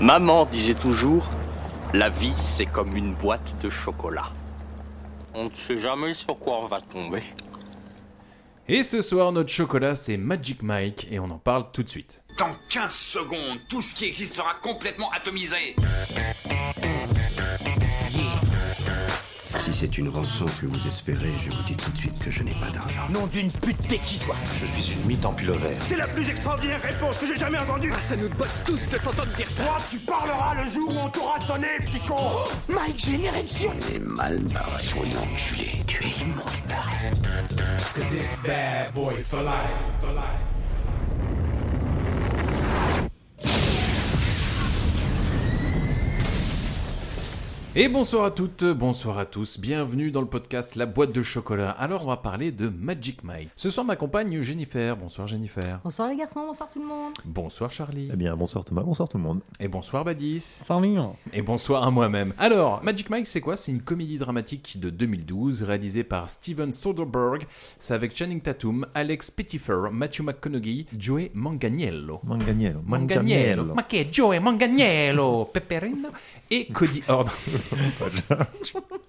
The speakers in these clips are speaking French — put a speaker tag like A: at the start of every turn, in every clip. A: Maman disait toujours, la vie c'est comme une boîte de chocolat. On ne sait jamais sur quoi on va tomber.
B: Et ce soir, notre chocolat, c'est Magic Mike et on en parle tout de suite.
C: Dans 15 secondes, tout ce qui existe sera complètement atomisé.
D: Si c'est une rançon que vous espérez, je vous dis tout de suite que je n'ai pas d'argent.
E: Nom d'une pute, t'es qui toi
F: Je suis une mythe en pilover.
G: C'est la plus extraordinaire réponse que j'ai jamais entendue
H: Ah, ça nous botte tous de t'entendre dire ça
G: Toi, tu parleras le jour où on t'aura sonné, petit con
E: Mike, j'ai une érection
D: Elle est mal barrée. Soyons enculé, tu es immonde barré.
B: Et bonsoir à toutes, bonsoir à tous, bienvenue dans le podcast La boîte de chocolat. Alors, on va parler de Magic Mike. Ce soir, ma compagne Jennifer. Bonsoir Jennifer.
I: Bonsoir les garçons, bonsoir tout le monde.
B: Bonsoir Charlie.
J: Eh bien, bonsoir Thomas, bonsoir tout le monde.
B: Et bonsoir Badis. Et bonsoir à moi-même. Alors, Magic Mike, c'est quoi C'est une comédie dramatique de 2012 réalisée par Steven Soderbergh. C'est avec Channing Tatum, Alex Pettifer, Matthew McConaughey, Joey Manganiello.
J: Manganiello.
B: Manganiello. Mm. Ma che è Joe Manganiello Peperino et Cody Horn.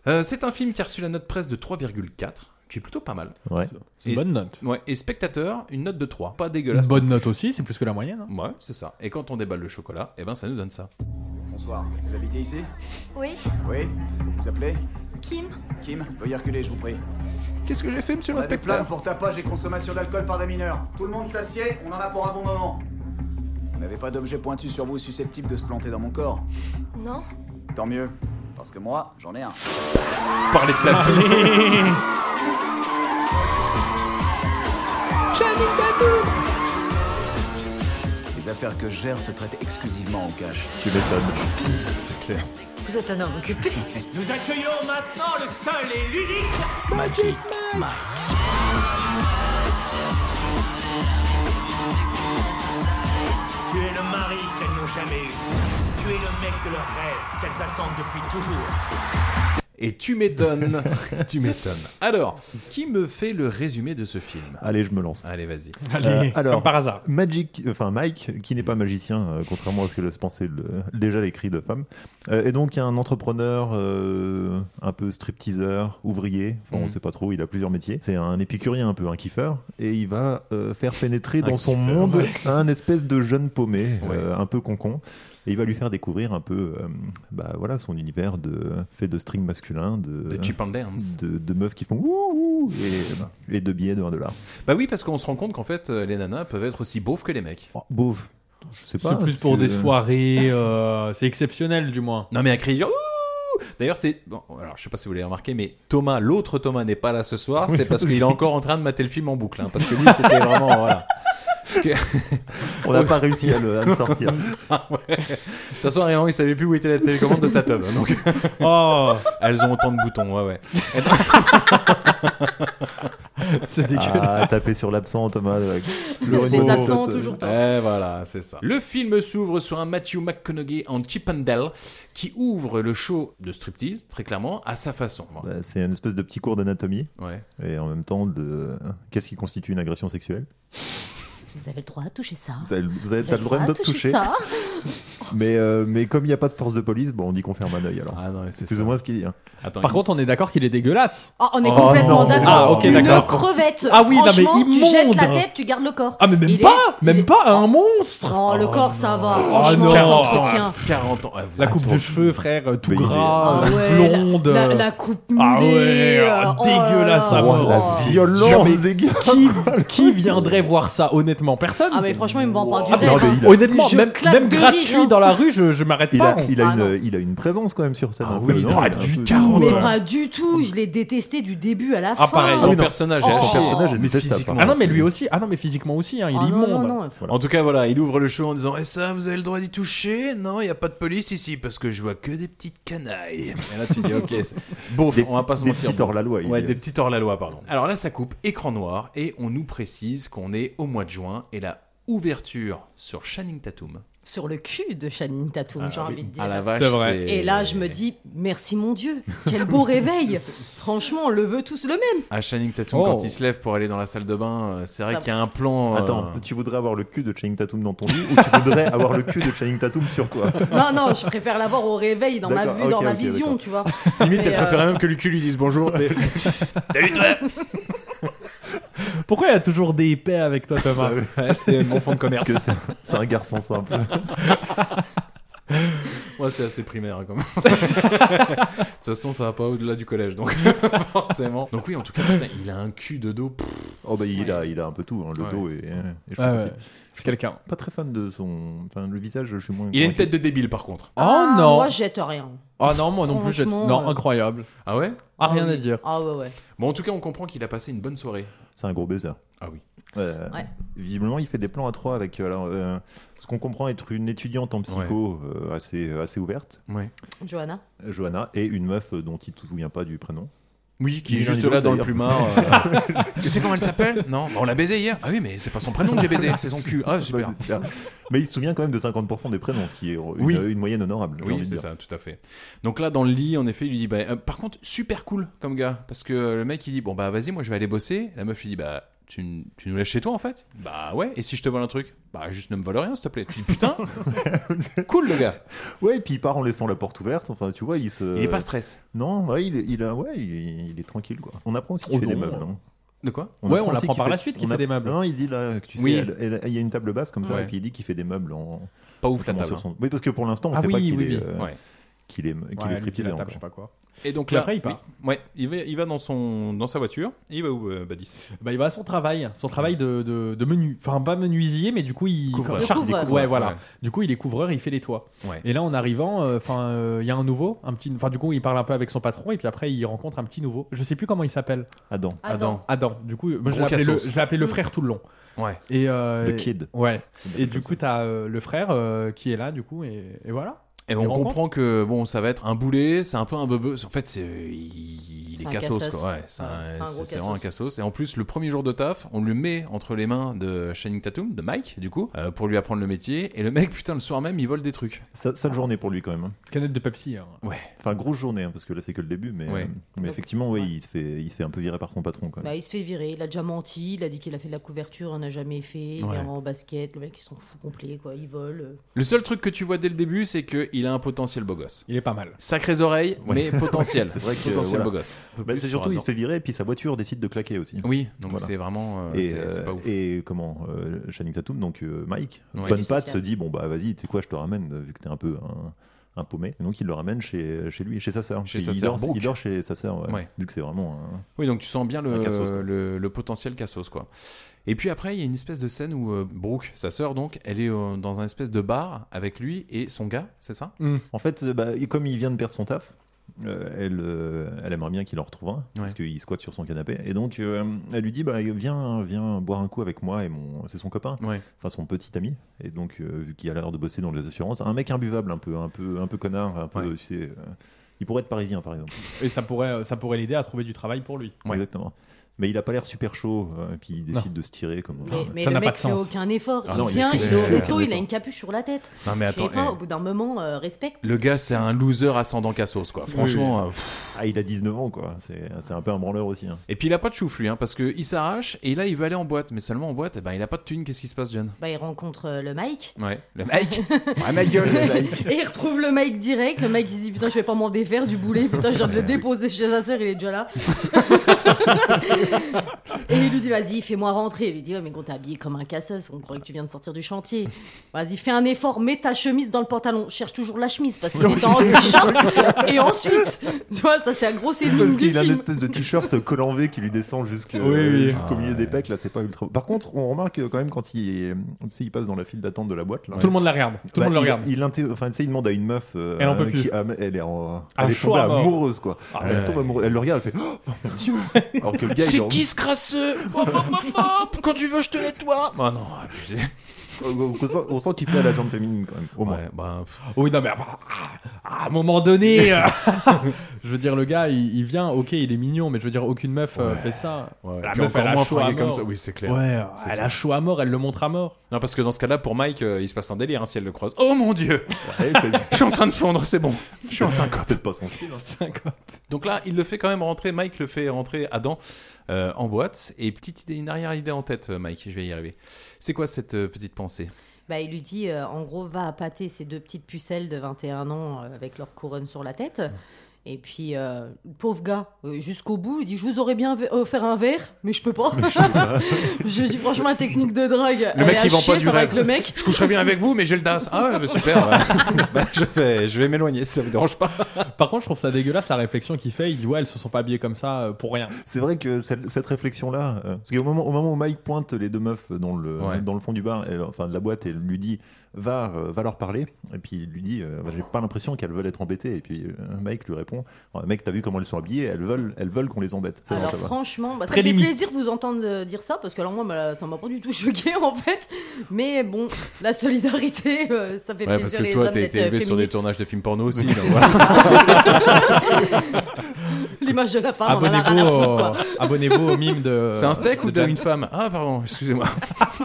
B: Euh, c'est un film qui a reçu la note presse de 3,4, qui est plutôt pas mal.
J: Ouais.
K: C'est une
B: Et-
K: bonne note.
B: Ouais, et spectateur, une note de 3. Pas
K: Une
B: dégueulasse.
K: bonne note aussi, c'est plus que la moyenne. hein.
B: Ouais, c'est ça. Et quand on déballe le chocolat, eh ben ça nous donne ça.
L: Bonsoir, vous habitez ici
I: Oui,
L: Oui. Vous vous appelez
I: Kim
L: Kim Veuillez reculer, je vous prie.
B: Qu'est-ce que j'ai fait, monsieur
L: On a des plaintes pour tapage et consommation d'alcool par des mineurs. Tout le monde s'assied, on en a pour un bon moment. Vous n'avez pas d'objet pointu sur vous susceptible de se planter dans mon corps
I: Non
L: Tant mieux, parce que moi, j'en ai un.
B: Parler de sa bite.
L: Les affaires que je gère se traitent exclusivement en cash.
J: Tu m'étonnes.
B: C'est clair.
I: Vous êtes un homme occupé.
H: Nous accueillons maintenant le seul et l'unique Magic Mike. Tu es le mari qu'elles n'ont jamais eu. Tu es le mec de leur rêve qu'elles attendent depuis toujours.
B: Et tu m'étonnes. tu m'étonnes. Alors, qui me fait le résumé de ce film
J: Allez, je me lance.
B: Allez, vas-y.
K: Allez,
J: Euh, alors-
K: comme par hasard.
J: Magic, enfin Mike, qui n'est pas magicien, euh, contrairement à ce que laisse penser le- déjà les cris de femme, euh, est donc un entrepreneur euh, un peu stripteaseur, ouvrier, enfin on
K: Mhm.
J: sait pas trop, il a plusieurs métiers. C'est un épicurien un peu, un kiffeur, et il va euh, faire pénétrer dans son
K: kiffeur,
J: monde
K: ouais.
J: un espèce de jeune paumé,
B: Ouais.
J: euh, un peu concon. Et il va lui faire découvrir un peu euh, bah, voilà, son univers de, fait de string masculin, de,
B: The Chip and Dance.
J: de, de meufs qui font ouh, ouh et, et de billets de 1 dollar.
B: Bah oui, parce qu'on se rend compte qu'en fait, euh, les nanas peuvent être aussi beaufs que les mecs.
J: Oh, beauf. Je sais pas.
K: C'est plus
J: parce
K: pour
J: que-
K: des soirées, euh, c'est exceptionnel du moins.
B: Non mais à crier genre, Ouh D'ailleurs, c'est. Bon, alors, je sais pas si vous l'avez remarqué, mais Thomas, l'autre Thomas, n'est pas là ce soir. C'est parce qu'il est encore en train de mater le film en boucle. hein, parce que lui, c'était vraiment. Voilà. Parce que-
J: On n'a pas réussi à le, à le sortir.
B: Ah ouais. De toute façon, Raymond, il savait plus où était la télécommande de sa tub. Donc,
K: Oh,
B: elles ont autant de boutons, ouais, ouais.
K: c'est dégueulasse.
J: Ah, taper sur l'absent, Thomas. euh, toujours une
I: Les
J: bonne
I: absents ont
J: tête, euh,
I: toujours tort.
B: Eh, voilà, c'est ça. Le film s'ouvre sur un Matthew McConaughey en Chippendale qui ouvre le show de striptease, très clairement, à sa façon.
J: bah, C'est une espèce de petit cours d'anatomie
B: Ouais.
J: et en même temps de qu'est-ce qui constitue une agression sexuelle.
I: Vous avez le droit de toucher ça.
J: Vous avez, vous avez- t'as le droit de te toucher,
I: ça.
J: mais euh, mais comme il n'y a pas de force de police, bon, on dit qu'on ferme un œil alors.
B: Ah non, mais
J: c'est
B: c'est
J: plus
B: ça.
J: ou moins ce qu'il dit. hein.
B: Attends,
K: Ah. Par
B: il-
K: contre, on est d'accord qu'il est dégueulasse.
I: Oh, on est
J: Oh,
I: complètement
J: non.
I: d'accord.
J: Ah, ok,
I: Une
K: d'accord.
I: crevette.
K: Ah oui, non, mais
I: Franchement, tu jettes la
K: immonde.
I: tête, tu gardes le corps.
K: Ah mais même
I: Il
K: pas,
I: est-
K: même
I: il est-
K: pas un monstre.
I: Oh, le corps, ça va. Franchement,
K: Ah, non.
I: ça
B: Attends,
I: entretient.
B: 40 ans. Ah,
K: La coupe
B: attends.
K: de cheveux, frère, euh, tout
J: Mais il est-
K: gras,
I: Ah
K: euh,
I: ouais,
K: blonde.
I: La,
K: euh,
I: la coupe
K: Ah ouais,
I: mulet, euh,
K: ah,
I: oh là
K: dégueulasse,
I: là.
K: à mort.
J: la
I: Oh.
J: violence
K: mais-
J: des gars.
K: qui, qui viendrait voir ça honnêtement Personne.
I: Ah mais franchement, il me vend pas du
K: Ah,
I: rêve.
J: non, mais
I: hein.
J: il a-
K: Honnêtement,
I: Je
K: même,
I: claque
K: même
I: de
K: gratuit
I: rire, hein.
K: dans la rue, je, je m'arrête
J: Il
K: pas.
J: a, il, a
I: Ah, non.
J: une, il a une présence quand même sur scène.
B: Ah
J: un peu,
B: oui,
J: non,
B: il aurait
J: un
B: dû
J: peu-
B: 40
I: Mais
B: Ouais.
I: pas du tout, je l'ai détesté du début à la fin.
K: Ah, pareil.
B: Son
J: oui, non.
B: personnage,
I: Oh.
B: elle,
J: Son
B: son personnage.
J: personnage, je déteste ça.
B: physiquement.
J: par
K: Ah non,
J: contre.
K: mais lui aussi. Ah non, mais physiquement aussi, hein, il
I: Ah
K: est
I: non,
K: immonde.
I: non, non.
B: En tout cas, voilà, il ouvre le show en disant Et ça, vous avez le droit d'y toucher Non, il n'y a pas de police ici parce que je vois que des petites canailles. Et là, tu dis Ok, c'est- beauf,
J: Des
B: on va
J: petits-
B: pas se
J: des
B: mentir.
J: petits hors-la-loi, il
B: Ouais,
J: dit.
B: des petits hors-la-loi, pardon. Alors là, ça coupe écran noir et on nous précise qu'on est au mois de juin et la ouverture sur Channing Tatum.
I: sur le cul de Channing Tatum, j'ai envie de dire.
B: Ah, la vache, C'est vrai. c'est-
I: Et là, je me dis, merci mon Dieu, quel beau réveil. Franchement, on le veut tous le même.
B: À Ah, Channing Tatum,
I: Oh.
B: quand il se lève pour aller dans la salle de bain, euh, c'est vrai
I: Ça-
B: qu'il y a un plan. euh,
J: Attends, tu voudrais avoir le cul de Channing Tatum dans ton lit ou tu voudrais avoir le cul de Channing Tatum sur toi
I: Non, non, je préfère l'avoir au réveil, dans ma
J: D'accord,
I: vue,
J: ok,
I: dans ma
J: ok,
I: vision, tu vois.
B: Limite,
I: Mais,
B: t'as préféré
I: euh,
B: même que le cul lui dise bonjour. t'es- Salut toi
K: Pourquoi il y a toujours des épais avec toi, Thomas Ouais, C'est mon fond de commerce.
J: Parce que c'est- c'est un garçon simple.
B: Ouais, c'est assez primaire hein, quand même. De toute façon, ça va pas au-delà du collège, donc forcément. Donc, oui, en tout cas, putain, il a un cul de dos. pff,
J: Oh bah il a, il a un peu tout, hein, le
B: Ouais.
J: dos et, et je
K: Ah
J: pense
K: ouais,
J: aussi.
K: C'est quelqu'un.
J: Pas très fan de son, enfin le visage, je suis moins.
B: Il a une
J: convaincu.
B: tête de débile par contre.
K: Oh
I: ah,
K: non
I: Moi, jette rien.
K: Oh non, moi non plus, j'ai-
I: Franchement,
K: Non,
I: euh,
K: incroyable.
B: Ah ouais
K: Ah, rien
I: oui.
K: à dire.
I: Ah ouais, ouais.
B: Bon, en tout cas, on comprend qu'il a passé une bonne soirée.
J: C'est un gros baiser.
B: Ah oui.
J: Euh,
I: Ouais.
J: Visiblement, il fait des plans à trois avec euh, alors, euh, ce qu'on comprend être une étudiante en psycho euh, assez, assez ouverte,
B: Ouais.
I: Johanna
J: euh, Johanna, et une meuf euh, dont il ne se souvient pas du prénom.
B: Oui, qui
J: Ni
B: est
J: l'un
B: juste
J: ni
B: là dans le
J: l'autre,
B: plumard. euh. tu sais comment elle s'appelle Non, bah, on l'a baisé hier. Ah oui, mais c'est pas son prénom que j'ai baisé, c'est son cul. Ah, super.
J: Mais il se souvient quand même de 50% des prénoms, ce qui est une,
B: Oui.
J: une moyenne honorable. j'ai envie
B: Oui,
J: de
B: c'est
J: dire.
B: ça, tout à fait. Donc là, dans le lit, en effet, il lui dit bah, euh, Par contre, super cool comme gars. Parce que euh, le mec, il dit Bon, bah, vas-y, moi, je vais aller bosser. La meuf, il dit Bah, tu, n- tu nous laisses chez toi, en fait Bah, ouais. Et si je te vole un truc Bah, juste ne me vole rien, s'il te plaît. Tu dis Putain, cool, le gars.
J: Ouais, et puis il part en laissant la porte ouverte. Enfin, tu vois, il se.
B: Il est pas stress.
J: Non, ouais, il, est- il a, ouais, il, est- il est tranquille, quoi. On apprend aussi qu'il
K: Oh
J: fait des
K: non.
J: meubles. hein.
B: De quoi
K: Ouais, on
J: aussi
K: l'apprend
J: qu'il
K: par
J: fait-
K: la suite qu'il
J: on
K: fait
J: app-
K: des meubles.
J: Non, il dit là, tu sais,
B: Oui.
J: elle- elle- il y a une table basse comme ça,
B: Ouais.
J: et puis il dit qu'il fait des meubles en.
B: Pas ouf la
J: comment
B: table.
J: sur son- Oui, parce que pour l'instant, on
K: Ah
J: sait
K: oui,
J: pas qu'il
K: oui,
J: est,
K: oui.
J: euh,
B: Ouais.
J: qu'il est, qu'il
K: Ouais,
J: est
K: lui,
J: striptease
K: la
J: encore.
K: table, je sais pas quoi.
B: Et donc
K: Puis
B: là,
K: après, il part.
B: oui, ouais, il va, il va dans, son, dans sa voiture. Il va où, euh, Badis
K: Bah, il va à son travail, son travail de, de, de menu. Enfin, pas menuisier, mais du coup, il.
B: Couvreur.
K: Char-
I: Le couvreur.
K: Ouais, voilà.
B: Ouais.
K: Du coup, il est couvreur, il fait les toits.
B: Ouais.
K: Et là, en arrivant, euh, enfin, il y a un nouveau, un petit. Enfin, du coup, il parle un peu avec son patron, et puis après, il rencontre un petit nouveau. Je sais plus comment il s'appelle.
J: Adam.
I: Adam.
K: Adam. Du coup, moi, je l'ai
B: Gros
K: appelé, le,
B: cassos.
K: je l'ai appelé le frère tout le long.
B: Ouais.
K: Et euh,
J: Le kid.
K: Ouais. Et du
J: Comme
K: coup, t'as euh, le frère euh, qui est là, du coup, et, et voilà.
B: Et
K: Il
B: on
K: rencontre.
B: comprend que bon, ça va être un boulet, c'est un peu un bebeu. En fait, c'est il, il
I: C'est
B: est
I: un
B: cassos,
I: cassos.
B: quoi. Ouais, c'est
I: Ouais,
B: un-
I: c'est un
B: c'est
I: gros
B: c'est vraiment un
I: cassos.
B: cassos. Et en plus, le premier jour de taf, on lui met entre les mains de Shining Tatum, de Mike, du coup, euh, pour lui apprendre le métier. Et le mec, putain, le soir même, il vole des trucs.
J: ça. Sa- Sale journée pour lui, quand même. hein.
K: Canette de Pepsi. hein.
J: Enfin, grosse journée, hein, parce que là, c'est que le début, mais,
B: Ouais.
J: euh, mais
I: Donc,
J: effectivement, oui,
I: ouais.
J: il, se fait, il se fait un peu virer par son patron, quand même.
I: Bah, il se fait virer, il a déjà menti, il a dit qu'il a fait de la couverture, on n'a jamais fait, il
B: Ouais.
I: est en basket, le mec il s'en fout complet, quoi, il vole. euh.
B: Le seul truc que tu vois dès le début, c'est que il a un potentiel beau gosse.
K: Il est pas mal.
B: Sacrées oreilles,
J: Ouais.
B: mais potentiel.
J: C'est vrai que,
B: potentiel
J: voilà.
B: beau gosse. Un peu
J: Bah,
B: plus
J: c'est
B: sur
J: surtout, il
B: Adam.
J: se fait virer, et puis sa voiture décide de claquer aussi.
B: Oui, donc
J: Voilà.
B: c'est vraiment. euh,
J: Et,
B: c'est- c'est
J: euh,
B: pas ouf.
J: et comment euh, Channing Tatum, donc euh, Mike,
B: Ouais.
J: bonne
I: Du
J: patte, se
I: social.
J: dit bon bah vas-y, tu sais quoi, je te ramène euh, vu que t'es un peu un, un paumé. Et donc il le ramène chez, chez lui, chez sa sœur.
B: Chez
J: Et
B: sa
J: il,
B: sœur
J: dort,
B: Brooke.
J: il dort chez sa sœur, ouais,
B: Ouais.
J: vu que c'est vraiment. un-
B: Oui, donc tu sens bien le,
J: Un cassos, quoi.
B: le, le potentiel cassos, quoi. Et puis après, il y a une espèce de scène où euh, Brooke, sa sœur, donc, elle est euh, dans un espèce de bar avec lui et son gars, c'est ça
J: En fait, euh, bah, et comme il vient de perdre son taf. euh, elle, euh, elle aimerait bien qu'il en retrouve un parce
B: Ouais.
J: qu'il squatte sur son canapé et donc euh, elle lui dit bah viens viens boire un coup avec moi et mon c'est son copain
B: Ouais.
J: enfin son petit ami et donc euh, vu qu'il a l'air de bosser dans les assurances un mec imbuvable un peu un peu un peu connard un peu
B: Ouais.
J: tu sais, euh, il pourrait être parisien par exemple
K: Et ça pourrait, euh, ça pourrait l'aider à trouver du travail pour lui.
B: Ouais.
J: Exactement. Mais il a pas l'air super chaud, euh, et puis il décide de se tirer comme.
I: Mais, mais
K: Ça
I: le
K: n'a
I: mec
K: pas de
I: fait
K: sens.
I: aucun effort,
B: Ah
I: il
B: non, il
I: vient,
B: fait
I: il, est
B: aucun
I: au resto,
J: effort.
I: il a une capuche sur la tête.
B: Non, mais
I: Je sais
B: attends.
I: pas,
B: eh,
I: au bout d'un moment, euh, respecte.
B: le gars, c'est un loser ascendant cassos, quoi. Franchement. euh, pff.
J: Ah, il a 19 ans quoi, c'est c'est un peu un branleur aussi. hein.
B: euh. Et puis il a pas de chouf, lui, hein, parce que il s'arrache et là, il veut aller en boîte. Mais seulement en boîte, eh ben, il a pas de thune. Qu'est-ce qui se passe, John
I: Bah, il rencontre euh, le Mike.
B: Ouais. Le Mike Ouais, ma gueule
I: Et il retrouve le Mike direct. Le Mike il se dit Putain, je vais pas m'en défaire du boulet. Putain, je viens de le déposer chez sa sœur, il est déjà là. et il lui dit Vas-y, fais-moi rentrer. Il lui dit Ouais, mais gros, t'es habillé comme un casseuse. On croyait que tu viens de sortir du chantier. Vas-y, fais un effort, mets ta chemise dans le pantalon. Cherche toujours la chemise parce qu'il est en t-shirt. Et ensuite, tu vois, ça c'est un gros
J: Parce
I: énigme du
J: qu'il a une
I: film.
J: espèce de t-shirt collant V qui lui descend jusque- euh,
K: Oui, oui.
J: jusqu'au milieu des pecs, là c'est pas ultra. Par contre, on remarque euh, quand même quand il, est- tu sais, il passe dans la file d'attente de la boîte. Là,
K: Tout le monde la regarde. Tout le
J: Bah,
K: monde le
J: il-
K: regarde.
J: Il, inté- enfin, tu sais, il demande à une meuf. euh,
K: Elle en peut
J: qui-
K: plus.
J: ah, mais elle est, en-
K: Un
J: elle est
K: choix
J: tombée
K: à mort. Ah
J: amoureuse quoi. elle,
B: ouais.
J: tombe amoureuse. elle le regarde, elle fait. Oh, mon Dieu. Alors que le gars, il est en-
B: ce crasseux Hop, hop, hop, hop Quand tu veux, je te nettoie Bah non, abusé.
J: on sent, on sent qu'il plaît à la jambe féminine quand même. Au moins.
B: Ouais, bah, pff.
K: Oui, non, mais. ah, ah, à un moment donné, euh, je veux dire, le gars, il, il vient, ok, il est mignon, mais je veux dire, aucune meuf euh,
B: Ouais.
K: fait ça.
B: Ouais,
K: La
B: puis
K: meuf,
B: encore
K: elle a
B: moins
K: chaud à
B: fringuée comme
K: mort.
B: ça. Oui, c'est clair.
K: Ouais,
B: C'est
K: elle a
B: clair.
K: chaud à mort, elle le montre à mort.
B: Non, parce que dans ce cas-là, pour Mike, euh, il se passe un délire hein, si elle le croise. Oh mon dieu
J: Ouais,
B: Je suis en train de fondre, c'est bon. Je suis en syncope.
J: Peut-être pas son style.
B: Donc là, il le fait quand même rentrer. Mike le fait rentrer Adam euh, en boîte. Et petite idée, une arrière-idée en tête, euh, Mike. Je vais y arriver. C'est quoi cette euh, petite pensée
I: Bah, il lui dit, euh, en gros, va appâter ces deux petites pucelles de 21 ans euh, avec leur couronne sur la tête. Et puis, euh, le pauvre gars, euh, jusqu'au bout, il dit, je vous aurais bien ve- offert un verre, mais je peux pas. je dis, franchement, la technique de drague,
B: Le
I: elle
B: mec
I: est à
B: qui vend
I: chier,
B: pas du
I: ça va
B: rêve.
I: avec le mec.
B: Je coucherai bien avec vous, mais j'ai le DAS. Ah ouais, bah, super. ouais. Bah, je vais, je vais m'éloigner si ça vous dérange pas.
K: Par contre, je trouve ça dégueulasse la réflexion qu'il fait. Il dit, ouais, elles se sont pas habillées comme ça euh, pour rien.
J: C'est vrai que cette, cette réflexion-là, euh, parce qu'au moment, au moment où Mike pointe les deux meufs dans le,
B: Ouais.
J: dans le fond du bar, elle- enfin de la boîte, et lui dit va, euh, va leur parler, et puis il lui dit euh, Bah, j'ai pas l'impression qu'elles veulent être embêtées, et puis euh, Mike lui répond Oh, mec t'as vu comment elles sont habillées, elles veulent, elles veulent qu'on les embête. Ça,
I: Alors
J: ça va.
I: franchement, bah, ça
J: Très
I: me fait
J: limite.
I: plaisir de vous entendre euh, dire ça parce que alors moi bah, ça m'a pas du tout choqué en fait. Mais bon, la solidarité, euh, ça fait
B: Ouais, parce
I: plaisir
B: que
I: les
B: toi,
I: hommes
B: t'as
I: d'être
B: été
I: euh,
B: élevé sur des
I: féministes.
B: tournages de films porno aussi. donc
I: C'est
B: voilà.
I: L'image de la
B: Ah,
I: femme, Ah,
B: bah,
I: on en a rien
K: Abonnez-vous
I: à foutre
K: au,
I: quoi.
K: abonnez-vous au mime de.
B: C'est un steak ou de-
K: Jack.
B: une femme Ah, pardon, excusez-moi.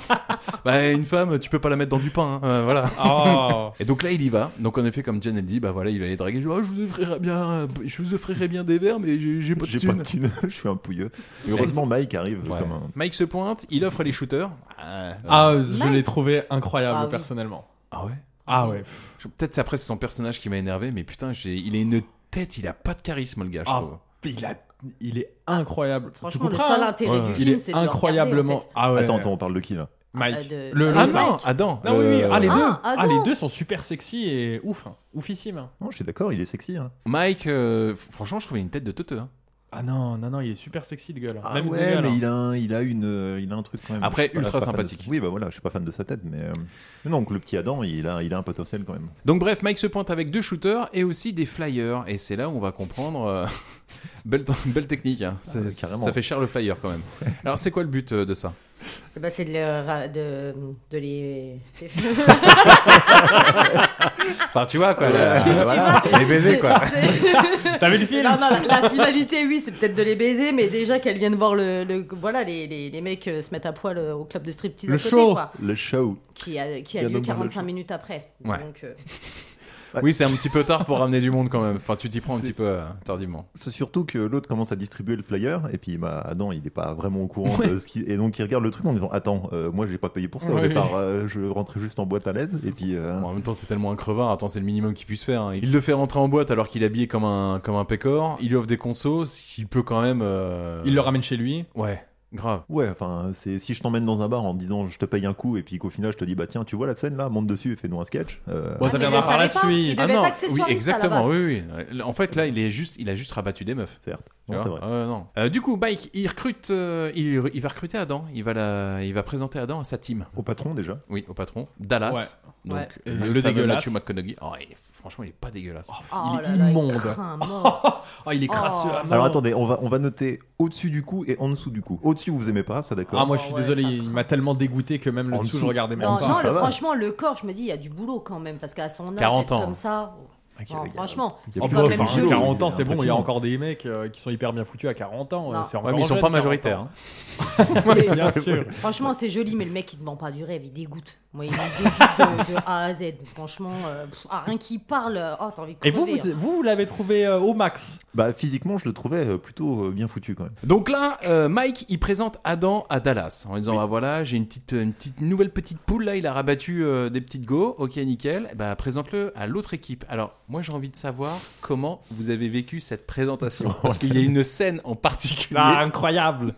B: bah, une femme, tu peux pas la mettre dans du pain. hein, euh, voilà.
K: Oh.
B: Et donc là, il y va. Donc, en effet, comme Jen, elle dit, bah voilà, il va les draguer. Il dit, Oh, je, vous offrirai bien, euh, je vous offrirai bien des verres, mais j'ai j'ai pas de
J: J'ai
B: thunes.
J: pas de thune, je suis un pouilleux. Et heureusement Mike arrive comme un...
B: Mike se pointe, il offre les shooters. Ah,
K: Ah, je l'ai trouvé incroyable
B: Ah oui.
K: personnellement.
B: Ah ouais
K: Ah ouais.
B: Je- Peut-être après, c'est son personnage qui m'a énervé, mais putain, j'ai- il a une tête, il a pas de charisme, le gars, je
K: Ah,
B: trouve.
K: il, a- il est incroyable. Tu
I: franchement, le
K: comprends,
I: seul
K: hein
I: intérêt du
K: Il
I: film,
K: est
I: c'est de le regarder,
K: incroyablement.
I: en fait.
K: Ah ouais.
J: Attends, attends, on parle de qui là
K: Mike.
I: Euh, de-
K: Le,
I: Ah
K: le-
I: non,
K: Mike.
B: Adam.
K: Non, oui, oui.
B: Euh,
K: Ah, les deux.
I: Ah,
K: Ah,
I: Adam.
K: les deux sont super sexy et ouf. hein. Oufissime. hein.
J: Non, je suis d'accord, il est sexy. hein.
B: Mike, euh, franchement, je trouvais une tête de teuteux. hein.
K: Ah non, non, non, il est super sexy de gueule.
J: Ah
K: Même de
J: ouais,
K: gueule,
J: mais
K: hein.
J: il a, un, il, a une, euh, il a un truc quand même.
B: Après,
J: Je suis pas-
B: ultra
J: pas fan de-
B: sympathique.
J: oui, bah voilà, je suis pas fan de sa tête, mais. euh, mais non, donc le petit Adam, il a, il a un potentiel quand même.
B: Donc bref, Mike se pointe avec deux shooters et aussi des flyers. Et c'est là où on va comprendre... euh, belle, belle technique, hein. Ça-
J: ouais, carrément.
B: ça fait cher le flyer quand même. Alors c'est quoi le but euh, de ça
I: Bah, c'est de, le ra- de, de les.
B: Enfin, tu vois quoi. là,
I: Tu
B: voilà,
I: vois,
B: les baisers
I: c'est-
B: quoi.
I: c'est-
K: T'as vu le film
I: Non, non, la, la finalité, oui, c'est peut-être de les baiser, mais déjà qu'elles viennent voir le, le- voilà les, les, les mecs euh, se mettent à poil euh, au club de striptease à côté, quoi,
J: Le show
I: qui a, qui
J: Il y
I: a
J: a
I: lieu
J: donc un
I: 45
J: show.
I: minutes après.
B: Ouais.
I: Donc, euh,
B: Oui, c'est un petit peu tard pour ramener du monde quand même. Enfin, tu t'y prends un petit peu euh, tardivement.
J: C'est surtout que l'autre commence à distribuer le flyer, et puis bah, Adam, il est pas vraiment au courant de ce qui. Et donc il regarde le truc en disant Attends, euh, moi j'ai pas payé pour ça au
K: Ouais.
J: départ, euh, je rentrais juste en boîte à l'aise, et puis. euh,
B: Bon, en même temps, c'est tellement un crevard. Attends, c'est le minimum qu'il puisse faire. hein. Il le fait rentrer en boîte alors qu'il est habillé comme un, comme un pécor. Il lui offre des consos. Il peut quand même. euh,
K: Il le ramène chez lui.
B: Ouais, grave.
J: Ouais, enfin, c'est si je t'emmène dans un bar en te disant je te paye un coup et puis qu'au final je te dis bah tiens, tu vois la scène là, monte dessus et fais-nous un sketch. euh,
K: Bon,
I: Ah,
K: ça
I: mais
K: viendra
I: il
K: par la
I: savait pas, il
K: suite.
I: devait
B: Ah non,
I: être accessoiriste,
B: oui,
I: à la
B: exactement,
I: base.
B: oui, oui. En fait, là, il, est juste, il a juste rabattu des meufs.
J: certes,
B: tu
J: non,
B: vois.
J: c'est vrai.
B: Ouais, non. Euh, du coup, Mike, il recrute, euh, il, il va recruter Adam. Il va, la, il va présenter Adam à sa team.
J: Au patron déjà.
B: Oui, au patron. Dallas.
K: Ouais.
B: Donc,
I: Ouais.
K: Le
B: fameux
K: dégueulasse.
B: Matthew McConaughey. Oh, il- franchement, il est pas dégueulasse.
I: oh
K: il est
I: là là,
K: immonde.
I: craint mort.
K: Oh, il est crasseux. à mort.
J: Alors attendez, on va, on va noter au-dessus du cou et en dessous du cou. Au-dessus, vous aimez pas, ça d'accord
K: Ah, moi je suis
I: Ah ouais,
K: désolé,
I: ça
K: il
I: craint.
K: m'a tellement dégoûté que même le
J: En
K: dessous, je
J: dessous.
K: regardais même
I: Non,
K: pas.
I: non,
J: ça
I: le-
J: va.
I: franchement, le corps, je me dis, il y a du boulot quand même, parce qu'à son âge,
B: 40
I: être
B: ans.
I: comme ça,
J: Ok,
I: non,
J: il y a-
I: franchement,
B: Ah,
J: il y
I: c'est
J: a
I: quand
J: plus de hein.
I: même
J: boulot,
I: joli.
J: enfin,
K: 40 ans, c'est bon, il y a
J: impressionnant.
K: encore des mecs euh, qui sont hyper bien foutus à 40 ans. euh,
I: Non.
K: c'est
B: Ouais,
K: encore
B: mais ils sont
K: jeune,
B: pas
K: 40 ans.
B: majoritaires. hein.
I: C'est-
K: Bien sûr.
I: Franchement, c'est joli, mais le mec, il te vend pas du rêve, il dégoûte. Moi, il me dégoûte de, de A à Z. Franchement, euh, pff, ah, rien qui parle, euh, oh, t'as envie de
K: Et vous,
I: crever,
K: vous,
I: hein.
K: vous, vous l'avez trouvé euh, au max.
J: Bah physiquement, je le trouvais euh, plutôt euh, bien foutu quand même.
B: Donc là, euh, Mike, il présente Adam à Dallas en lui disant bah voilà, j'ai une petite, une petite nouvelle petite poule là, il a rabattu euh, des petites go, ok nickel. Bah présente-le à l'autre équipe. Alors moi j'ai envie de savoir comment vous avez vécu cette présentation parce qu'il y a une scène en particulier.
K: Ah, incroyable.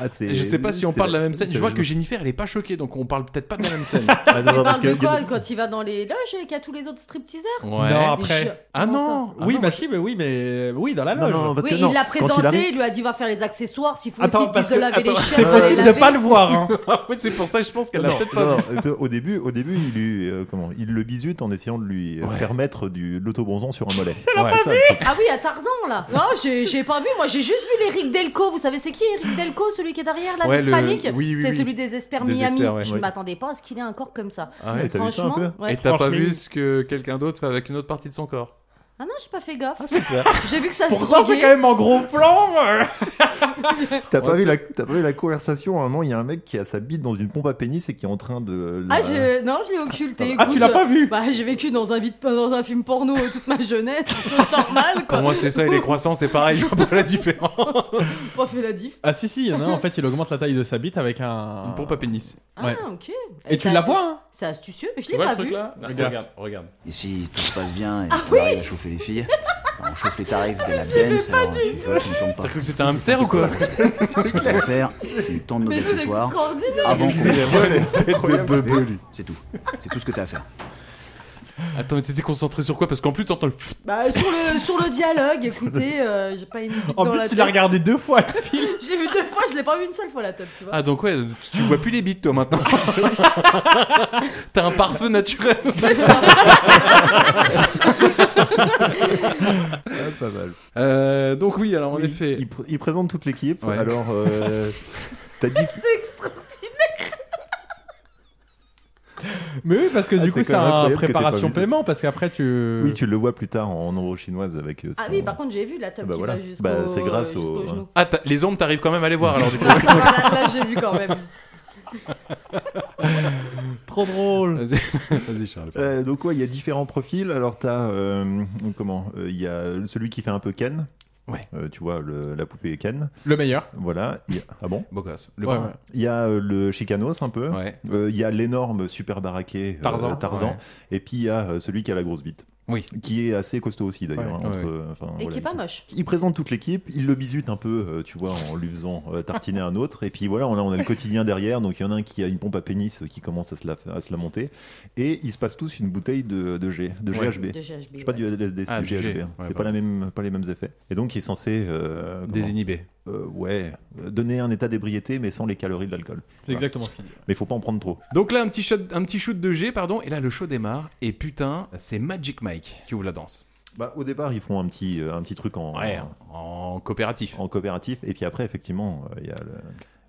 J: Ah, c'est-
B: Je sais pas si on
J: c'est
B: parle de la même scène.
J: c'est
B: Je vois
J: la-
B: que Jennifer, elle est pas choquée, donc on parle peut-être pas de la même scène.
J: Ah, non,
I: Il
J: non, parce
I: parle de
J: que-
I: quoi quand il va dans les loges et qu'il y a tous les autres stripteaseurs
B: Ouais.
K: Non, après.
I: Je-
B: Ah
I: Comment
B: non.
K: oui,
B: Ah non,
K: bah si, mais oui, mais oui, dans la
J: Non,
K: loge.
J: non, non, parce
I: Oui,
J: que
I: il
J: non,
I: l'a
J: quand il
I: présenté,
J: arrive-
I: il, lui a dit va faire les accessoires, s'il faut
K: Attends,
I: aussi
K: parce
I: qu'ils de
K: que-
I: laver les
K: attends,
I: chairs.
K: c'est
I: euh,
K: possible de
I: laver.
K: pas le voir. hein.
B: Ouais, c'est pour ça je pense qu'elle a
J: Non,
B: peut-être pas. vu.
J: non, euh, au début, au début, il lui, euh, comment, il le bisute en essayant de lui euh, faire mettre du l'autobronzant sur un mollet. Ouais, ça, le truc.
I: Ah oui, à Tarzan là. Non, j'ai j'ai pas vu. Moi, j'ai juste vu l'Eric Delco. Vous savez c'est qui Eric Delco, celui qui est derrière la
B: Ouais, le-
I: l'hispanique
B: oui, oui,
I: C'est
B: oui.
I: celui des experts
B: Des
I: Miami.
B: experts, ouais.
I: Je
J: Ouais.
I: m'attendais pas à ce qu'il ait un corps comme ça.
B: Ah
J: ouais, t'as vu ça un
I: Franchement,
J: peu
I: ouais.
B: Et t'as pas
K: Franchement.
B: vu ce que quelqu'un d'autre fait avec une autre partie de son corps
I: Ah non, j'ai pas fait gaffe.
J: super.
I: J'ai vu que ça se
K: Pourtant,
I: droguait.
K: c'est quand même en gros plan. euh.
J: T'as pas, vu la- t'as pas vu la conversation à un moment Il y a un mec qui a sa bite dans une pompe à pénis et qui est en train de. euh,
I: Ah,
J: la-
I: je... non, je l'ai occulté.
J: Ah, tu
I: écoute.
J: l'as pas vu
I: Bah, j'ai vécu dans un, vide- dans un film porno toute ma jeunesse, c'est normal quoi.
B: Pour moi, c'est ça et les croissants, c'est pareil, je vois pas la différence.
I: J'ai pas fait la diff.
K: Ah si si, il y en a un, en fait, il augmente la taille de sa bite avec un... Une
B: pompe à pénis.
I: Ah,
K: Ouais.
I: ok.
K: Et tu
I: ça-
K: la vois, hein
I: C'est astucieux, mais je
B: Tu
I: l'ai
B: vois
I: pas
B: le truc
I: vu.
B: là Non,
K: Regarde.
B: Regarde, regarde.
F: Et si tout se passe bien et
I: Ah
F: on arrive à chauffer les filles, on chauffe les tarifs de la dance, alors tu vois, tu ne tombes pas. T'as
B: cru que c'était un hamster ou quoi
F: Ce qu'on va faire, c'est le temps de nos
I: Mais vous êtes
F: accessoires
I: extraordinaire.
F: avant qu'on
B: Il a volé la tête de Bebe, lui.
F: C'est tout. C'est tout ce que t'as à faire.
B: Attends, mais t'étais concentré sur quoi Parce qu'en plus, t'entends le. pfft.
I: Bah, sur le, sur le dialogue, écoutez, euh, j'ai pas une bite
K: En
I: dans
K: plus,
I: la
K: tu l'as
I: tête.
K: regardé deux fois. le film.
I: J'ai vu deux fois, je l'ai pas vu une seule fois la top, tu vois.
B: Ah, donc ouais, tu vois plus les bites, toi, maintenant. T'as un parfum naturel.
J: Ah, pas mal.
B: Euh, donc oui, alors en effet.
J: Il, pr- il présente toute l'équipe.
B: Ouais.
J: Alors, euh, t'as dit.
I: C'est extraordinaire.
K: Mais oui, parce que
J: Ah,
K: du
J: c'est
K: coup,
J: quand même
K: ça a
J: incroyable que t'aies pas
K: préparation
J: vu ça.
K: paiement, parce qu'après,
B: Euh.
K: tu...
J: Oui, tu le vois plus tard en ombre chinoise avec. euh,
I: Ah
J: son-
I: oui, par contre, j'ai vu la top
J: Bah
I: qui
J: voilà.
I: va jusqu'au
J: Bah, c'est grâce
I: jusqu'au
J: au-
I: genou.
B: Ah, t'as- les ombres, t'arrives quand même à les voir alors du coup.
I: Ah, ça va, là, là, j'ai vu quand même.
K: Trop drôle.
B: Vas-y, vas-y, Charles.
J: Euh, donc ouais, il y a différents profils. Alors t'as euh, comment Euh, Il y a celui qui fait un peu Ken. Euh,
B: Ouais.
J: tu vois le- la poupée Ken.
K: Le meilleur.
J: Voilà. Il y a- Ah bon
B: Beau gosse. Le
J: Ouais,
B: brun.
J: ouais. Il y a euh, le Chicanos un peu. Euh, Il y a l'énorme super baraqué euh,
K: Tarzan. Ouais.
J: Et puis il y a euh, celui qui a la grosse bite.
B: Oui.
J: Qui est assez costaud aussi d'ailleurs.
K: Ouais.
J: hein, entre,
K: Ouais.
J: euh, enfin,
I: Et
J: voilà,
I: qui est pas
J: ils sont-
I: moche.
J: Il présente toute l'équipe, il le bisute un peu, euh, tu vois, en lui faisant euh, tartiner un autre. Et puis voilà, on a, on a le quotidien derrière. Donc il y en a un qui a une pompe à pénis euh, qui commence à se la, à se la monter. Et ils se passent tous une bouteille de, de, G, de
B: Ouais.
J: GHB.
B: De
J: Je
B: GHB,
J: sais pas du LSD, c'est
B: Ah,
J: du
B: du G,
J: GHB. hein.
B: ouais,
J: c'est
B: pardon.
J: pas, la même, pas les mêmes effets. Et donc il est censé. euh, comment
B: Désinhiber.
J: Euh, ouais, euh, donner un état d'ébriété mais sans les calories de l'alcool.
K: C'est exactement ce qu'il dit.
J: Mais il faut pas en prendre trop.
B: Donc là, un petit, shot, un petit shoot de G, pardon, et là, le show démarre, et putain, c'est Magic Mike qui ouvre la danse.
J: Bah, au départ, ils font un petit, euh, un petit truc en,
B: Ouais, en coopératif.
J: En coopératif. Et puis après, effectivement, euh, il y a le,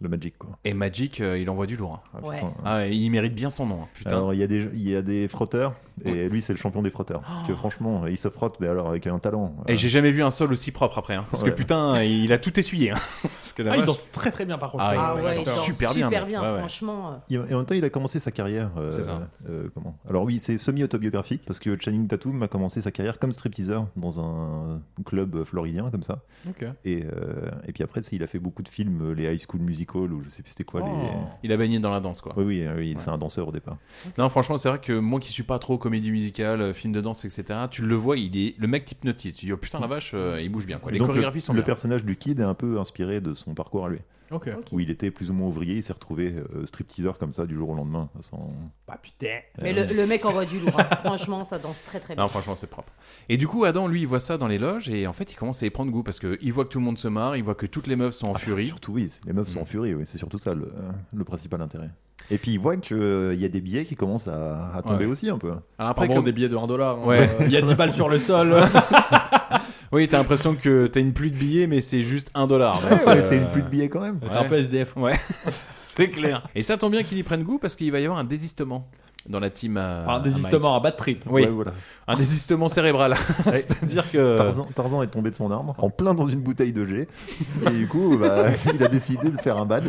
J: le Magic. Quoi.
B: Et Magic, euh, il envoie du lourd. hein.
J: Ah, putain. Ouais.
B: Ah, et il mérite bien son nom, hein, putain.
J: Alors, il y, a des, il y a des frotteurs, et lui, c'est le champion des frotteurs. Parce que franchement, il se frotte, mais alors avec un talent. Euh,
B: Et j'ai jamais vu un sol aussi propre après, hein, parce
J: Ouais.
B: que putain, il a tout essuyé. hein. Parce que la
K: Ah, il
B: vache-
K: danse très très bien, par contre.
B: Ah,
K: Ah
B: il
K: ouais,
B: danse
K: il danse
B: super bien,
I: Super
B: mec.
I: bien,
B: Ouais, ouais.
I: franchement. euh.
J: Il- Et en même temps, il a commencé sa carrière. euh,
B: C'est ça.
J: euh, comment Alors oui, c'est semi-autobiographique parce que Channing Tatum a commencé sa carrière comme stripteaseur dans un club floridien comme ça.
K: Ok.
J: Et, euh, et puis après, c'est- il a fait beaucoup de films, euh, les High School Musical ou je sais plus c'était quoi.
B: Oh.
J: Les...
B: Il a baigné dans la danse, quoi.
J: Oui, oui, euh, oui, c'est un danseur au départ.
B: Non, franchement, c'est vrai que moi qui suis pas trop comédie musicale, euh, film de danse, etc., tu le vois, il est... le mec t'hypnotise. Tu dis, oh putain, la vache, euh, il bouge bien, quoi. Les
J: Donc, le-
B: chorégraphies sont
J: Le
B: bien.
J: personnage du Kid est un peu inspiré de son parcours à lui.
K: Ok.
I: Ok.
J: Où il était plus ou moins ouvrier, il s'est retrouvé euh, stripteaseur comme ça du jour au lendemain. Sans...
K: Bah putain.
I: Mais le, le mec envoie du lourd. hein. Franchement, ça danse très très bien.
B: Non, franchement, c'est propre. Et du coup, Adam, lui, il voit ça dans les loges et en fait, il commence à y prendre goût parce qu'il voit que tout le monde se marre, il voit que toutes les meufs sont en furie.
J: Ah, Surtout, oui, c'est- les meufs
B: Mm.
J: sont en furie, oui, c'est surtout ça le, le principal intérêt. Et puis il voit qu'il y a des billets qui commencent à, à tomber
B: Ouais.
J: aussi un peu.
B: Alors
K: Après,
B: après, comme-
K: des billets de 1
J: hein.
K: dollar.
B: Ouais.
K: Il y a 10 balles sur le sol.
B: Oui, t'as l'impression que t'as une pluie de billets, mais c'est juste un dollar.
J: Ouais,
B: donc,
J: ouais,
B: euh,
J: c'est une pluie de billets quand même.
K: T'es un peu SDF.
B: Ouais, c'est clair. Et ça tombe bien qu'ils y prennent goût parce qu'il va y avoir un désistement dans la team. À,
K: Enfin, un
B: à
K: désistement,
B: Mike.
K: un bad trip.
B: Oui,
J: Ouais, voilà.
B: un désistement cérébral. C'est-à-dire euh, que.
J: Tarzan, Tarzan est tombé de son arbre en plein dans une bouteille de G. Et du coup, bah, il a décidé de faire un bad.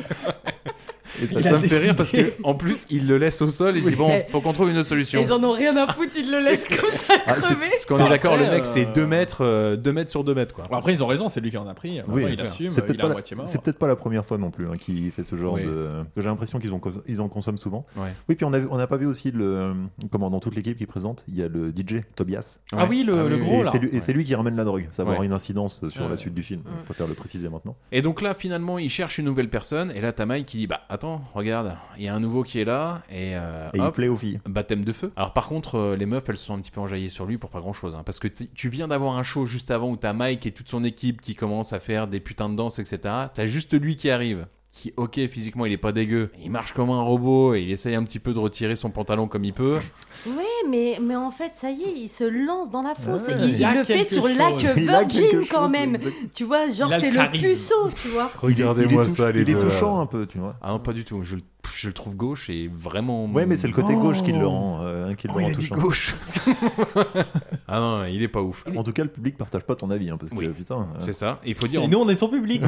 J: Et
B: Ça, ça me fait rire parce que en plus il le laisse au sol et il dit bon faut qu'on trouve une autre solution.
I: Ils en ont rien à foutre, ils le laissent comme ça
B: Ah, c'est-
I: crever.
B: parce qu'on est d'accord le
K: Après,
B: mec c'est
K: euh,
B: 2 mètres euh, deux mètres sur 2 mètres quoi.
K: Bon, Après, ils ont raison, c'est lui qui en a pris.
J: Oui,
K: Après, Ah bah, il assume,
J: c'est peut-être
K: il a
J: pas,
K: à
J: la-
K: moitié mort.
J: c'est peut-être pas la première fois non plus hein, qu'il fait ce genre
B: Oui.
J: de. J'ai l'impression qu'ils ont cons- ils en consomment souvent.
B: Ouais.
J: Oui, puis on n'a on a pas vu aussi le. euh, Comment dans toute l'équipe qui présente, il y a le DJ Tobias.
K: Ah oui, le- le gros,
J: Et
K: là.
J: c'est lui, et c'est lui qui ramène la drogue. Ça va
B: Ouais.
J: avoir une incidence sur
K: Ouais.
J: la suite du film. Je préfère le préciser maintenant.
B: Et donc là finalement il cherche une nouvelle personne et là t'as Mike qui dit bah attends regarde il y a un nouveau qui est là et, euh,
J: Et il
B: hop,
J: plaît aux filles.
B: Baptême de feu. Alors par contre, euh, les meufs, elles sont un petit peu enjaillées sur lui pour pas grand chose. parce que t- tu viens d'avoir un show juste avant où t'as Mike et toute son équipe qui commence à faire des putains de danses, etc. T'as juste lui qui arrive. Qui, ok, physiquement, il est pas dégueu. Il marche comme un robot et il essaye un petit peu de retirer son pantalon comme il peut.
I: Ouais, mais, mais en fait, ça y est, il se lance dans la fosse.
B: Ouais.
I: et il,
B: Il a
I: le fait
B: quelque
I: sur
B: chose.
I: lac
J: Il a quelque
I: Virgin
J: chose,
I: quand même.
J: exact.
I: Tu vois, genre,
K: Il a le
I: c'est le
K: charisme.
I: puceau, tu vois.
J: Regardez-moi ça, les deux. Il est touchant un peu, tu vois.
B: Ah non, pas du tout. Je, le- je le trouve gauche et vraiment.
J: Ouais, mais c'est le côté gauche qui le rend. euh, un kill
B: Oh,
J: me
B: il a
J: rend
B: dit
J: touchant.
B: gauche. Ah non, il est pas ouf.
J: En tout cas, le public partage pas ton avis, hein, parce que putain. euh,
B: C'est ça. Il faut dire.
J: Et nous,
K: on est son public.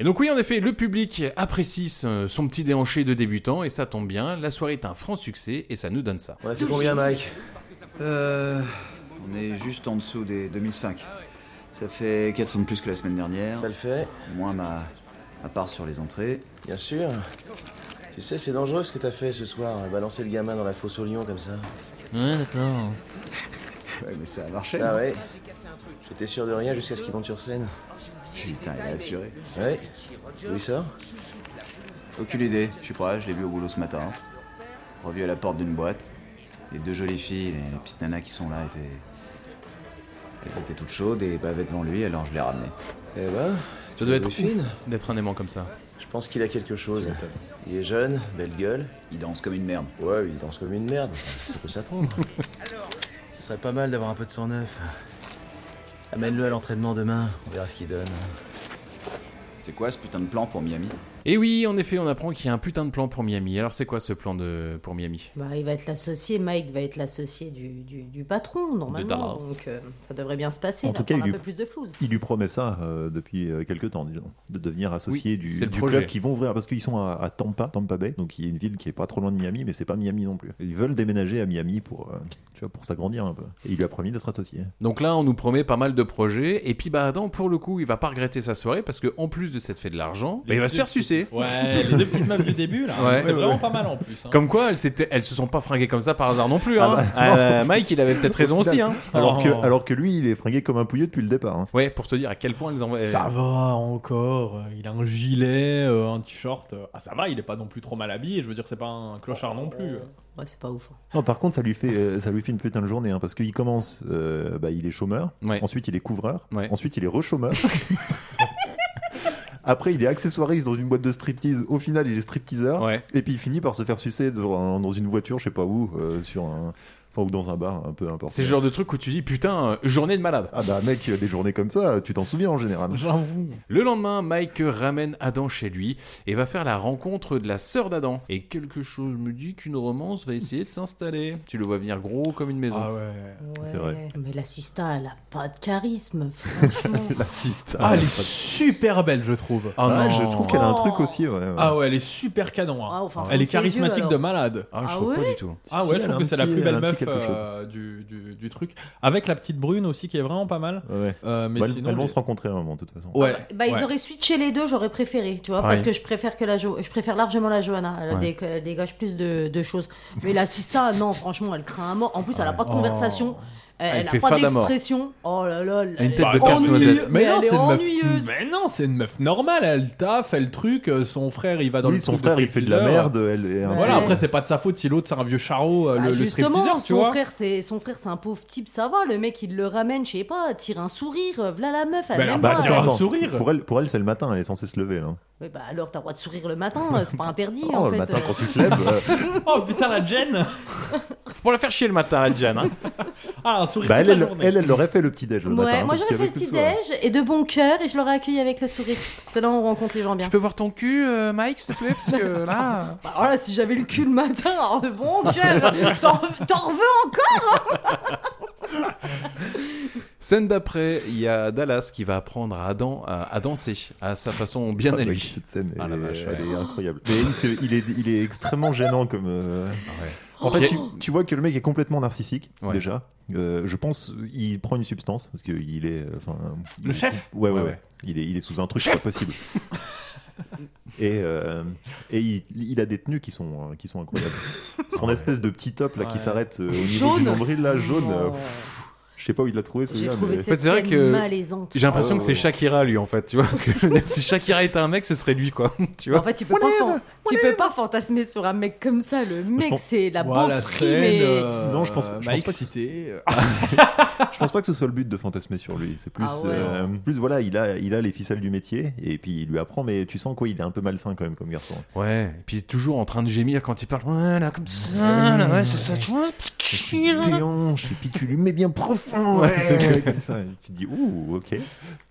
B: et donc oui, en effet, le public apprécie ce- son petit déhanché de débutant et ça tombe bien. La soirée est un franc succès et ça nous donne ça.
F: On a fait combien, Mike
L: Euh. On est juste en dessous des 2005. Ça fait 400 de plus que la semaine dernière. Ça le fait. Moins ma, ma part sur les entrées.
F: Bien sûr. Tu sais, c'est dangereux ce que t'as fait ce soir, euh, balancer le gamin dans la fosse au lion comme ça.
B: Ouais, d'accord.
L: Ouais, mais ça a marché.
F: Ça,
L: non
F: ouais. J'étais sûr de rien jusqu'à ce qu'il monte sur scène.
L: Putain, il est assuré.
F: Ouais. D'où il sort
L: Aucune idée. Je suis pas, je l'ai vu au boulot ce matin. Revu à la porte d'une boîte. Les deux jolies filles, les, les petites nanas qui sont là étaient. Elles étaient toutes chaudes et bavaient devant lui, alors je l'ai ramené.
F: Eh ben,
B: Ça doit être
F: Fine.
B: ouf d'être un aimant comme ça.
F: Je pense qu'il a quelque chose. Il est jeune, belle gueule.
L: Il danse comme une merde.
F: Ouais, il danse comme une merde. C'est que ça prendre. Ce serait pas mal d'avoir un peu de sang neuf. Amène-le à l'entraînement demain, on verra ce qu'il donne.
L: C'est quoi ce putain de plan pour Miami
M: Euh,
B: Et oui, en effet, on apprend qu'il y a un putain de plan pour Miami. Alors c'est quoi ce plan de pour Miami
I: Bah, il va être l'associé, Mike va être l'associé du, du- du patron, normalement.
B: Dallas.
I: donc euh, ça devrait bien se passer.
J: En
I: là,
J: tout cas,
I: prendre
J: il
I: un
J: lui,
I: peu plus de flouze.
J: il lui promet ça euh, depuis euh, quelques temps, disons, de devenir associé
B: Oui,
J: du,
B: c'est le
J: du
B: projet.
J: club qui vont ouvrir parce qu'ils sont à, à Tampa, Tampa Bay, donc il y a une ville qui est pas trop loin de Miami, mais c'est pas Miami non plus. Ils veulent déménager à Miami pour, euh, tu vois, pour s'agrandir un peu. Et il lui a promis d'être associé.
B: Donc là, on nous promet pas mal de projets. Et puis, bah, Adam, pour le coup, il va pas regretter sa soirée parce que, en plus de s'être fait de l'argent, bah, il va se faire sucer.
K: Ouais, les deux petites meufs du début, là,
B: Ouais.
K: c'est vraiment pas mal en plus. hein.
B: Comme quoi, elles, s'étaient- elles se sont pas fringuées comme ça par hasard non plus. hein.
J: Ah bah,
B: Euh,
J: non.
B: Mike, il avait peut-être raison
J: Au final,
B: aussi. Hein.
J: Alors, que, alors que lui, il est fringué comme un pouilleux depuis le départ. hein.
B: Ouais, pour te dire à quel point elles euh, envoient.
K: Ça va encore, euh, il a un gilet, euh, un t-shirt. euh, Ah, ça va, il est pas non plus trop mal habillé, je veux dire, c'est pas un clochard non plus.
I: Ouais, c'est pas ouf.
B: hein.
J: Non, par contre, ça lui fait, euh, ça lui fait une putain de journée hein, parce qu'il commence, euh, bah, il est chômeur, ensuite il est couvreur, ensuite il est rechômeur. Après, il est accessoiriste dans une boîte de striptease. Au final, il est stripteaseur. Et puis, il finit par se faire sucer dans, un- dans une voiture, je sais pas où, euh, sur un, enfin, ou dans un bar, un peu importe.
B: C'est le genre de truc où tu dis putain, euh, journée de malade.
J: Ah bah mec, des journées comme ça, tu t'en souviens en général.
K: J'avoue.
B: Le lendemain, Mike ramène Adam chez lui et va faire la rencontre de la sœur d'Adam. Et quelque chose me dit qu'une romance va essayer de s'installer. Tu le vois venir gros comme une maison.
K: Ah ouais.
B: C'est vrai.
I: Mais la sista, elle a pas de charisme, franchement.
J: La sista.
K: Ah, elle est super belle, je trouve.
J: Ah
K: non.
J: je trouve qu'elle a un truc aussi. ouais, ouais.
K: Ah ouais, elle est super canon. hein.
I: Ah, enfin,
K: elle
I: foncez les
K: est
I: yeux,
K: charismatique de
I: alors.
K: malade.
I: Ah, je Ah trouve pas ouais du tout.
K: Ah
J: Si,
K: ouais,
J: elle
K: je
J: a
K: trouve
J: un
K: que c'est la
J: petit-
K: plus
J: elle a
K: belle
J: un
K: meuf
J: petit quelque chose.
K: euh, du, du- du truc. Avec la petite brune aussi qui est vraiment pas mal.
J: Ouais.
K: Euh, mais
J: Bah, elles-
K: sinon,
J: elles vont
K: les-
J: se rencontrer à un moment, de toute façon.
K: Ouais.
I: Bah, ils
K: ouais.
I: auraient switché les deux, j'aurais préféré, tu vois,
J: Pareil.
I: parce que je préfère que la Jo- je préfère largement la Johanna. Elle, a
J: Ouais.
I: des- elle dégage plus de, de choses. Mais la Sista, non, franchement, elle craint un mort. En plus, elle a pas de
K: Oh.
I: conversation. Elle,
K: Elle
I: elle
K: fait
I: a pas
K: fade à mort.
I: d'expression. Oh là là.
K: Elle
I: est
K: est
I: ennuyeuse, Mais,
K: Mais non,
I: elle
K: c'est
I: est
K: une meuf.
I: ennuyeuse.
K: Mais non, c'est une meuf normale. Elle taffe, elle truc. euh, Son frère, il va dans
J: Oui,
K: le
J: son
K: truc
J: frère, il fait de la
K: stripteaseur.
J: merde, elle est un
K: Voilà,
J: peu-
K: après, c'est pas de sa faute si l'autre, c'est un vieux charreau, euh,
I: Bah,
K: le, le
I: justement,
K: stripteaseur, tu vois.
I: son frère, c'est son frère, c'est un pauvre type, ça va. Le mec, il le ramène, je sais pas, tire un sourire. euh, V'là la meuf, elle
J: Bah,
I: l'aime
J: bah,
I: pas.
K: Ah,
J: attends,
I: elle-
J: attends. Pour elle, pour elle c'est le matin, elle est censée se lever. Là.
I: Ouais, bah, alors, t'as le droit de sourire le matin, euh, c'est pas interdit.
J: Oh,
I: en
J: le
I: fait,
J: matin,
I: euh.
J: quand tu te lèves. euh,
K: Oh putain, la Jen
B: Faut pas la faire chier le matin, la Jan. hein.
K: Ah, un sourire
J: bah, elle,
K: toute la
J: elle,
K: journée.
J: elle, elle aurait fait le petit-déj le
I: Ouais,
J: matin. hein,
I: moi
J: parce
I: j'aurais
J: qu'il y
I: fait
J: avait
I: le
J: plus
I: petit
J: de
I: déj
J: soirée.
I: et de bon cœur et je l'aurais accueilli avec le sourire. C'est là où on rencontre les gens bien.
B: Je peux voir ton cul, euh, Mike, s'il te plaît, parce que là.
I: Bah, voilà, si j'avais le cul le matin, alors de bon cœur, t'en t'en veux encore hein
B: Scène d'après, il y a Dallas qui va apprendre à Adam à, à danser à sa façon bien à
J: Ah, mec,
B: lui.
J: cette scène
B: Ah, la
J: est-
B: vache,
J: elle
B: ouais.
J: est incroyable. Mais il, c'est- il est, il est extrêmement gênant comme. euh, En
B: Oh.
J: fait, tu,
B: J'ai-
J: tu vois que le mec est complètement narcissique
B: Ouais.
J: déjà. Euh, je pense il prend une substance parce qu'il est. euh, enfin,
K: Le
J: il-
K: chef
J: Ouais, ouais,
K: Ouais,
J: ouais.
K: ouais.
J: Il, est, il est sous un truc pas possible. Et, euh, et il, il a des tenues qui sont, euh, qui sont incroyables. Son espèce de petit top là,
B: Ouais.
J: qui s'arrête euh, au niveau
B: Jaune.
J: du nombril là, jaune. euh,
B: Oh.
J: je sais pas où il l'a trouvé celui-là.
I: trouvé
J: mais-
I: cette
B: C'est vrai
I: scène
B: que
I: malaisante.
B: j'ai l'impression
J: Ah,
B: que
J: ouais,
B: c'est
J: ouais.
B: Shakira lui en fait, tu vois. Ce que je veux dire, si Shakira était un mec, ce serait lui quoi. Tu vois.
I: En fait, tu peux, pas, fan- tu peux pas fantasmer sur un mec comme ça. Le mec,
B: pense-
I: c'est la
K: Ouah,
I: beauf
K: la
I: frime
K: scène,
I: et-
K: euh,
J: Non, je pense- je
K: m'a
J: pense pas euh, que-
K: excité.
J: Je pense pas que ce soit le but de fantasmer sur lui. C'est plus,
K: Ah ouais.
J: euh, plus voilà, il a, il a les ficelles du métier et puis il lui apprend, mais tu sens quoi, il est un peu malsain quand même comme garçon.
B: Ouais, et puis toujours en train de gémir quand il parle. Ouais, là, comme ça, là, ouais, c'est ça, tu vois.
J: Tes hanches, et puis tu lui mets bien profond.
B: Ouais.
J: Ouais, c'est comme ça. Et tu te dis, ouh, ok.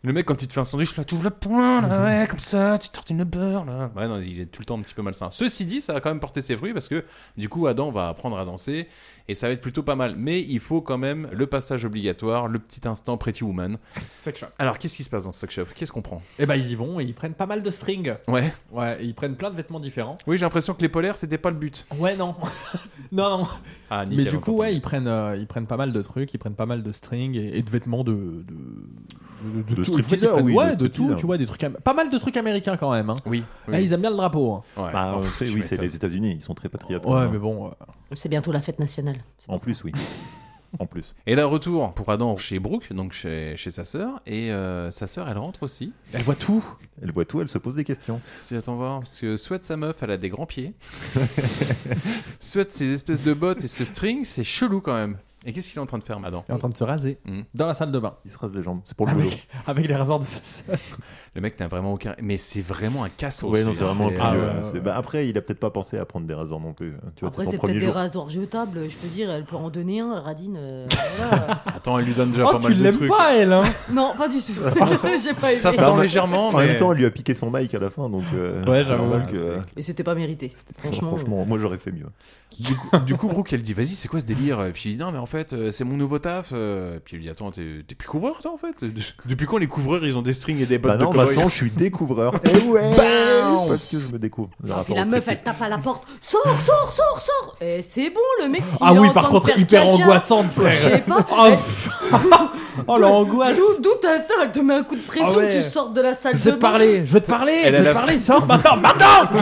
B: Le mec, quand il te fait un sandwich, là, tu ouvres le poing, là, ouais, comme ça, tu tartines le beurre, là. Ouais, non, il est tout le temps un petit peu peu malsain. Ceci dit, ça va quand même porter ses fruits parce que du coup, Adam va apprendre à danser et ça va être plutôt pas mal. Mais il faut quand même le passage obligatoire, le petit instant Pretty Woman.
K: Ah, Sex shop.
B: Alors, qu'est-ce qui se passe dans ce sex shop Qu'est-ce qu'on prend
K: Eh ben ils y vont et ils prennent pas mal de strings.
B: Ouais.
K: Ouais, et ils prennent plein de vêtements différents.
B: Oui, j'ai l'impression que les polaires, c'était pas le but.
K: Ouais, non. non, non.
B: Ah,
K: Mais
B: nickel,
K: du
B: on
K: coup, ouais, ils prennent, euh, ils prennent pas mal de trucs, ils prennent pas mal de strings et, et de vêtements de. De,
J: De
K: tout.
J: stripteaseur,
K: Ils prennent-
J: oui, de
K: Ouais, de, tout,
J: stripteaseur.
K: tu vois, des trucs. am- Pas mal de trucs américains quand même.
B: Oui.
K: Là, ils aiment bien le drapeau. hein.
J: Bah,
K: Oh,
J: euh, c'est-
K: tu
J: oui, c'est
K: m'étonnes.
J: les États-Unis, ils sont très patriotes.
K: Ouais,
J: hein.
K: mais bon. euh,
I: C'est bientôt la fête nationale.
J: En plus, oui. en plus.
B: Et là, retour pour Adam chez Brooke, donc chez, chez sa sœur. Et euh, sa sœur, elle rentre aussi.
K: Elle voit tout.
J: Elle voit tout, elle se pose des questions.
B: Si j'attends voir, parce que soit sa meuf, elle a des grands pieds. soit ces espèces de bottes et ce string, c'est chelou quand même. Et qu'est-ce qu'il est en train de faire, Adam
K: Il est en train de se raser
B: Mm.
K: dans la salle de bain. Ah,
J: Il se rase les jambes, c'est pour le boulot.
K: Avec, avec les rasoirs de sa sœur.
B: Le mec n'a vraiment aucun. Mais c'est vraiment un casse
J: Ouais, non, c'est vraiment un
K: Ah
J: cul,
K: ouais,
J: ouais,
K: ouais,
J: c'est-
K: ouais.
J: bah, Après, il a peut-être pas pensé à prendre des rasoirs non plus. hein. Tu vois,
I: Après,
J: son
I: c'est
J: premier
I: peut-être des
J: jour.
I: rasoirs jetables, je peux dire, elle peut en donner un, Radine. euh, voilà.
B: Attends, elle lui donne déjà
K: Oh,
B: pas
K: tu
B: mal de
K: l'aimes
B: trucs.
K: pas, elle, hein
I: non, pas du tout. J'ai pas aimé.
B: Ça sent légèrement,
J: En même
B: mais-
J: temps, elle lui a piqué son mic à la fin, donc. euh,
K: Ouais, j'avoue.
J: normal
K: Ah,
J: que-
K: c'est-
I: Et c'était pas mérité.
J: Franchement,
I: Franchement. euh,
J: moi j'aurais fait mieux.
B: Du coup, du coup, Brooke, elle dit Vas-y, c'est quoi ce délire Et puis il dit Non, mais en fait, euh, c'est mon nouveau taf. Euh, Puis elle dit Attends, t'es t'es plus couvreur, toi, en fait De- Depuis quand les couvreurs, ils ont des strings et des bottes
J: Bah non,
B: de cowboy
J: maintenant je suis découvreur. Eh ouais
B: Bam
J: Parce que je me découvre. Le
I: Ah, puis
J: rapport
I: la
J: au
I: meuf,
J: striptease.
I: elle tape à la porte. Sors, sors, sors, sors Et c'est bon, le mec, s'il
K: Ah
I: est
K: oui,
I: en
K: par
I: train de
K: contre,
I: faire
K: hyper
I: caca,
K: angoissante, frère.
I: Je sais pas.
K: Oh,
I: elle-
K: Oh, l'angoisse.
I: D'où d'où ta soeur, elle te met un coup de pression,
K: Ah ouais.
I: tu sors de la salle
K: Je vais
I: de
K: te
I: bain.
K: parler, je vais te parler,
B: Elle
K: je
B: a
K: vais te
B: la-
K: parler, sors maintenant, maintenant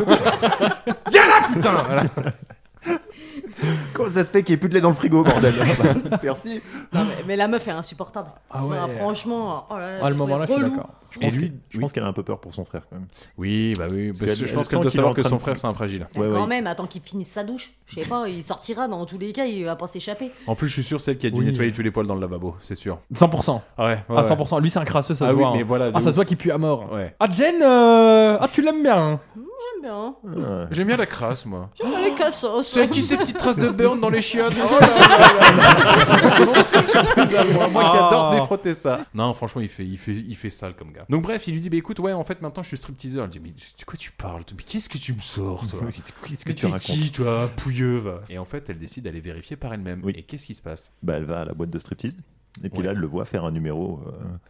B: Viens là, putain Voilà.
J: Comment ça se fait qu'il n'y ait plus de lait dans le frigo, bordel Ah bah, Merci.
I: Non, mais, mais la meuf est insupportable.
K: Ah ouais.
I: franchement, oh là là,
K: À Ah, le moment-là, je suis
I: relou.
K: d'accord.
J: Je pense
B: Et lui-
J: que- je pense qu'elle a un peu peur pour son frère quand même.
B: Oui, bah oui.
J: Parce
B: parce que
J: qu'elle-
B: je pense qu'elle doit
J: elle sent qu'il est en
B: savoir que
J: train
B: son
J: de-
B: frère, c'est un fragile.
J: Ouais, ouais.
I: Quand même, attends qu'il finisse sa douche. Je sais pas, il sortira dans tous les cas, il va pas s'échapper.
B: En plus, je suis sûr, celle qui a dû
K: Oui.
B: nettoyer tous les poils dans le lavabo, c'est sûr.
K: 100%.
B: Ouais, ouais,
K: Ah,
B: ouais.
K: 100%. Lui, c'est un crasseux, ça
B: Ah
K: se
B: oui,
K: voit.
B: mais
K: hein.
B: voilà, de
K: ah, ça
B: ouf.
K: se voit qu'il pue à mort.
B: Ouais.
K: Ah, Jen, euh, ah, tu l'aimes bien. hein.
I: J'aime bien.
B: J'aime bien la crasse, moi.
I: J'aime bien les cassos.
B: C'est qui ces petites traces de burn dans les chiottes Oh là là là là. Mon petit surprise à moi, moi qui adore
K: Ah.
B: défrotter ça. Non, franchement, il fait, il, fait, il fait sale comme gars. Donc, bref, il lui dit Bah écoute, ouais, en fait, maintenant je suis stripteaseur. Il dit Mais de quoi tu parles toi Mais qu'est-ce que tu me sors, toi
J: Qu'est-ce que
B: Mais
J: tu
B: t'es
J: racontes
B: qui, toi Pouilleux, va. Et en fait, elle décide d'aller vérifier par elle-même.
J: Oui.
B: Et qu'est-ce qui se passe
J: Bah, elle va à la boîte de striptease. Et puis
B: Ouais.
J: là, elle le voit faire un numéro.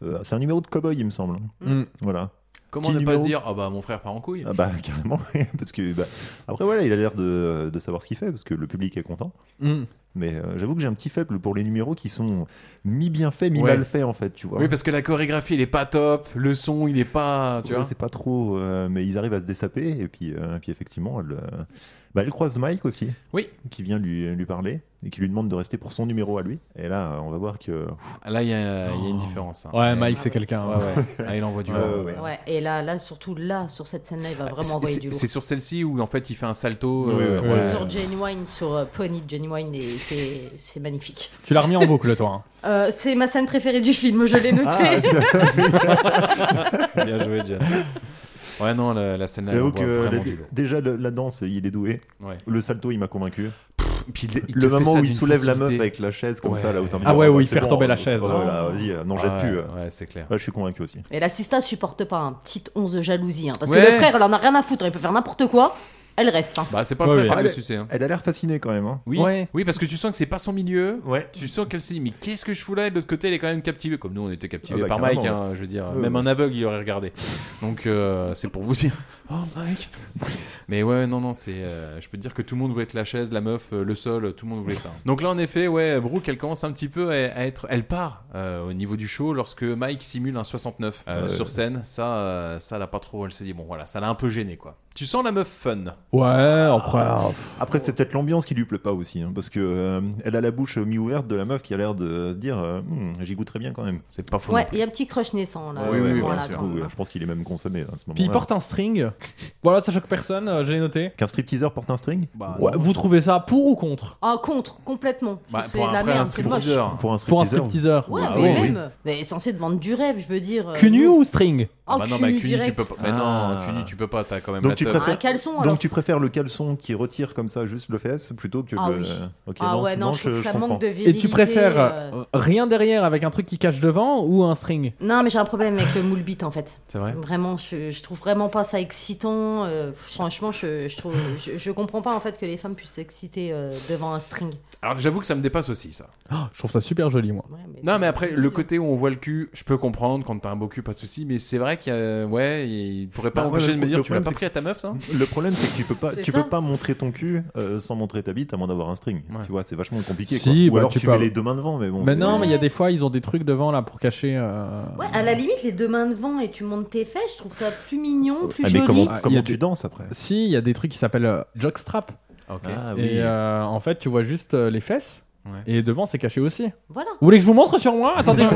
J: euh, euh, c'est un numéro de cowboy, il me semble.
K: Mm.
J: Voilà.
B: Comment
J: Petit
B: ne pas
J: numéro.
B: se dire Ah bah, mon frère part en couille
J: Ah bah carrément, parce que bah, après voilà, il a l'air de, de savoir ce qu'il fait parce que le public est content.
K: Mm.
J: Mais euh, j'avoue que j'ai un petit faible pour les numéros qui sont mi bien faits, mi
B: Ouais.
J: mal faits en fait, tu vois.
B: Oui, parce que la chorégraphie, elle est pas top. Le son, il est pas. Tu
J: Ouais,
B: vois
J: c'est pas trop, euh, mais ils arrivent à se dessaper et puis, euh, et puis effectivement, elle, euh, bah, elle croise Mike aussi,
B: Oui.
J: qui vient lui, lui parler et qui lui demande de rester pour son numéro à lui. Et là, euh, on va voir que
B: Là, il y, a il y a une différence. hein.
K: Ouais, Mike, c'est quelqu'un.
B: Ouais, ouais. Ah, il envoie du
J: Ouais,
B: lourd.
J: ouais, ouais.
I: Ouais, et là, là, surtout là, sur cette scène-là, il
K: Ah,
I: va
B: C'est-
I: vraiment envoyer
B: c'est-
I: du lourd.
B: C'est sur celle-ci où en fait il fait un salto.
J: Oui,
B: euh,
J: oui,
I: C'est
B: ouais.
I: sur Genuine, sur euh, Pony de Genuine, et c'est c'est magnifique.
K: Tu l'as remis en boucle, toi. hein.
I: Euh, c'est ma scène préférée du film, je
B: Ah,
I: l'ai notée.
B: Bien joué, John. Ouais, non, la, la scène-là, elle
J: J'avoue
B: envoie
J: que,
B: vraiment
J: la-
B: du lourd.
J: déjà le- la danse, il est doué.
B: Ouais.
J: Le salto, il m'a convaincu.
B: Puis il- il te
J: le
B: fait
J: moment
B: ça
J: où il
B: d'une
J: soulève la meuf
B: facilité.
J: avec la chaise comme
B: Ouais.
J: ça là où t'as envie
K: Ah
J: de-
K: ouais,
J: bah,
K: où il
J: c'est
K: fait retomber la
J: euh,
K: chaise.
J: Voilà, vas-y, euh, non, jette
B: Ah Ouais,
J: plus. euh.
B: Ouais, c'est clair.
J: Là, je suis convaincu aussi.
I: Et la sista supporte pas un petit 11 de jalousie. hein, parce
B: Ouais.
I: que le frère, elle en a rien à foutre, il peut faire n'importe quoi. Elle reste. hein.
B: Bah, c'est pas le
K: Ouais,
B: frère
J: ouais.
B: qui veut sucer, hein.
J: Elle a l'air fascinée quand même. Hein.
B: Oui,
K: Ouais.
B: oui, parce que tu sens que c'est pas son milieu.
J: Ouais.
B: Tu sens qu'elle se dit, mais qu'est-ce que je fous là Et de l'autre côté, elle est quand même captivée. Comme nous, on était captivés
J: Ah bah,
B: par Mike,
J: carrément,
B: hein, je veux dire.
J: Ouais,
B: même
J: ouais.
B: un aveugle, il aurait regardé. Donc, euh, c'est pour vous dire. Oh, Mike Mais ouais, non, non, c'est. euh, je peux te dire que tout le monde voulait être la chaise, la meuf, euh, le sol, euh, tout le monde voulait ça. Donc là, en effet, ouais, Brooke, elle commence un petit peu à, à être. Elle part euh, au niveau du show lorsque Mike simule un 69 euh,
J: Ouais.
B: sur scène. Ça, euh, ça l'a pas trop. Elle se dit, bon, voilà, ça l'a un peu gêné, quoi. Tu sens la meuf fun.
K: Ouais, après. euh,
J: Après, c'est peut-être l'ambiance qui lui plaît pas aussi, hein, parce que euh, elle a la bouche euh, mi-ouverte de la meuf qui a l'air de se dire, euh, Hmm, j'y goûterais bien quand même.
B: C'est pas faux.
I: Ouais,
B: non plus.
I: il y a un petit crush naissant là.
J: Ouais,
I: à
J: ouais,
I: ce
J: ouais,
B: oui,
J: bien
I: moment-là,
J: sûr.
I: quand même.
J: Ouais, je pense qu'il est même consommé hein, à ce moment-là.
K: Puis il porte un string. Voilà, ça choque personne, euh, je l'ai noté.
J: Qu'un stripteaseur porte un string
B: Bah,
K: Ouais,
B: non,
K: vous trouvez ça pour ou contre
I: Ah, contre, complètement.
B: Bah,
I: c'est
B: pour
I: de la
B: après un
I: merde, c'est moche.
B: stripteaser.
J: Pour un
K: Ah. Pour un
J: stripteaseur
K: stripteaseur
I: Ouais,
B: Ah
I: mais
B: oui,
I: même. Elle est censée te vendre du rêve, je veux dire. euh,
K: Cul nu
I: nous.
K: ou string
I: Ah,
B: bah non,
I: cul
B: bah, cul
I: nu
B: nu, tu
I: direct. Ah,
B: peux pas. Mais non,
J: Ah.
B: cul nu, tu peux pas. T'as quand même
J: Donc
B: la
J: tu
B: teub.
J: préfères-
I: Un caleçon alors.
J: Donc tu préfères le caleçon qui retire comme ça juste le fesse plutôt que
I: Ah
J: le.
I: oui.
J: Ok,
I: ah ouais, non, je
J: je,
I: trouve que
J: je
I: ça
J: comprends.
I: manque de
K: Et
I: virilité.
K: tu préfères
I: euh,
K: euh, rien derrière avec un truc qui cache devant ou un string
I: Non, mais j'ai un problème avec le moule bit en fait.
K: C'est vrai
I: Vraiment, je, je trouve vraiment pas ça excitant. euh, franchement, je, je, trouve, je, je comprends pas en fait que les femmes puissent s'exciter euh, devant un string.
B: Alors j'avoue que ça me dépasse aussi ça.
K: Je trouve ça super joli moi.
B: non mais après le côté où on voit le cul, je peux comprendre quand t'as un beau cul pas de souci, mais c'est vrai qu'il y a- ouais, il pourrait pas
J: Bah,
B: empêcher
J: ouais,
B: de
J: le-
B: me dire
J: le
B: tu l'as
J: problème,
B: pas
J: c'est
B: pris à ta meuf ça
J: Le problème, c'est que tu peux pas,
B: C'est
J: tu
B: ça.
J: peux pas montrer ton cul euh, sans montrer ta bite, à moins d'avoir un string. Tu vois, c'est vachement compliqué.
K: Si,
J: quoi. Ou
K: bah,
J: alors
K: tu
J: tu,
K: peux
J: mets
K: avoir-
J: les deux mains devant, mais bon.
K: mais
J: c'est-
K: non, mais il y a des fois ils ont des trucs devant là pour cacher. euh,
I: Ouais, à la limite, les deux mains devant et tu montes tes fesses, je trouve ça plus mignon, plus
K: Ah,
I: joli.
K: Ah, il y a des- Si, il y a des trucs qui s'appellent euh, jockstrap.
J: Ah,
K: Et
J: oui.
K: euh, en fait, tu vois juste euh, les fesses.
B: Ouais.
K: Et devant, c'est caché aussi.
I: Voilà.
K: Vous voulez que je vous montre sur moi Attendez, je vous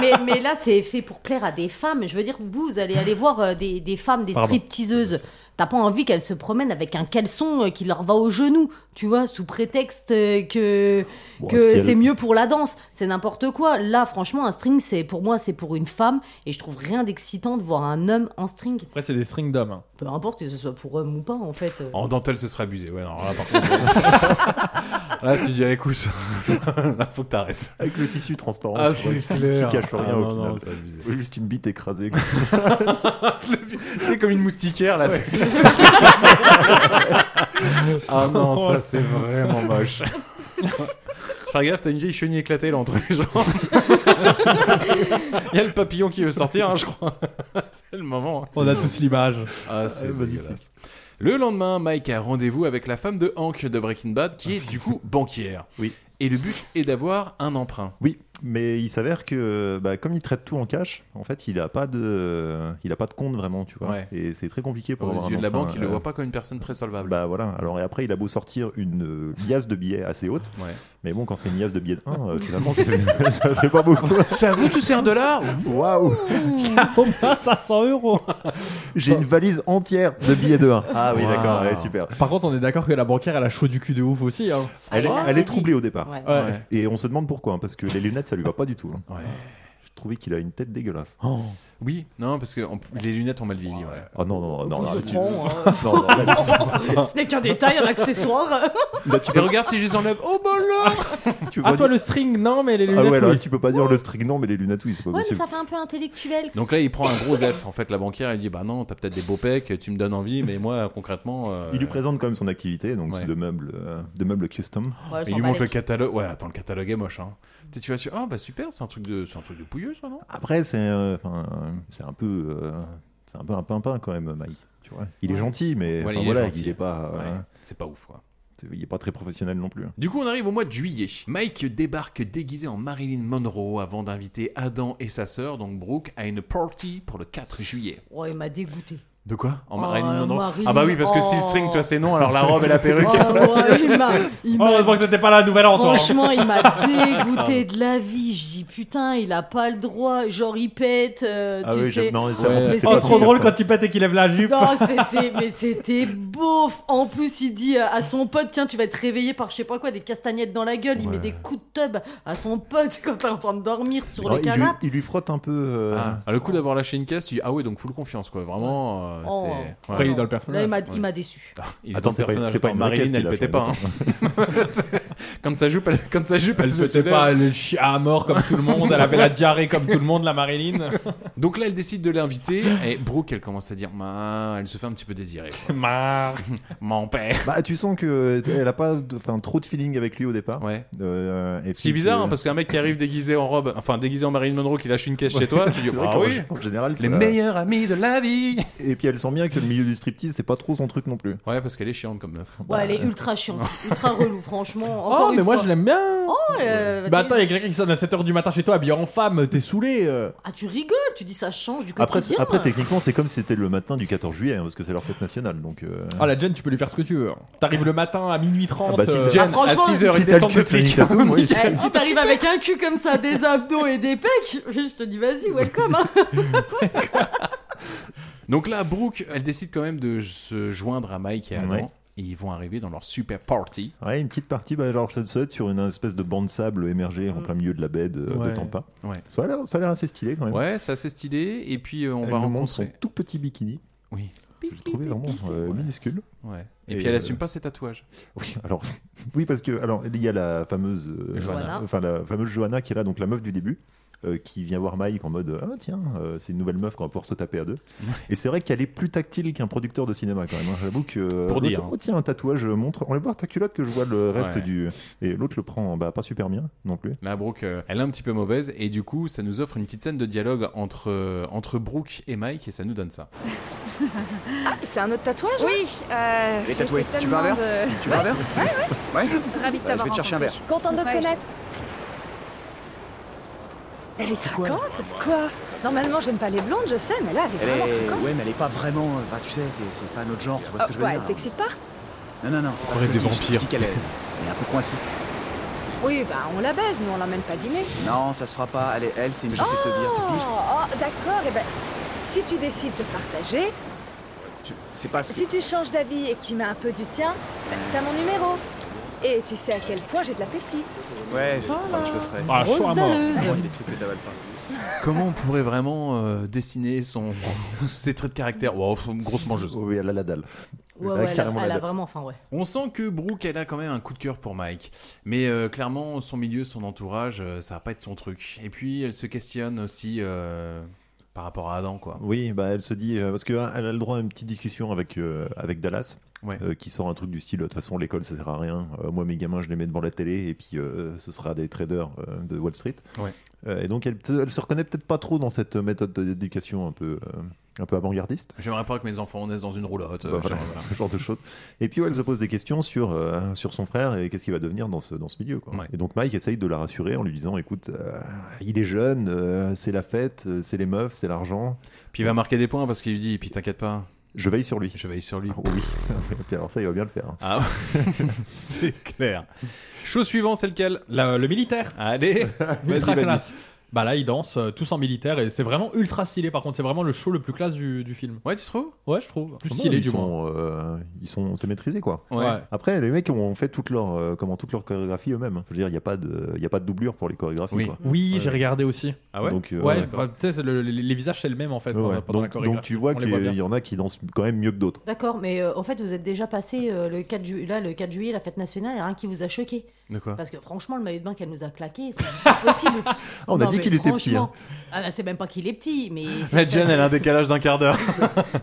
I: mais, mais- mais là, c'est fait pour plaire à des femmes. Je veux dire, vous, vous allez aller voir euh, des, des femmes, des
K: Pardon.
I: stripteaseuses. T'as pas envie qu'elles se promènent avec un caleçon euh, qui leur va au genou, tu vois, sous prétexte euh, que,
M: Bon,
I: que
M: si elle-
I: c'est mieux pour la danse. C'est n'importe quoi. Là, franchement, un string, c'est pour moi, c'est pour une femme. Et je trouve rien d'excitant de voir un homme en string.
K: Après, c'est des strings d'hommes. hein.
I: Peu importe que ce soit pour homme ou pas, en fait. Euh,
B: En dentelle ce serait abusé, ouais non, là, par contre- Là, tu dis ah, écoute, là faut que t'arrêtes.
J: Avec le tissu transparent.
B: Ah
J: tu vois,
B: c'est
J: qui-
B: clair.
J: Qui cache rien
B: Ah,
J: au
B: non,
J: final.
B: non, c'est abusé.
J: Juste une bite écrasée.
B: C'est comme une moustiquaire là. tu sais. ah non, ça c'est vraiment moche. Faire gaffe, t'as une vieille chenille éclatée là entre les gens. Il y a le papillon qui veut sortir, hein, je crois. C'est le moment. hein.
K: On a tous l'image.
B: Ah, c'est dégueulasse. Le lendemain, Mike a rendez-vous avec la femme de Hank de Breaking Bad, qui est du coup banquière.
J: Oui.
B: Et le but est d'avoir un emprunt.
J: Oui, mais il s'avère que bah, comme il traite tout en cash, en fait, il a pas de, il a pas de compte vraiment, tu vois.
B: Ouais.
J: Et c'est très compliqué pour
B: Aux
J: avoir un
B: yeux de la
J: emprunt,
B: banque, il le
J: euh,
B: voit pas comme une personne très solvable.
J: Bah voilà, alors et après il a beau sortir une euh, liasse de billets assez haute, mais bon quand c'est une liasse de billets de 1, euh, finalement ça fait, ça fait pas beaucoup.
B: Ça vous tu sais un dollar
J: Waouh
K: Au moins 500 euros
J: J'ai une valise entière de billets de 1. Ah oui
K: Wow.
J: d'accord, ouais, super.
K: Par contre, on est d'accord que la banquière, elle a chaud du cul de ouf aussi. hein.
I: ah,
J: Elle, est- elle est troublée au départ.
K: Ouais. Ouais.
J: Et on se demande pourquoi, hein, parce que les lunettes ça lui va pas du tout. hein. Je trouvais qu'il a une tête dégueulasse.
K: Oh,
B: Oui, non, parce que on- les lunettes ont mal vieilli. Ouais.
J: Oh non, non, non,
B: Beaucoup de
J: là, tu-
B: troncs,
K: hein.
J: non, non, là, tu-
I: Ce n'est qu'un détail, un accessoire.
J: Là, tu
B: Et regarde si je les enlève. Oh bah là
J: tu peux
K: Ah,
J: pas
K: toi,
J: dire-
K: le string, non, mais les
J: Ah
K: lunettes.
J: ouais, là,
K: oui.
J: tu peux pas dire le string non, mais les lunettes oui, c'est pas
I: Ouais, mais
J: possible.
I: ça fait un peu intellectuel.
B: Donc là, il prend un gros F. En fait, la banquière, elle dit Bah non, t'as peut-être des beaux pecs, tu me donnes envie, mais moi, concrètement. euh,
J: Il lui présente quand même son activité, donc de meubles, euh, de meubles custom.
I: Ouais,
B: il lui montre le catalogue. Ouais, attends, le catalogue est moche. Hein. Tu tu vas sur. Ah bah super, c'est un truc de, c'est un truc de pouilleux, ça, non
J: Après, c'est, euh, enfin, c'est un peu, euh, c'est un peu un pimpin quand même, Mike. Tu vois, il est gentil, mais
B: Voilà,
J: enfin,
B: il est
J: voilà,
B: gentil.
J: il est pas, euh,
B: Ouais, C'est pas ouf, quoi.
J: c'est- il est pas très professionnel non plus.
B: Du coup, on arrive au mois de juillet. Mike débarque déguisé en Marilyn Monroe avant d'inviter Adam et sa sœur, donc Brooke, à une party pour le 4 juillet.
I: Oh, il m'a dégoûté.
B: De quoi En
I: Oh,
B: Marilyn Monroe
I: Marilyn,
B: Ah bah oui, parce que si le
I: oh.
B: string, toi, c'est non, alors la robe et la perruque.
I: Oh, ouais, il m'a- il m'a-
K: Oh, Heureusement que t'étais pas là, nouvelle hein. an, toi.
I: Franchement, il m'a dégoûté de la vie. Je dis putain, il a pas le droit. Genre, il pète. euh,
J: Ah
I: tu
J: oui,
I: sais.
J: je- non, c'est
I: Mais
J: vraiment- c'est
K: Oh,
J: pas
K: trop
J: possible,
K: drôle
J: quoi.
K: quand il pète et qu'il lève la jupe.
I: Non, c'était, mais c'était beauf. En plus, il dit euh, à son pote, tiens, tu vas être réveillé par je sais pas quoi, des castagnettes dans la gueule. Il
J: Ouais.
I: met des coups de tub à son pote quand t'es en train de dormir sur
J: Ah,
I: le
J: il, lui,
I: canapé.
J: il lui frotte un peu. euh,
B: Ah, le coup d'avoir lâché une caisse, tu dis ah ouais, donc full confiance, quoi. Vraiment, euh,
I: Oh.
B: c'est. ouais.
K: Après, il est dans le personnage.
I: Là, il m'a, il m'a déçu.
K: Ah,
B: Il
J: Attends,
B: Attends,
J: c'est pas-
B: personnage.
J: c'est pas
B: Attends,
J: une vraie
B: Marilyn,
J: caisse
B: elle
J: qu'il a
B: pétait
J: fait,
B: pas. hein. quand sa jupe, elle, quand sa jupe, elle,
K: Elle
B: se
K: se
B: soulève.
K: pas le chien à mort comme tout le monde, elle avait la diarrhée comme tout le monde, la Marilyn.
B: Donc là, elle décide de l'inviter et Brooke, elle commence à dire, Bah, elle se fait un petit peu désirer. quoi. Mon père.
J: Bah, tu sens que elle a pas, de- enfin, trop de feeling avec lui au départ.
B: Ouais.
J: Euh, et
B: Ce qui est
J: puis
B: bizarre,
J: que-
B: hein, parce qu'un mec qui arrive déguisé en robe, enfin déguisé en Marilyn Monroe, qui lâche une caisse
J: Ouais,
B: chez toi, tu dis
J: c'est vrai
B: ah
J: qu'en
B: oui.
J: gé- en général,
B: Les
J: ça-
B: meilleurs amis de la vie.
J: Et puis elle sent bien que le milieu du striptease, c'est pas trop son truc non plus.
B: Ouais, parce qu'elle est chiante comme meuf.
I: Ouais, elle est ultra chiante, ultra relou, franchement. Encore
K: bah, Oh, mais
I: une
K: moi
I: fois.
K: je l'aime bien.
I: Oh, euh,
K: Bah
I: t'es-
K: attends, il y a quelqu'un qui sonne à 7h du matin chez toi habillé en femme, t'es saoulé. euh.
I: Ah, tu rigoles, tu dis ça change du
J: Après,
I: quotidien.
J: après, techniquement, c'est comme si c'était le matin du 14 juillet, hein, parce que c'est leur fête nationale. Donc, euh,
K: Ah la Jen, tu peux lui faire ce que tu veux. hein. T'arrives le matin à minuit 30.
J: Ah bah, si
K: euh,
J: Jen,
I: Ah, à franchement, 6 heures,
J: il descend de flic.
I: Eh, si t'arrives avec un cul comme ça, des abdos et des pecs, je te dis vas-y, welcome. hein.
B: Donc là, Brooke, elle décide quand même de se joindre à Mike et Adam.
J: Ouais.
B: Et ils vont arriver dans leur super party.
J: Ouais, une petite partie, bah, genre ça doit être sur une espèce de banc de sable émergée en plein milieu de la baie de, de
B: Mm. Ouais.
J: Tampa.
B: Ouais.
J: Ça a l'air- ça a l'air assez stylé quand même.
B: Ouais, c'est assez stylé. Et puis euh, on
J: Elle
B: va
J: nous montre
B: rencontrer
J: son tout petit bikini.
B: Oui.
J: Je l'ai trouvé vraiment euh, minuscule.
B: Ouais. Et,
J: euh,
B: puis elle assume pas ses tatouages.
J: Oui, alors, oui, parce que alors il y a la fameuse euh,
B: Johanna.
J: enfin la fameuse Johanna qui est là, donc la meuf du début. euh, qui vient voir Mike en mode ah tiens euh, c'est une nouvelle meuf qu'on va pouvoir se taper à deux et c'est vrai qu'elle est plus tactile qu'un producteur de cinéma quand même hein. j'avoue que euh,
B: Pour
J: l'autre,
B: dire.
J: oh tiens un tatouage euh, montre on va voir ta culotte que je vois le reste
B: Ouais.
J: du et l'autre le prend bah pas super bien non plus
B: La Brooke, euh, elle est un petit peu mauvaise et du coup, ça nous offre une petite scène de dialogue entre, euh, entre Brooke et Mike et ça nous donne ça.
M: Ah, c'est un autre tatouage Oui. Euh,
B: Il est tatoué.
M: j'ai fait
B: Tu veux un
M: tellement
B: verre
M: de-
B: Tu veux un
M: Ouais,
B: verre Euh,
M: Ouais, ouais. Ravi de
L: Bah, je
M: t'avoir
L: vais te chercher un
M: rencontré.
L: verre.
M: Contente hein. de te connaître. Elle est
L: quoi
M: craquante Quoi Normalement, j'aime pas les blondes, je sais, mais là, elle est
L: Elle
M: vraiment
L: est.
M: craquante.
L: Ouais, mais elle est pas vraiment. euh, Enfin, tu sais, c'est c'est pas notre genre, tu vois ce que je
M: Oh,
L: veux
M: ouais,
L: dire
M: elle t'excite pas
L: Non, non, non, c'est pas
B: Avec
L: ce que
B: des
L: je dis, je- je
B: vampires.
L: dis qu'elle est. Elle est un peu coincée.
M: Oui, bah on la baise, nous on l'emmène pas dîner.
L: Non, ça se fera pas. Elle, est- elle c'est une. J'essaie de te dire.
M: Oh,
L: tu piges
M: oh, d'accord, et ben, si tu décides de partager,
L: Je- C'est pas ce que.
M: si tu changes d'avis et que tu mets un peu du tien, ben, t'as mon numéro. Et tu sais à quel point j'ai de l'appétit.
L: Ouais,
M: Voilà.
L: je- je le ferai.
B: Ah, chaud à mort.
L: C'est moi, il y a des trucs que t'avales pas.
B: Comment on pourrait vraiment euh, dessiner son, ses traits de caractère Wow, grosse mangeuse.
J: Oh, Oui, elle a la dalle.
I: Ouais, ouais, elle, a- elle a vraiment faim, ouais.
B: On sent que Brooke, elle a quand même un coup de cœur pour Mike. Mais euh, clairement, son milieu, son entourage, euh, ça va pas être son truc. Et puis, elle se questionne aussi euh, par rapport à Adam, quoi.
J: Oui, bah elle se dit euh, parce qu'elle a le droit à une petite discussion avec euh, avec Dallas,
B: Ouais.
J: euh, qui sort un truc du style. De toute façon, l'école ça sert à rien. Euh, moi, mes gamins, je les mets devant la télé et puis euh, ce sera des traders euh, de Wall Street.
B: Ouais.
J: Euh, et donc elle, te- elle se reconnaît peut-être pas trop dans cette méthode d'éducation un peu euh, un peu avant-gardiste.
B: J'aimerais pas que mes enfants naissent dans une roulotte. euh,
J: Bah, voilà,
B: j'aimerais- voilà.
J: ce genre de choses. Et puis ouais, elle se pose des questions sur, euh, sur son frère et qu'est-ce qu'il va devenir dans ce, dans ce milieu. quoi. Et donc Mike essaye de la rassurer en lui disant écoute, euh, il est jeune, euh, c'est la fête, euh, c'est les meufs, c'est l'argent.
B: Puis il va marquer des points parce qu'il lui dit puis t'inquiète pas.
J: Je veille sur lui.
B: Je veille sur lui.
J: Ah oui. Et puis alors ça, il va bien le faire. hein.
B: Ah, c'est clair. Chose suivante, c'est lequel
K: euh, le, le militaire.
B: Allez,
K: ultra
B: vas-y, Badis.
K: classe. Bah là, ils dansent euh, tous en militaire et c'est vraiment ultra stylé. Par contre, c'est vraiment le show le plus classe du, du film.
B: Ouais, tu trouves
K: Ouais, je trouve.
J: Ah
K: Plus
J: Bon,
K: stylé
J: ils
K: du moins.
J: sont, euh, ils sont, c'est maîtrisé quoi.
K: Ouais. Ouais.
J: Après, les mecs ont fait toute leur, euh, comment, toute leur chorégraphie eux-mêmes. hein. Je veux dire, il n'y a pas de, il y a pas de doublure pour les chorégraphies.
K: Oui,
J: quoi.
K: oui j'ai regardé aussi.
J: Ah ouais Donc, euh,
K: ouais,
J: d'accord.
K: bah, tu sais, le- le- les visages c'est le même en fait
J: Ouais,
K: pendant-
J: ouais.
K: pendant la
J: donc, donc
K: chorégraphie.
J: tu vois
K: On les voit bien.
J: qu'il y en a qui dansent quand même mieux que d'autres.
I: D'accord, mais euh, en fait, vous êtes déjà passé euh, le 4 ju- là, le 4 juillet, la fête nationale, il y a rien qui vous a choqué.
J: De
B: Ah.
J: quoi
I: Parce que franchement, le maillot de bain qu'elle nous a claqué, c'est juste pas possible.
J: Ah, on a dit
I: mais
J: qu'il était petit, hein.
I: franchement- Ah, là, c'est même pas qu'il est petit, mais. c'est-
B: La
I: ça-
B: Jen, elle a un décalage d'un quart d'heure.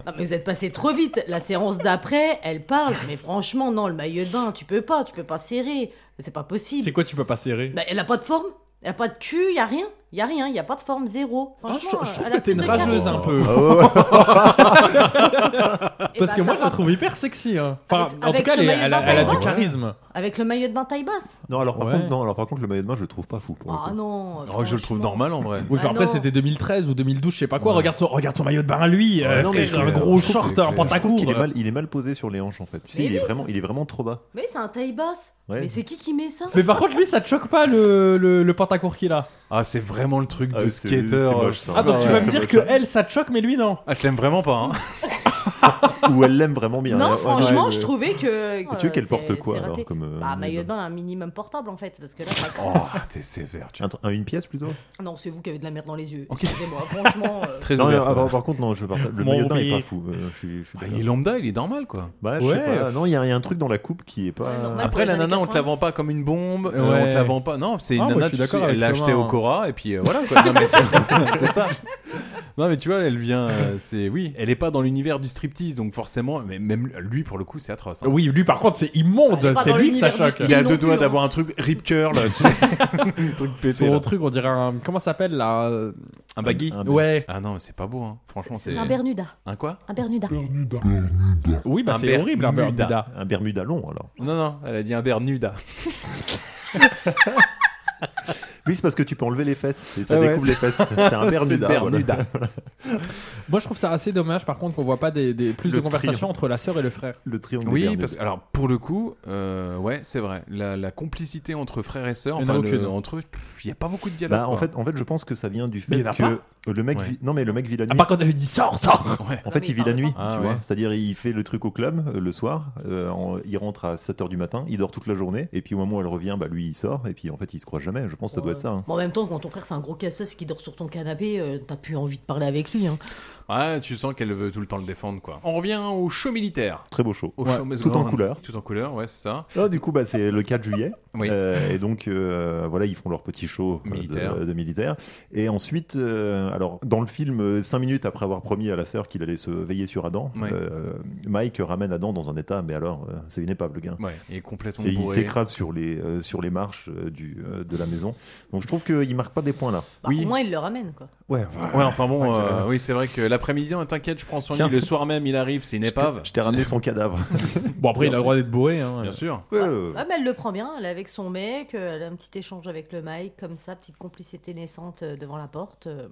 I: Non, mais vous êtes passé trop vite. La séance d'après, elle parle, mais franchement, non, le maillot de bain, tu peux pas, tu peux pas serrer. C'est pas possible.
K: C'est quoi, tu peux pas serrer
I: Bah, elle a pas de forme. Elle a pas de cul, y a rien. Y a rien, y a pas de forme, zéro. Franchement,
K: Ah, je, je trouve
I: elle a
K: que
I: plus
K: t'es une
I: de carré.
K: rageuse hein. un peu.
J: Ah ouais,
I: Et
K: Parce
I: bah,
K: que moi, je la
I: t'as-
K: trouve hyper sexy. hein. Enfin, en tout
I: avec
K: cas,
I: ce
K: elle, est-
I: maillot de
K: elle a,
I: bain
K: elle a du
I: taille basse
K: charisme.
I: Avec le maillot de bain taille basse.
J: Non alors, par
K: Ouais.
J: contre, non, alors par contre, le maillot de main, je le trouve pas fou. pour le
I: Ah
J: coup.
I: non.
B: Oh,
J: je le trouve normal en vrai.
K: Oui, enfin,
I: Ah
K: après,
I: non.
K: c'était 2013 ou 2012, je sais pas quoi. Regarde, son, regarde son maillot de bain, lui. euh,
J: non, mais
K: frère,
J: je-
K: un gros
J: je trouve
K: short,
J: que-
K: un
J: je trouve
K: pantacourt.
J: qu'il est mal- Il est mal posé sur les hanches en fait. Tu sais,
I: Mais
J: il est
I: oui,
J: vraiment,
I: c'est-
J: il est vraiment trop bas.
I: Mais c'est un taille basse.
J: Ouais.
I: Mais c'est qui qui met ça
K: Mais par contre, lui, ça te choque pas le, le, le pantacourt qu'il a
B: Ah, c'est vraiment le truc
J: Ah,
B: de
J: c'est-
B: skater.
J: c'est
B: euh,
J: moche, ça.
K: Ah, donc tu
J: ouais.
K: vas me dire que elle, ça te choque, mais lui, non
B: Ah, je l'aime vraiment pas.
J: Ou elle l'aime vraiment bien.
I: Non,
J: Ouais,
I: franchement,
J: ouais,
I: je
J: ouais.
I: trouvais que.
J: Et tu veux qu'elle
I: euh,
J: porte
I: c'est-
J: quoi,
I: c'est raté.
J: alors, comme, euh,
I: Bah,
J: maillot
I: maillot
J: de
I: de bain, un minimum portable en fait, parce que là, ça craint.
B: Oh, t'es sévère. tu-
J: Un tr- un- une pièce plutôt.
I: Non, c'est vous qui avez de la merde dans les yeux. Excusez-moi, franchement. euh,
B: Très
J: non,
B: ouvert,
J: non, ah,
B: quoi.
J: par, par contre, non, je partage- le
B: Mon
J: maillot de bain
B: pays.
J: est pas fou. euh, je suis- je suis
B: Ah,
J: d'accord.
B: il est lambda, il est normal quoi.
J: Bah, je sais pas. Non, il y, a il y a un truc dans la coupe qui est pas.
B: Après, la nana, on te la vend pas comme une bombe, euh,
J: Ouais.
B: on te la vend pas. Non, c'est une
J: Ah, moi,
B: nana,
J: je suis
B: tu sais,
J: d'accord
B: elle
J: avec
B: l'a
J: Thomas,
B: acheté au
J: hein.
B: Cora, et puis euh, voilà quoi. Non, mais- c'est ça. Non, mais tu vois, elle vient. euh, c'est Oui, elle est pas dans l'univers du striptease, donc forcément, mais même lui pour le coup, c'est atroce. hein.
K: Oui, lui, par contre, c'est
I: Ah,
K: immonde. C'est lui que ça choque.
B: Il a deux
I: hein.
B: doigts d'avoir un truc rip curl, tu sais. un truc pété.
K: Son
B: là.
K: truc, on dirait un. Comment ça s'appelle là euh,
B: Un baggy
K: Ouais.
B: Ah non, mais c'est pas beau, hein. franchement.
I: C'est un Bermuda.
B: Un quoi
I: Un Bermuda.
K: Oui, bah
B: Un
K: c'est horrible un
B: Bermuda.
K: Bermuda.
J: Un Bermuda long alors.
B: Non, non, elle a dit un hein. Bermuda.
J: Oui, c'est parce que tu peux enlever les fesses. c'est- Ça
B: Ah ouais,
J: découpe les
B: c'est-
J: fesses. C'est un
B: c'est
J: Bermuda. voilà.
B: Bermuda.
K: Moi, je trouve ça assez dommage, par contre, qu'on voit pas des, des- plus
J: Le
K: de conversations
J: triangle.
K: entre la sœur et le frère.
J: Le triangle.
B: Oui, parce que alors pour le coup, euh, ouais, c'est vrai. La, la complicité entre frères et sœurs,
K: Il y en a
B: enfin, le-
K: aucune.
B: entre eux, pff, il n'y a pas beaucoup de dialogue.
J: Bah, en
B: quoi.
J: fait, en fait, je pense que ça vient du fait
K: Mais il y en a Ah,
J: que le mec
B: Ouais.
J: vit... non mais le mec vit la nuit.
K: À part quand elle lui dit sors, sors.
B: Ouais.
J: En fait, il vit la nuit,
B: Ah,
J: tu vois.
B: ouais.
J: C'est-à-dire, il fait le truc au club euh, le soir, euh, en- il rentre à 7h du matin, il dort toute la journée, et puis au moment où elle revient, bah lui, il sort, et puis en fait, il se croit jamais. Je pense que ça doit être ça. hein.
I: Bon, en même temps, quand ton frère c'est un gros cassos qui dort sur ton canapé, euh, t'as plus envie de parler avec lui. hein.
B: Ouais, tu sens qu'elle veut tout le temps le défendre, quoi. On revient au show militaire.
J: Très beau show.
B: Au
J: Ouais,
B: show
J: tout en
B: Mesogorn.
J: couleur.
B: Tout en couleur, ouais, c'est ça.
J: Ah, du coup, bah, c'est le 4 juillet.
B: Oui.
J: Euh, et donc, euh, voilà, ils font leur petit show euh, de-
B: Militaire.
J: De, militaires. Et ensuite, euh, alors, dans le film, 5 minutes après avoir promis à la sœur qu'il allait se veiller sur Adam,
B: Ouais.
J: euh, Mike ramène Adam dans un état, mais alors, euh, c'est une épave, le gars.
B: Ouais, il est complètement
J: C'est- Il
B: bourré.
J: s'écrase sur, les euh, sur les marches euh, du, euh, de la maison. Donc, je trouve qu'il marque pas des points là.
I: Bah, Au moins, il le ramène, quoi.
J: Ouais,
B: Ouais, enfin bon,
J: Ouais,
B: euh,
J: je-
B: oui, c'est vrai que l'après-midi, on t'inquiète, je prends soin de
J: Tiens.
B: lui. Le soir même, il arrive, c'est une épave.
J: Je t'ai ramené son cadavre.
K: Bon, après, il a le droit d'être bourré. hein.
B: Bien sûr.
I: Ouais, mais elle le prend bien, elle est avec son mec, euh, elle a un petit échange avec le Mike, comme ça, petite complicité naissante euh, devant la porte. euh,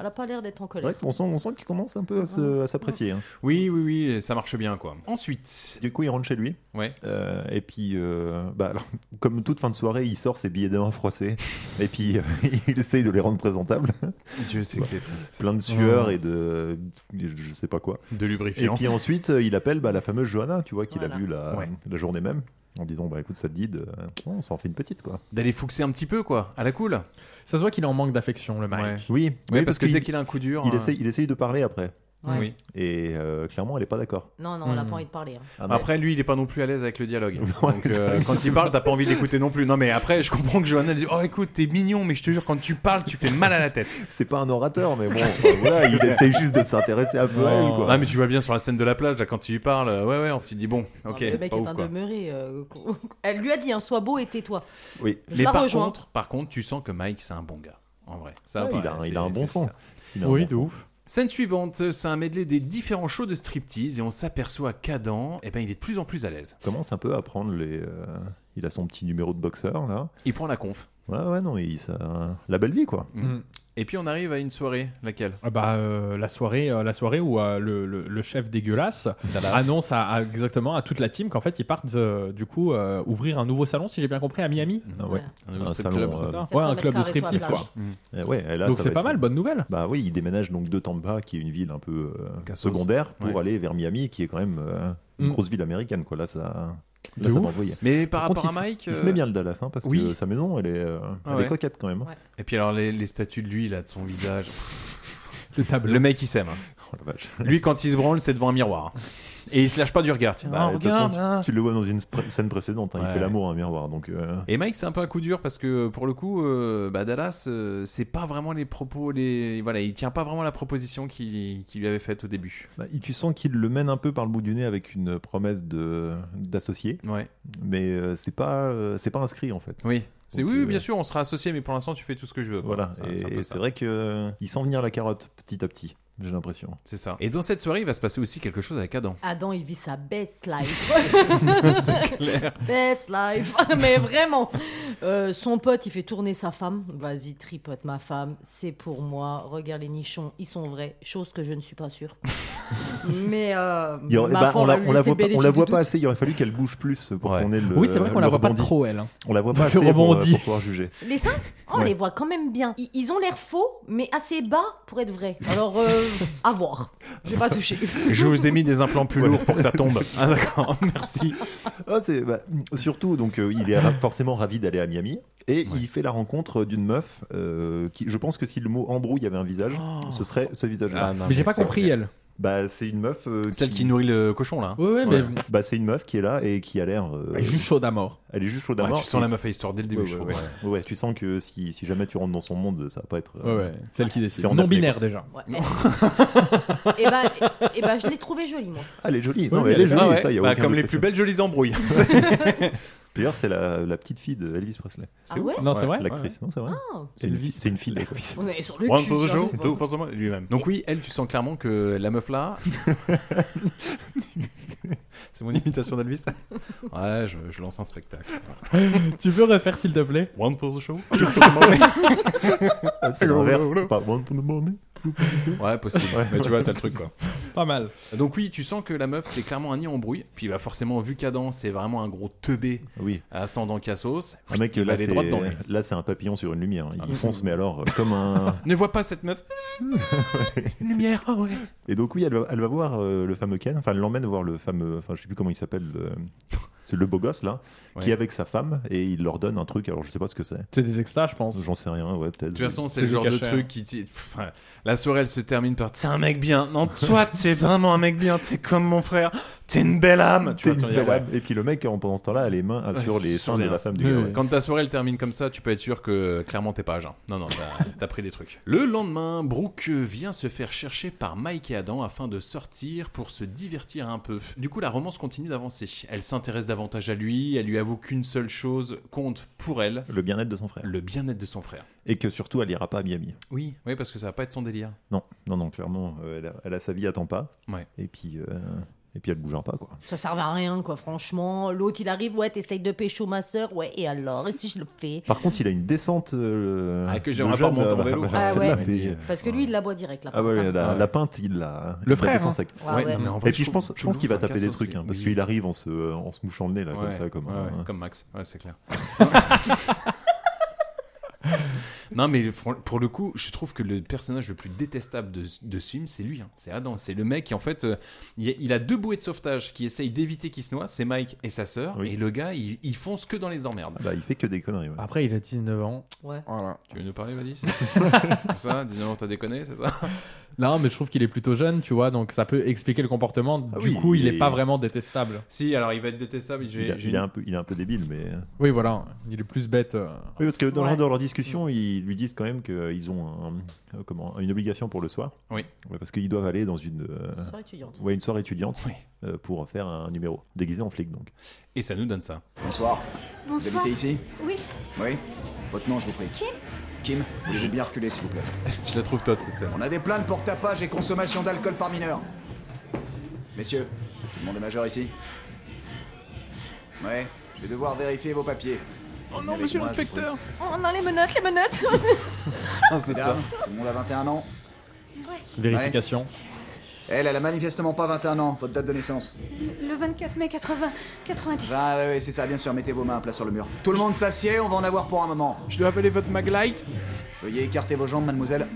I: Elle a pas l'air d'être en colère.
J: Ouais, on sent, on sent qu'il commence un peu à se- à s'apprécier. hein.
B: Oui, oui, oui, et ça marche bien, quoi. Ensuite.
J: Du coup, il rentre chez lui.
B: Ouais.
J: Euh, et puis, euh, bah, alors, comme toute fin de soirée, il sort ses billets d'un froissés. et puis, euh, il essaye de les rendre présentables.
B: Dieu sait que c'est triste.
J: Plein de sueur
B: Ouais.
J: et de. Je je sais pas quoi.
B: De lubrifiant.
J: Et puis ensuite, euh, il appelle bah, la fameuse Johanna, tu vois, qu'il a
B: Voilà.
J: vue la,
B: Ouais.
J: la journée même. En disant, bah écoute, ça te dit, de- on s'en fait une petite, quoi.
B: D'aller fouxer un petit peu, quoi, à la cool.
K: Ça se voit qu'il est en manque d'affection, le Mike.
J: Bah, Oui,
B: Oui, parce que dès qu'il a un coup dur,
J: Il,
B: euh,
J: essaye, il essaye de parler après.
I: Ouais. Oui.
J: Et euh, clairement, elle est pas d'accord.
I: Non, non, elle a pas envie de parler. hein.
J: Ah, non.
B: Après, lui, il est pas non plus à l'aise avec le dialogue. Donc, euh, quand il parle, t'as pas envie d'écouter non plus. Non, mais après, je comprends que Johanna elle dit Oh, écoute, t'es mignon, mais je te jure, quand tu parles, tu fais mal à la tête.
J: C'est pas un orateur, mais bon, enfin, voilà, il essaye juste de s'intéresser un peu à elle, quoi.
B: Non, mais tu vois bien sur la scène de la plage, là, quand tu lui parles, euh, ouais, ouais, on- tu te dis Bon,
I: Non,
B: ok,
I: mais le mec
B: pas
I: est
B: ouf,
I: un
B: quoi.
I: demeuré. euh, qu'on- Elle lui a dit hein, Sois beau et tais-toi.
J: Oui.
I: Je
B: Mais
I: la
B: par
I: rejoins.
B: contre, par contre, tu sens que Mike, c'est un bon gars. En vrai. Ça,
J: Ouais,
B: bah,
J: il a un-
B: c'est-
J: il a un bon
B: c'est-
J: fond.
B: c'est ça.
J: Il a un Oui, bon de fond. ouf.
B: Scène suivante, c'est un medley des différents shows de striptease et on s'aperçoit qu'Adam, eh ben, il est de plus en plus à l'aise.
J: commence un peu à prendre les. euh, il a son petit numéro de boxeur là.
B: Il prend la conf.
J: Ouais, ouais, non, il, ça, la belle vie quoi.
K: Mm.
B: Et puis on arrive à une soirée, laquelle
K: Ah Bah, euh, la, soirée, euh, la soirée où euh, le, le- le chef dégueulasse
B: Dallas.
K: annonce à, à- exactement à toute la team qu'en fait ils partent euh, du coup euh, ouvrir un nouveau salon, si j'ai bien compris, à Miami.
J: Ah ouais. Un nouveau Un strip salon, club,
K: c'est
J: euh,
K: ça
J: 400
K: Ouais, un
J: mètres
K: club de
J: carrés sur la
K: striptease quoi.
J: plage. Mm. Eh ouais, et là,
K: Donc
J: ça
K: c'est
J: va
K: pas
J: être-
K: mal, bonne nouvelle.
J: Bah oui, il déménage donc de Tampa, qui est une ville un peu euh, secondaire, pour
B: Ouais.
J: aller vers Miami, qui est quand même euh, une
B: Mm.
J: grosse ville américaine quoi. Là, ça.
B: De
J: Là, ça
B: ouf.
J: va envoyer.
B: Mais par
J: contre,
B: rapport à
J: il se-
B: Mike,
J: il se
B: euh,
J: met bien le Dallas, hein, parce
B: oui.
J: que sa maison, elle est, euh, elle
B: Ah
J: est
B: ouais.
J: coquette quand même. hein.
B: Et puis alors, les, les statues de lui, là, de son visage.
K: Le tableau.
B: Le mec, il s'aime. hein.
J: Oh,
B: Lui, quand il se branle, c'est devant un miroir. hein. Et il se lâche pas du regard. Tiens,
J: Bah,
B: Ah,
J: de toute façon,
B: regarde,
J: tu-
B: hein.
J: tu, le vois dans une spr- scène précédente, hein,
B: Ouais.
J: il fait l'amour à un miroir, donc. euh,
B: Et Mike, c'est un peu un coup dur parce que pour le coup, euh, bah, Dallas, euh, c'est pas vraiment les propos, les voilà, il tient pas vraiment la proposition qu'il qu'il lui avait faite au début.
J: Bah, il- tu sens qu'il le mène un peu par le bout du nez avec une promesse de d'associé.
B: Ouais.
J: Mais euh, c'est pas euh, c'est pas inscrit en fait.
B: Oui. C'est
J: Donc,
B: oui,
J: euh,
B: bien sûr, on sera associé, mais pour l'instant, tu fais tout ce que je veux. quoi.
J: Voilà.
B: C'est un- c'est un peu
J: Et
B: ça.
J: c'est vrai que euh, il sent venir la carotte petit à petit. J'ai l'impression.
B: C'est ça. Et dans cette soirée, il va se passer aussi quelque chose avec Adam.
I: Adam, il vit sa best life.
B: C'est clair.
I: Best life. Mais vraiment. Euh, son pote, il fait tourner sa femme. Vas-y, tripote ma femme. C'est pour moi. Regarde les nichons, ils sont vrais. Chose que je ne suis pas sûre. Mais. euh,
J: Il y aurait-
I: ma
J: bah,
I: foi,
J: on, la,
I: lui
J: on la
I: laisser
J: voit pas, on
I: bénéfice
J: la
I: du
J: voit
I: doute.
J: pas assez. Il aurait fallu qu'elle bouge plus pour qu'on ait le.
K: Oui, c'est vrai qu'on
J: le
K: la voit pas
J: rebondi.
K: trop, elle, hein.
J: On la voit pas
K: Le
J: assez pour, euh,
K: rebondi.
J: pour pouvoir juger.
I: Les seins On
J: Ouais.
I: les voit quand même bien. Ils, ils ont l'air faux, mais assez bas pour être vrais. Alors, euh, à voir. Je vais pas toucher.
B: Je vous ai mis des implants plus lourds pour que ça tombe. Ah, d'accord, merci.
J: Ah, c'est- bah, surtout, donc, euh, il est ra- forcément ravi d'aller à Miami. Et il fait la rencontre d'une meuf euh, qui, je pense que si le mot embrouille avait un visage, ce serait ce visage-là.
B: Ah, non, Oh. Ah, Mais mais j'ai pas c'est compris, horrible. elle.
J: Bah, c'est une meuf. euh,
B: Celle qui nourrit le cochon, là.
K: Ouais, ouais, mais-
J: Bah, c'est une meuf qui est là et qui a l'air. euh,
K: Elle est juste chaude à mort.
J: Elle est juste chaude à
B: Ouais,
J: mort.
B: Bah, tu sens la meuf à histoire dès le début,
J: Ouais,
B: je
J: ouais,
B: trouve,
J: ouais. Ouais, tu sens que si, si jamais tu rentres dans son monde, ça va pas être. euh,
K: Ouais, ouais, celle qui décide.
J: c'est en
K: Non-binaire,
J: apnée,
K: déjà.
J: quoi.
I: Ouais. Et bah, et bah, je l'ai trouvé jolie, moi.
J: Ah, Elle est jolie.
B: Ouais,
J: Non, mais
B: elle
J: elle
B: est
J: est jolie,
B: jolie.
J: ça, y a
B: Bah,
J: aucun
B: comme
J: doute
B: les
J: là-dessus.
B: plus belles jolies embrouilles.
J: D'ailleurs, c'est la, la petite fille de Elvis Presley.
I: C'est Ah ouf. ouais
B: Non, c'est vrai
J: L'actrice,
B: Ouais.
J: non, c'est vrai.
I: Ah.
J: C'est une, fille- c'est une fille d'Elvis.
I: On est sur le
B: One
I: cul,
B: for the
I: ça,
B: show,
I: on est
B: two
I: bon.
B: for the money, lui-même. Donc oui, elle, tu sens clairement que la meuf là... C'est mon imitation d'Elvis Ouais, je, je lance un spectacle.
K: tu peux refaire, s'il te plaît
B: One for the show.
J: Ah, c'est l'inverse, c'est pas one for the money.
B: Ouais, possible.
J: Ouais.
B: Mais tu vois, t'as le truc, quoi.
K: Pas mal.
B: Donc oui, tu sens que la meuf, c'est clairement un nid en brouille. Puis bah, forcément, vu qu'Adam, c'est vraiment un gros teubé
J: oui.
B: ascendant Cassos,
J: Un mec,
B: il va
J: là,
B: aller droit
J: c'est-
B: dedans. lui.
J: là, c'est un papillon sur une lumière. Il
B: Ah, mais
J: fonce,
B: c'est-
J: mais alors, euh, comme un.
B: Ne vois pas cette meuf. Lumière, ah ouais.
J: Et donc, oui, elle va, elle va voir euh, le fameux Ken. Enfin, elle l'emmène voir le fameux. Enfin, je sais plus comment il s'appelle. euh, c'est le beau gosse là, qui est avec sa femme et il leur donne un truc. Alors je sais pas ce que c'est.
K: C'est des extras, je pense.
J: J'en sais rien, ouais, peut-être.
B: De toute façon, c'est hein. le genre de truc qui. t- pff, ouais. la soirée, elle se termine par C'est un mec bien. Non, toi, t'es vraiment un mec bien. T'es comme mon frère. T'es une belle âme. Tu
J: T'es
B: vois, tu
J: une
B: vas dire,
J: belle
B: ouais.
J: âme. Et puis le mec, en- pendant ce temps-là, a les mains sur les seins de la femme du gars. ouais.
B: Quand ta soirée elle termine comme ça, tu peux être sûr que clairement t'es pas à jeun. Non, non, t'as- t'as pris des trucs. Le lendemain, Brooke vient se faire chercher par Mike et Adam afin de sortir pour se divertir un peu. Du coup, la romance continue d'avancer. Elle s'intéresse davantage à lui, elle lui avoue qu'une seule chose compte pour elle.
J: Le bien-être de son frère.
B: Le bien-être de son frère.
J: Et que surtout, elle ira pas à Miami.
B: Oui, oui, parce que ça va pas être son délire.
J: Non, non, non, clairement, euh, elle, a, elle a sa vie, attend pas.
B: Ouais.
J: Et puis, euh, et puis elle bougera pas, quoi.
I: Ça servait à rien, quoi, franchement. L'autre, il arrive, ouais, t'essayes de pécho ma sœur, ouais, et alors Et si je le fais
J: Par contre, il a une descente. euh,
B: Ah, que
J: le
B: j'aimerais
J: jeune,
B: pas monter en
J: euh,
B: vélo.
J: bah,
I: Ah
J: celle-là,
I: ouais.
J: mais-
I: Parce que lui, il la boit direct, là.
J: Ah ouais, la, la pinte, il l'a. il l'a
K: frère,
J: descend
K: hein.
J: sec.
I: Ah Ouais, ouais. mais en
B: vrai,
J: et puis
B: je
J: je pense,
B: trouve-
J: je pense
B: je
J: qu'il va
B: trouve ça
J: taper des
B: casse
J: trucs, hein,
B: aussi.
J: parce qu'il arrive en se, en se mouchant le nez, là, comme
B: Ouais,
J: ça. Comme, euh,
B: ouais,
J: un-
B: ouais, comme hein. Max, ouais, c'est clair. non, mais fran- pour le coup, je trouve que le personnage le plus détestable de, de ce film, c'est lui. hein. C'est Adam. C'est le mec qui, en fait, euh, il y a- il a deux bouées de sauvetage qui essayent d'éviter qu'il se noie. C'est Mike et sa sœur. Et le gars, il, il fonce que dans les emmerdes.
J: Bah, il fait que des conneries. ouais.
K: Après, il a 19 ans.
I: Ouais.
K: Voilà.
B: Tu veux nous parler, Valise Ça, 19 ans, t'as déconné, c'est ça
K: Non, mais je trouve qu'il est plutôt jeune, tu vois, donc ça peut expliquer le comportement.
B: Ah
K: du
B: oui,
K: coup, il
J: il
K: est
J: est-
K: pas vraiment détestable.
B: Si, alors il va être détestable. j'ai-
J: Il, a-
B: j'ai
J: il est
B: une-
J: un peu, il est un peu débile, mais. euh,
K: Oui, voilà, il est plus bête. euh.
J: Oui, parce que dans,
K: Ouais.
J: leur, dans leur discussion, ils lui disent quand même qu'ils ont un- euh, comment, une obligation pour le soir.
B: Oui.
J: Ouais, parce qu'ils doivent aller dans une. euh,
I: Soirée étudiante.
J: Ouais, une soirée étudiante. euh, pour faire un numéro. Déguisé en flic, donc.
B: Et ça nous donne ça.
L: Bonsoir. Vous
M: Bonsoir.
L: habitez ici
M: Oui,
L: Oui. Votre nom, je vous prie. Kim Kim, voulez-vous bien reculer, s'il vous plaît
B: Je la trouve top, cette scène.
L: On a des plaintes pour tapage et consommation d'alcool par mineur. Messieurs, tout le monde est majeur ici Ouais, je vais devoir vérifier vos papiers.
B: Oh
L: non,
B: monsieur l'inspecteur
M: oh non, les menottes, les menottes
L: c'est ça. Tout le monde a 21 ans
K: Vérification.
L: Elle, elle a manifestement pas 21 ans, votre date de naissance.
M: Le 24 mai 80, 90.
L: Ah ouais, ouais, c'est ça, bien sûr, mettez vos mains à plat sur le mur. Tout le monde s'assied, on va en avoir pour un moment.
B: Je dois appeler votre maglite
L: Veuillez écarter vos jambes, mademoiselle.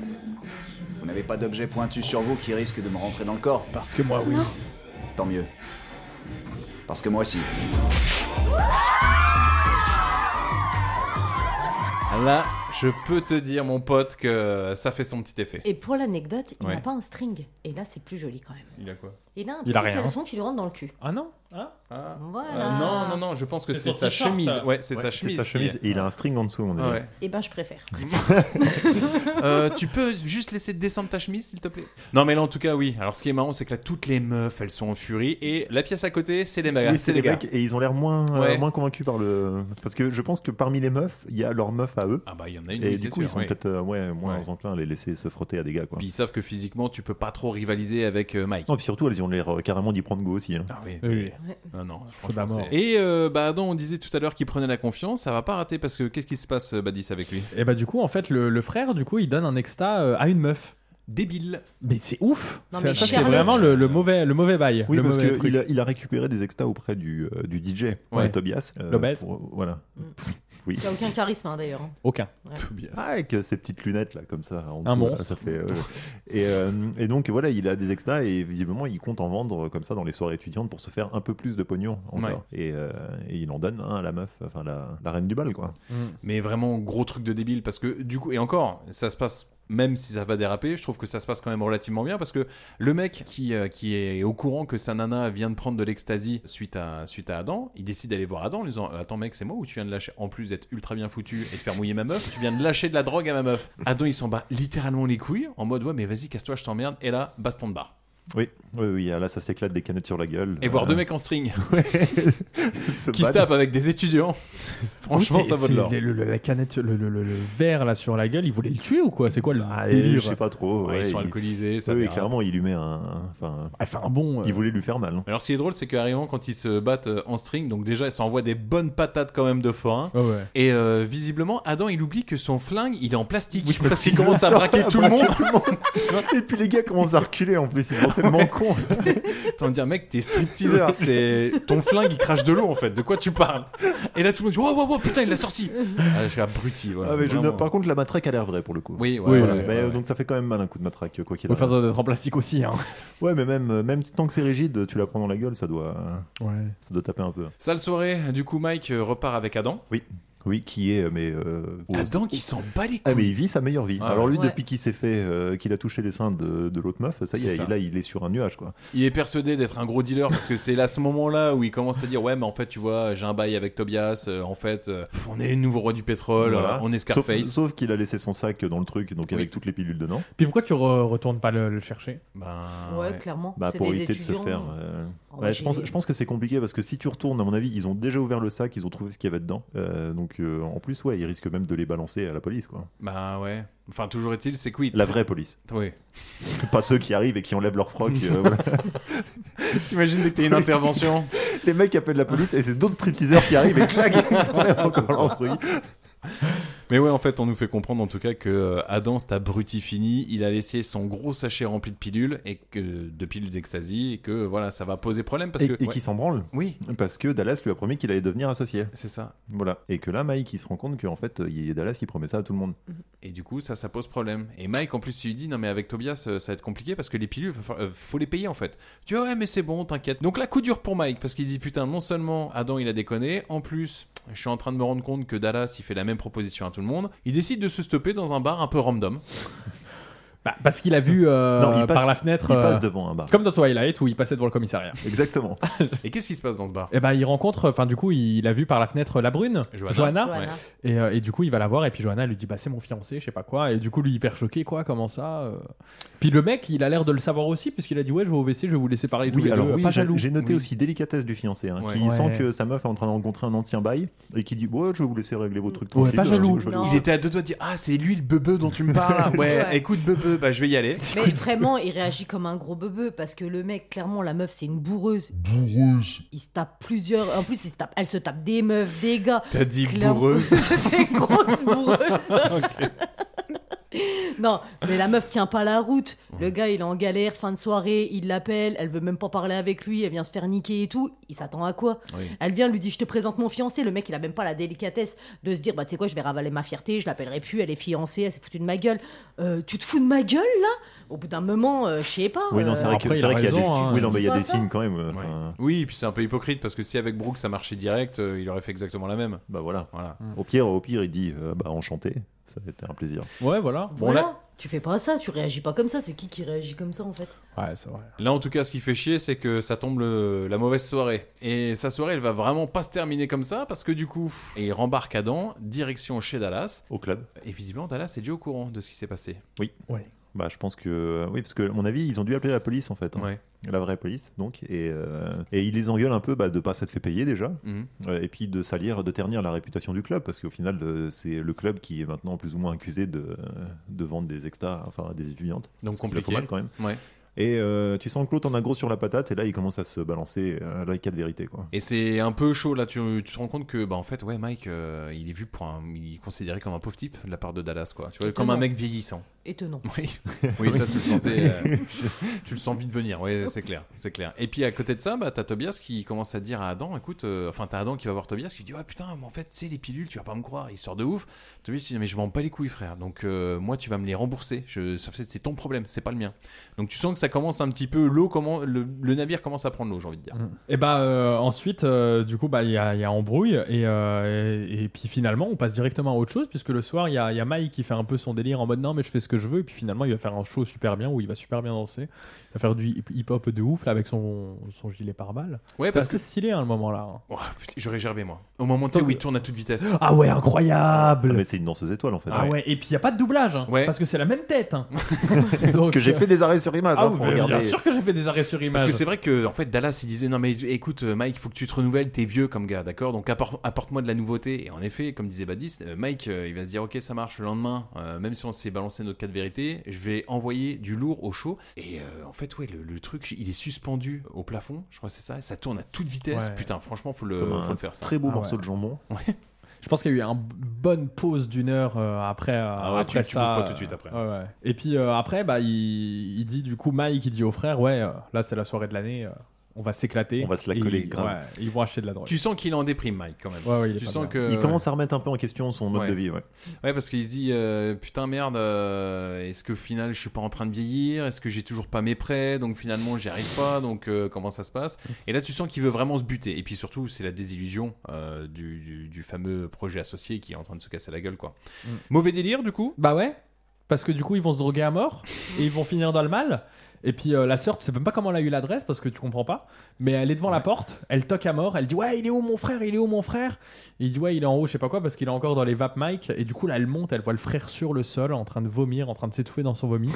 L: Vous n'avez pas d'objet pointu sur vous qui risque de me rentrer dans le corps.
K: Parce que moi, oui.
L: Tant mieux. Parce que moi aussi.
B: Là, je peux te dire, mon pote, que ça fait son petit effet.
I: Et pour l'anecdote, il
B: Ouais.
I: n'a pas un string. Et là, c'est plus joli quand même.
B: Il a quoi
I: Il a un
B: Il
I: petit
B: a rien.
I: caleçon qui lui rentre dans le cul.
K: Ah non
I: Voilà.
B: Euh, non, non, non, je pense que
K: C'est
B: c'est
K: son
B: sa
K: t-shirt.
B: chemise. Ouais, c'est
J: Ouais,
B: sa chemise.
J: sa chemise. Et il a un string en dessous, on
B: Ah
J: est d'accord.
B: ouais.
I: Eh ben, je préfère.
B: Euh, tu peux juste laisser descendre ta chemise, s'il te plaît Non, mais là, en tout cas, oui. Alors, ce qui est marrant, c'est que là, toutes les meufs, elles sont en furie. Et la pièce à côté, c'est les mecs.
J: Oui, c'est
B: les
J: les
B: gars.
J: mecs et ils ont l'air moins, euh,
B: Ouais.
J: moins convaincus par le. Parce que je pense que parmi les meufs, il y a leur meuf à eux.
B: Ah bah, il y en a une, oui,
J: Et
B: c'est
J: du coup,
B: sûr,
J: ils sont
B: oui.
J: peut-être euh, ouais, moins
B: Ouais.
J: enclins à les laisser se frotter à des gars. Quoi.
B: Puis ils savent que physiquement, tu peux pas trop rivaliser avec euh, Mike.
J: Non, puis surtout, elles ont l'air euh, carrément d'y prendre goût aussi. hein.
B: Ah oui.
K: Oui.
B: Non, non,
K: pas
B: franchement,
K: mort.
B: c'est- Et euh, bah, Adam, on disait tout à l'heure qu'il prenait la confiance. Ça va pas rater parce que qu'est-ce qui se passe, euh, Badis, avec lui
K: Et bah, du coup, en fait, le, le frère, du coup, il donne un extra euh, à une meuf.
B: Débile.
K: Mais c'est ouf
I: Non,
K: Ça,
I: mais
K: ça, c'est
I: Sherlock.
K: vraiment le, le mauvais, le mauvais bail.
J: Oui,
K: le
J: parce
K: mauvais truc.
J: qu'il a, il a récupéré des extas auprès du, euh, du DJ,
K: Ouais.
J: euh, Tobias.
K: Lobez.
J: pour- euh, voilà. Oui.
I: Il a aucun charisme, hein, d'ailleurs. hein.
K: Aucun.
I: Ouais.
J: Ah, avec euh, ses petites lunettes là, comme ça. En
K: Un
J: dessous, là,
K: monstre.
J: ça fait, euh, et, euh, et donc voilà, il a des extras et visiblement il compte en vendre euh, comme ça dans les soirées étudiantes pour se faire un peu plus de pognon encore.
B: Ouais.
J: Et, euh, et il en donne un à la meuf, enfin la, la reine du bal quoi.
B: Mais vraiment gros truc de débile parce que du coup et encore ça se passe même si ça va déraper, je trouve que ça se passe quand même relativement bien parce que le mec qui, euh, qui est au courant que sa nana vient de prendre de l'ecstasy suite à, suite à Adam, il décide d'aller voir Adam en lui disant Attends, mec, c'est moi ou tu viens de lâcher En plus d'être ultra bien foutu et de faire mouiller ma meuf, tu viens de lâcher de la drogue à ma meuf. Adam il s'en bat littéralement les couilles en mode Ouais, mais vas-y, casse-toi, je t'emmerde. Et là, baston de barre.
J: Oui, oui, oui, là ça s'éclate des canettes sur la gueule.
B: Et voir
J: Euh,
B: deux mecs en string
J: se
B: qui se
J: battent.
B: tapent avec des étudiants. Franchement,
K: Oui, c'est-
B: ça vaut de
K: c'est
B: l'or.
K: le- le- La canette, le, le, le- le verre là sur la gueule, il voulait le tuer ou quoi C'est quoi le
J: Ah, et
K: délire
J: je sais pas trop.
B: Ouais, ils sont
J: il-
B: alcoolisés, ça
J: oui,
B: dérape.
J: clairement, il lui met un. Enfin,
K: enfin un bon. euh.
J: Il voulait lui faire mal. hein.
B: Alors, ce qui est drôle, c'est qu'arrivant, quand ils se battent euh, en string, donc déjà, ça envoie des bonnes patates quand même de forain.
K: Ah ouais.
B: Et euh, visiblement, Adam, il oublie que son flingue, il est en plastique. parce qu'il
J: Il
B: commence à
J: sort-
B: braquer tout le monde.
J: tout le monde. et puis les gars commencent à reculer en plus. Ils sont tellement con.
B: T'as envie de dire, mec, t'es stripteaseur. t'es- Ton flingue, il crache de l'eau, en fait. De quoi tu parles Et là, tout le monde dit, wow, wow, wow, putain, il l'a sorti. Ah, je suis abruti. Voilà,
J: Ah, mais je-
B: Vraiment.
J: par contre, la matraque a l'air vraie pour le coup.
B: Oui, ouais,
J: Voilà.
B: ouais, ouais,
J: Mais, euh,
B: ouais.
J: Donc ça fait quand même mal un coup de matraque, quoi qu'il
K: Faut
J: arrive.
K: faire ça d'être en plastique aussi. Hein.
J: Ouais, mais même, euh, même tant que c'est rigide, tu la prends dans la gueule, ça doit,
K: ouais.
J: ça doit taper un peu.
B: Sale soirée. Du coup, Mike euh, repart avec Adam.
J: Oui. Oui, qui est, euh, mais. euh, au-
B: Adam qui s'en bat les couilles.
J: Ah, mais il vit sa meilleure vie.
B: Ah,
J: Alors, lui,
B: ouais.
J: depuis qu'il s'est fait, euh, qu'il a touché les seins de, de l'autre meuf, ça y
B: C'est
J: est,
B: ça.
J: là, il est sur un nuage, quoi.
B: Il est persuadé d'être un gros dealer parce que c'est à ce moment-là où il commence à dire ouais mais en fait tu vois j'ai un bail avec Tobias euh, en fait euh, pff, on est les nouveaux rois du pétrole
J: Voilà.
B: euh, on est
J: Sauf,
B: Scarface
J: sauf qu'il a laissé son sac dans le truc, donc avec toutes les pilules dedans.
K: Puis pourquoi tu re- retournes pas le, le chercher
B: Ben,
I: Ouais, ouais. clairement.
J: Bah,
I: C'est
J: pour
I: des
J: éviter de se
I: étudiants.
J: faire. euh,
I: Oh,
J: ouais, je,
I: j'ai-
J: pense, je pense que c'est compliqué parce que si tu retournes, à mon avis, ils ont déjà ouvert le sac, ils ont trouvé ce qu'il y avait dedans. Euh, donc euh, en plus, ouais, ils risquent même de les balancer à la police, quoi.
B: bah ouais enfin toujours est-il c'est quoi
J: La vraie police.
B: Oui.
J: Pas ceux qui arrivent et qui enlèvent leur froc. euh, voilà.
B: T'imagines dès que t'as une intervention
J: Les mecs appellent la police et c'est d'autres stripteaseurs qui arrivent et claquent. ils enlèvent encore
B: C'est ça.
J: leur truc.
B: Mais ouais, en fait, on nous fait comprendre en tout cas que euh, Adam, cet abruti fini, il a laissé son gros sachet rempli de pilules et que de pilules d'ecstasy et que voilà, ça va poser problème parce
J: et,
B: que
J: et
B: ouais.
J: qui s'en branle.
B: Oui.
J: Parce que Dallas lui a promis qu'il allait devenir associé.
B: C'est ça.
J: Voilà. Et que là, Mike, il se rend compte qu'en fait, il y a Dallas qui promet ça à tout le monde.
B: Et du coup, ça, ça pose problème. Et Mike, en plus, il lui dit Non, mais avec Tobias, euh, ça va être compliqué parce que les pilules, fa- euh, faut les payer en fait. Tu vois, ouais, mais c'est bon, t'inquiète. Donc là, coup dur pour Mike parce qu'il se dit Putain, non seulement Adam il a déconné, en plus, je suis en train de me rendre compte que Dallas il fait la même proposition à tout le monde. Il décide de se stopper dans un bar un peu random.
K: Bah, parce qu'il a vu euh,
B: Non, il passe-
K: par la fenêtre. euh,
B: il passe devant
J: un bar.
K: Comme dans Twilight où il passait devant le commissariat.
J: Exactement.
B: Et qu'est-ce qui se passe dans ce bar
K: Et bah, il rencontre, enfin, du coup, il, il a vu par la fenêtre la brune,
B: Johanna.
K: Johanna.
B: Johanna.
K: Et, euh, et du coup, il va la voir. Et puis, Johanna lui dit Bah, c'est mon fiancé, je sais pas quoi. Et du coup, lui, hyper choqué, quoi, comment ça euh. Puis, le mec, il a l'air de le savoir aussi, puisqu'il a dit Ouais, je vais au WC, je vais vous laisser parler tous
J: Oui,
K: les
J: alors
K: deux,
J: oui,
K: pas
J: j'ai-
K: jaloux.
J: j'ai noté
K: Oui.
J: aussi délicatesse du fiancé, hein, qui
K: Ouais.
J: sent
K: Ouais.
J: que sa meuf est en train de rencontrer un ancien bail et qui dit ouais, je vais vous laisser régler vos trucs
K: Ouais,
J: tranquilles.
K: pas
J: je-
K: jaloux.
J: hein, je- je-
I: Non.
B: Il était à deux doigts de dire Ah, c'est lui le bebeu dont tu me parles là. Ouais,
I: Ouais.
B: écoute, bebeu, bah je vais y aller.
I: Mais vraiment, il réagit comme un gros bebeu parce que le mec, clairement, la meuf, c'est une bourreuse.
B: Bourreuse.
I: Il se tape plusieurs. En plus, il se tape... elle se tape des meufs, des gars.
B: T'as dit
I: Clairement-
B: bourreuse
I: C'était une grosse bourreuse. Non, mais la meuf tient pas la route. Le gars, il est en galère, fin de soirée, il l'appelle, elle veut même pas parler avec lui, elle vient se faire niquer et tout. Il s'attend à quoi
B: Oui.
I: Elle vient, lui dit Je te présente mon fiancé. Le mec, il a même pas la délicatesse de se dire Bah, tu sais quoi, je vais ravaler ma fierté, je l'appellerai plus, elle est fiancée, elle s'est foutue de ma gueule. Euh, tu te fous de ma gueule, là Au bout d'un moment, euh, je sais pas.
J: Oui, non, c'est
I: euh,
J: vrai que- c'est vrai qu'il y a des,
K: raison, hein.
J: oui, non, mais il y a
I: Dis
J: des
I: pas ça.
J: signes quand même. euh, enfin,
B: Oui, et puis c'est un peu hypocrite parce que si avec Brooke ça marchait direct, euh, il aurait fait exactement la même.
J: Bah voilà.
B: voilà.
K: Mm.
J: Au pire, au pire, il dit euh, bah enchanté, ça a été un plaisir.
K: Ouais, voilà.
I: Voilà. Tu fais pas ça, tu réagis pas comme ça. C'est qui qui réagit comme ça, en fait
K: Ouais, c'est vrai.
B: Là, en tout cas, ce qui fait chier, c'est que ça tombe le- la mauvaise soirée. Et sa soirée, elle va vraiment pas se terminer comme ça parce que du coup, il rembarque Adam, direction chez Dallas.
J: Au club.
B: Et visiblement, Dallas est déjà au courant de ce qui s'est passé.
J: Oui.
K: Ouais.
J: Bah, je pense que oui, parce que à mon avis, ils ont dû appeler la police en fait, hein.
B: Ouais.
J: la vraie police, donc et, euh, et ils les engueulent un peu bah, de pas s'être fait payer déjà,
B: Mhm.
J: Euh, et puis de salir, de ternir la réputation du club, parce qu'au final, euh, c'est le club qui est maintenant plus ou moins accusé de, de vendre des extas, enfin à des étudiantes.
B: Donc
J: Ce qui
B: compliqué.
J: le fait mal, quand même.
B: Ouais.
J: Et euh, tu sens que l'autre en a gros sur la patate, et là il commence à se balancer euh, là, les cas de vérité quoi.
B: Et c'est un peu chaud là, tu, tu te rends compte que, bah en fait, ouais, Mike, euh, il est vu pour un. Il est considéré comme un pauvre type de la part de Dallas, quoi. Tu vois, comme un
I: Étonnant.
B: mec vieillissant.
I: Étonnant.
B: Oui, oui ça, tu le sentais. euh, tu le sens vite venir, oui, c'est clair, c'est clair. Et puis à côté de ça, bah, t'as Tobias qui commence à dire à Adam, écoute, euh, enfin, t'as Adam qui va voir Tobias qui dit, ouais, putain, mais en fait, tu sais, les pilules, tu vas pas me croire, il sort de ouf. Tobias il dit, mais je m'en bats les couilles, frère, donc euh, moi, tu vas me les rembourser. Je, ça, c'est c'est ton problème, c'est pas le mien. Donc tu sens que ça commence un petit peu, l'eau, comment, le, le navire commence à prendre l'eau, j'ai envie de dire.
K: Et bah euh, ensuite, euh, du coup, bah il y, a il y a embrouille et, euh, et, et puis finalement, on passe directement à autre chose puisque le soir, il y a, il y a Mike qui fait un peu son délire en mode non mais je fais ce que je veux et puis finalement, il va faire un show super bien où il va super bien danser, il va faire du hip- hip-hop de ouf là avec son, son gilet pare-balles.
B: Ouais,
K: C'est
B: parce
K: assez
B: que-
K: stylé hein, à un moment là. hein.
B: Oh, putain, J'aurais gerbé, moi. Au moment tu sais, où il tourne à toute vitesse.
K: Ah ouais, incroyable.
J: Ah, mais c'est une danseuse étoile en fait.
K: Ah ouais. et puis il y a pas de doublage hein, parce que c'est la même tête. hein.
J: Parce
K: Donc,
J: que j'ai
K: euh,
J: fait des arrêts sur image.
K: Ah
J: hein,
K: oui,
J: pour
K: mais bien
J: regarder.
K: sûr que j'ai fait des arrêts sur image.
B: Parce que c'est vrai que en fait Dallas il disait non mais écoute euh, Mike faut que tu te renouvelles t'es vieux comme gars d'accord donc apporte- apporte-moi de la nouveauté et en effet comme disait Badis euh, Mike euh, il va se dire ok ça marche le lendemain euh, même si on s'est balancé notre cas de vérité je vais envoyer du lourd au chaud et euh, en fait ouais le, le truc il est suspendu au plafond je crois que c'est ça ça tourne à toute vitesse
J: Ouais.
B: putain franchement faut le,
J: Comme un
K: Ah
B: faut le faire ça
J: Très beau morceau de jambon.
K: Je pense qu'il y a eu une bonne pause d'une heure euh, après. euh,
B: Ah ouais,
K: après
B: tu- tu
K: ça,
B: bouges pas
K: euh,
B: tout de suite après.
K: ouais, ouais. Et puis euh, après, bah, il, il dit du coup, Mike, il dit au frère, ouais, euh, là c'est la soirée de l'année, euh, on va s'éclater.
J: On va se la
K: Et
J: coller,
K: ils-
J: grave.
K: ouais, ils vont acheter de la drogue.
B: Tu sens qu'il est en déprime, Mike, quand même.
K: Ouais, ouais, il est
B: tu
K: pas
B: sens
K: bien.
B: que
J: Il commence à remettre un peu en question son mode
B: Euh, Ouais.
J: de vie. Ouais.
B: Ouais, parce qu'il se dit euh, putain merde, euh, est-ce que au final je suis pas en train de vieillir Est-ce que j'ai toujours pas mes prêts Donc finalement j'y arrive pas. Donc euh, comment ça se passe Et là tu sens qu'il veut vraiment se buter. Et puis surtout c'est la désillusion euh, du, du- du fameux projet associé qui est en train de se casser la gueule quoi. Mauvais délire du coup
K: Bah ouais, parce que du coup ils vont se droguer à mort et ils vont finir dans le mal. Et puis euh, la sœur, tu sais même pas comment elle a eu l'adresse parce que tu comprends pas, mais elle est devant la porte, elle toque à mort, elle dit ouais il est où mon frère, il est où mon frère Il dit ouais il est en haut, je sais pas quoi parce qu'il est encore dans les vapes Mike et du coup là elle monte, elle voit le frère sur le sol en train de vomir, en train de s'étouffer dans son vomi.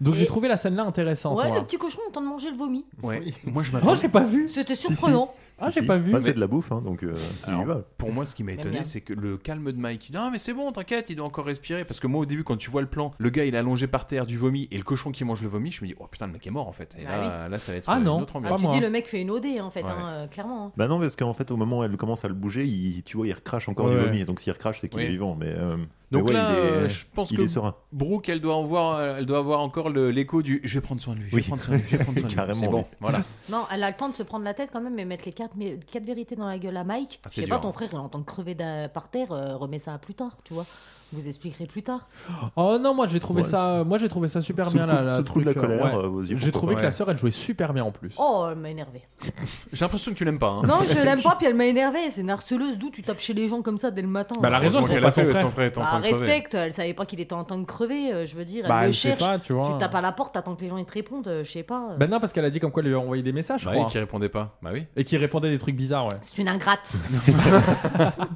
K: Donc j'ai trouvé la scène là intéressante.
I: Ouais,
J: hein.
K: moi.
I: le petit cochon en train de manger le vomi.
B: Ouais. Moi je m'attends.
K: Oh j'ai pas vu.
I: C'était surprenant.
K: Ah j'ai pas vu.
J: Bah, C'est de la bouffe, hein, donc euh, tu y
B: Alors,
J: vas.
B: Pour moi, ce qui m'a
K: J'aime
B: étonné,
K: bien.
B: c'est que le calme de Mike, il dit, non mais c'est bon, t'inquiète, il doit encore respirer. Parce que moi, au début, quand tu vois le plan, le gars il est allongé par terre du vomi et le cochon qui mange le vomi, je me dis, oh putain, le mec est mort en fait. Et
I: Bah
B: là,
I: oui.
B: là, ça va être
J: Ah
B: une
J: non,
B: autre
J: pas
I: Ah,
B: ambiance.
I: tu dis le mec fait une OD en fait,
J: Ouais.
I: hein, euh, clairement. hein.
J: Bah non, parce qu'en fait, au moment où elle commence à le bouger, il, tu vois, il recrache encore
B: Ouais.
J: du vomi. Donc s'il recrache, c'est qu'il
B: Oui.
J: est vivant. Mais, euh,
B: Donc
J: mais ouais,
B: là,
J: il est-
B: euh, je pense
J: il
B: que
J: est serein.
B: Brooke, elle doit avoir, elle doit avoir encore le- l'écho du je vais prendre soin de lui, je vais
J: Oui.
B: prendre soin de lui, je vais prendre soin de lui.
J: Carrément,
B: C'est bon,
J: oui.
B: voilà.
I: Non, elle a le temps de se prendre la tête quand même et mettre les quatre, mais- quatre vérités dans la gueule à Mike.
B: Ah,
I: Je
B: c'est
I: sais pas,
B: dur,
I: ton
B: hein.
I: frère, il entend crever d'un- par terre, euh, remets ça à plus tard, tu vois. Vous expliquerez plus tard.
K: Oh non, moi j'ai trouvé
J: Ouais,
K: ça, moi j'ai trouvé ça super
J: sous
K: bien
J: le
K: là.
J: coup-
K: là,
J: sous le coup de la
K: truc, euh,
J: colère,
K: ouais.
J: euh, vas-y,
K: J'ai
J: pourquoi
K: trouvé
J: pas.
K: que la sœur elle jouait super bien en plus.
I: Oh, elle m'a énervé.
B: J'ai l'impression que tu l'aimes pas. hein.
I: Non, je l'aime pas, puis elle m'a énervé. C'est une harceleuse, d'où tu tapes chez les gens comme ça dès le matin. hein.
K: Bah, elle a raison, Heureusement elle trouve qu'elle pas a son fait, frère. son frère est en
I: Bah,
K: train de crever.
I: respecte, elle savait pas qu'il était en train de crever, euh, je veux dire. Elle
K: Bah,
I: le
K: elle sait
I: cherche.
K: pas, tu vois.
I: tapes à la porte, t'attends que les gens ils te répondent, euh, je sais pas. euh.
K: Ben non, parce qu'elle a dit comme quoi elle lui a envoyé des messages, je
B: Bah,
K: crois.
B: et qui répondait pas. Bah oui.
K: Et qui répondait des trucs bizarres, ouais.
I: C'est une ingrate.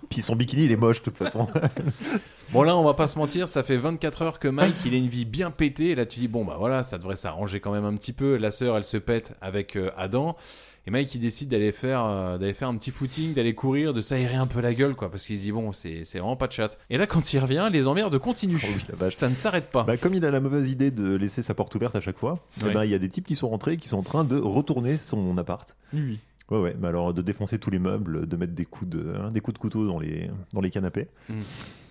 J: Puis son bikini, il est moche de toute façon.
B: Bon là, on va pas se mentir, ça fait 24 heures que Mike, il a une vie bien pétée. Et là, tu dis bon bah voilà, ça devrait s'arranger quand même un petit peu. La sœur, elle se pète avec euh, Adam. Et Mike, il décide d'aller faire, euh, d'aller faire un petit footing, d'aller courir, de s'aérer un peu la gueule, quoi, parce qu'il se dit bon, c'est c'est vraiment pas de chat. Et là, quand il revient, les emmerdes continuent. ça ne s'arrête pas.
J: Bah, comme il a la mauvaise idée de laisser sa porte ouverte à chaque fois, eh
B: Ouais.
J: ben, il y a des types qui sont rentrés et qui sont en train de retourner son appart.
K: Oui.
J: Ouais, ouais, mais alors de défoncer tous les meubles, de mettre des coups de, hein, des coups de couteau dans les, dans les canapés.
B: Mm.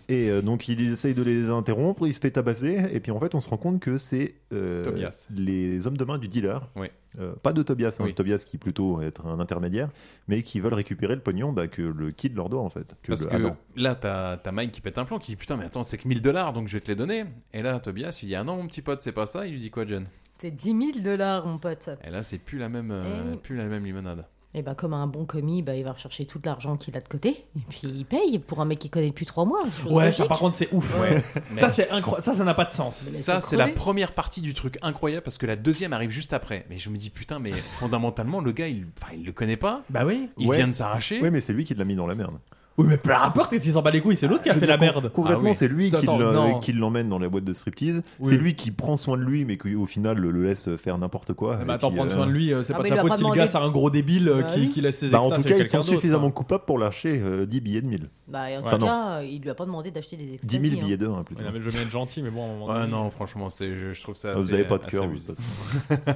J: Et euh, donc il essaye de les interrompre, il se fait tabasser, et puis en fait on se rend compte que c'est euh,
B: Tobias.
J: les hommes de main du dealer.
B: Oui.
J: Euh, pas de Tobias, hein,
B: Oui.
J: Tobias qui plutôt va être un intermédiaire, mais qui veulent récupérer le pognon bah, que le kid leur doit en fait. Que
B: Parce
J: le
B: que
J: Adam.
B: là, t'as t'as Mike qui pète un plan, qui dit putain, mais attends, c'est que 1000 dollars, donc je vais te les donner. Et là, Tobias, il dit ah non, mon petit pote, c'est pas ça. Il lui dit quoi, John
I: C'est 10 000 dollars, mon pote.
B: Et là, c'est plus la même, euh,
I: Eh oui.
B: plus la même limonade.
I: Et bah, comme un bon commis, bah, il va rechercher tout l'argent qu'il a de côté, et puis il paye pour un mec qui connaît depuis 3 mois. chose
K: Ouais, ça
I: logique.
K: par contre c'est ouf.
B: Ouais.
K: ça c'est incroyable, ça ça n'a pas de sens.
B: Ça, c'est la première partie du truc incroyable parce que la deuxième arrive juste après. Mais je me dis, putain, mais fondamentalement, le gars, il, enfin, il le connaît pas.
K: Bah oui.
B: Il
J: Ouais.
B: vient de s'arracher.
J: Oui, mais c'est lui qui l'a mis dans la merde.
K: Oui, mais peu importe, et s'il s'en bat les couilles, c'est l'autre qui a
J: Je
K: fait
J: veux
K: la
J: dire, con-
K: merde. Ah
J: Concrètement, c'est lui qui
K: Attends,
J: l'a-
K: non.
J: qui l'emmène dans la boîte de striptease.
K: Oui.
J: C'est lui qui prend soin de lui, mais qui au final le, le laisse faire n'importe quoi.
K: Ah, Mais
J: Et
K: attends,
J: puis,
K: prendre
J: euh,
K: soin de lui, euh, c'est
I: Ah,
K: pas
I: mais il
K: de sa
I: a
K: faute
I: pas
K: si le gars
I: demandé.
K: c'est un gros débile euh,
I: Bah
K: qui,
I: oui.
K: qui laisse ses
J: bah, en
K: extras
J: tout
K: chez
J: cas, ils
K: quelqu'un
J: sont
K: d'autre,
J: suffisamment
K: hein.
J: coupables pour lâcher euh, 10 billets de 1000.
I: Bah, et en
J: Enfin,
I: tout
J: non.
I: cas, euh, il lui a pas demandé d'acheter des extras.
J: 10 000 billets d'heure, hein, plutôt.
K: Ouais, non, mais je veux bien être gentil, mais bon, à un moment
B: Ouais,
K: donné-
B: non, franchement, c'est, je, je trouve ça.
J: Ah, vous
B: assez-
K: euh,
J: avez pas de cœur,
B: assez
J: vous,
B: abusé.
J: de toute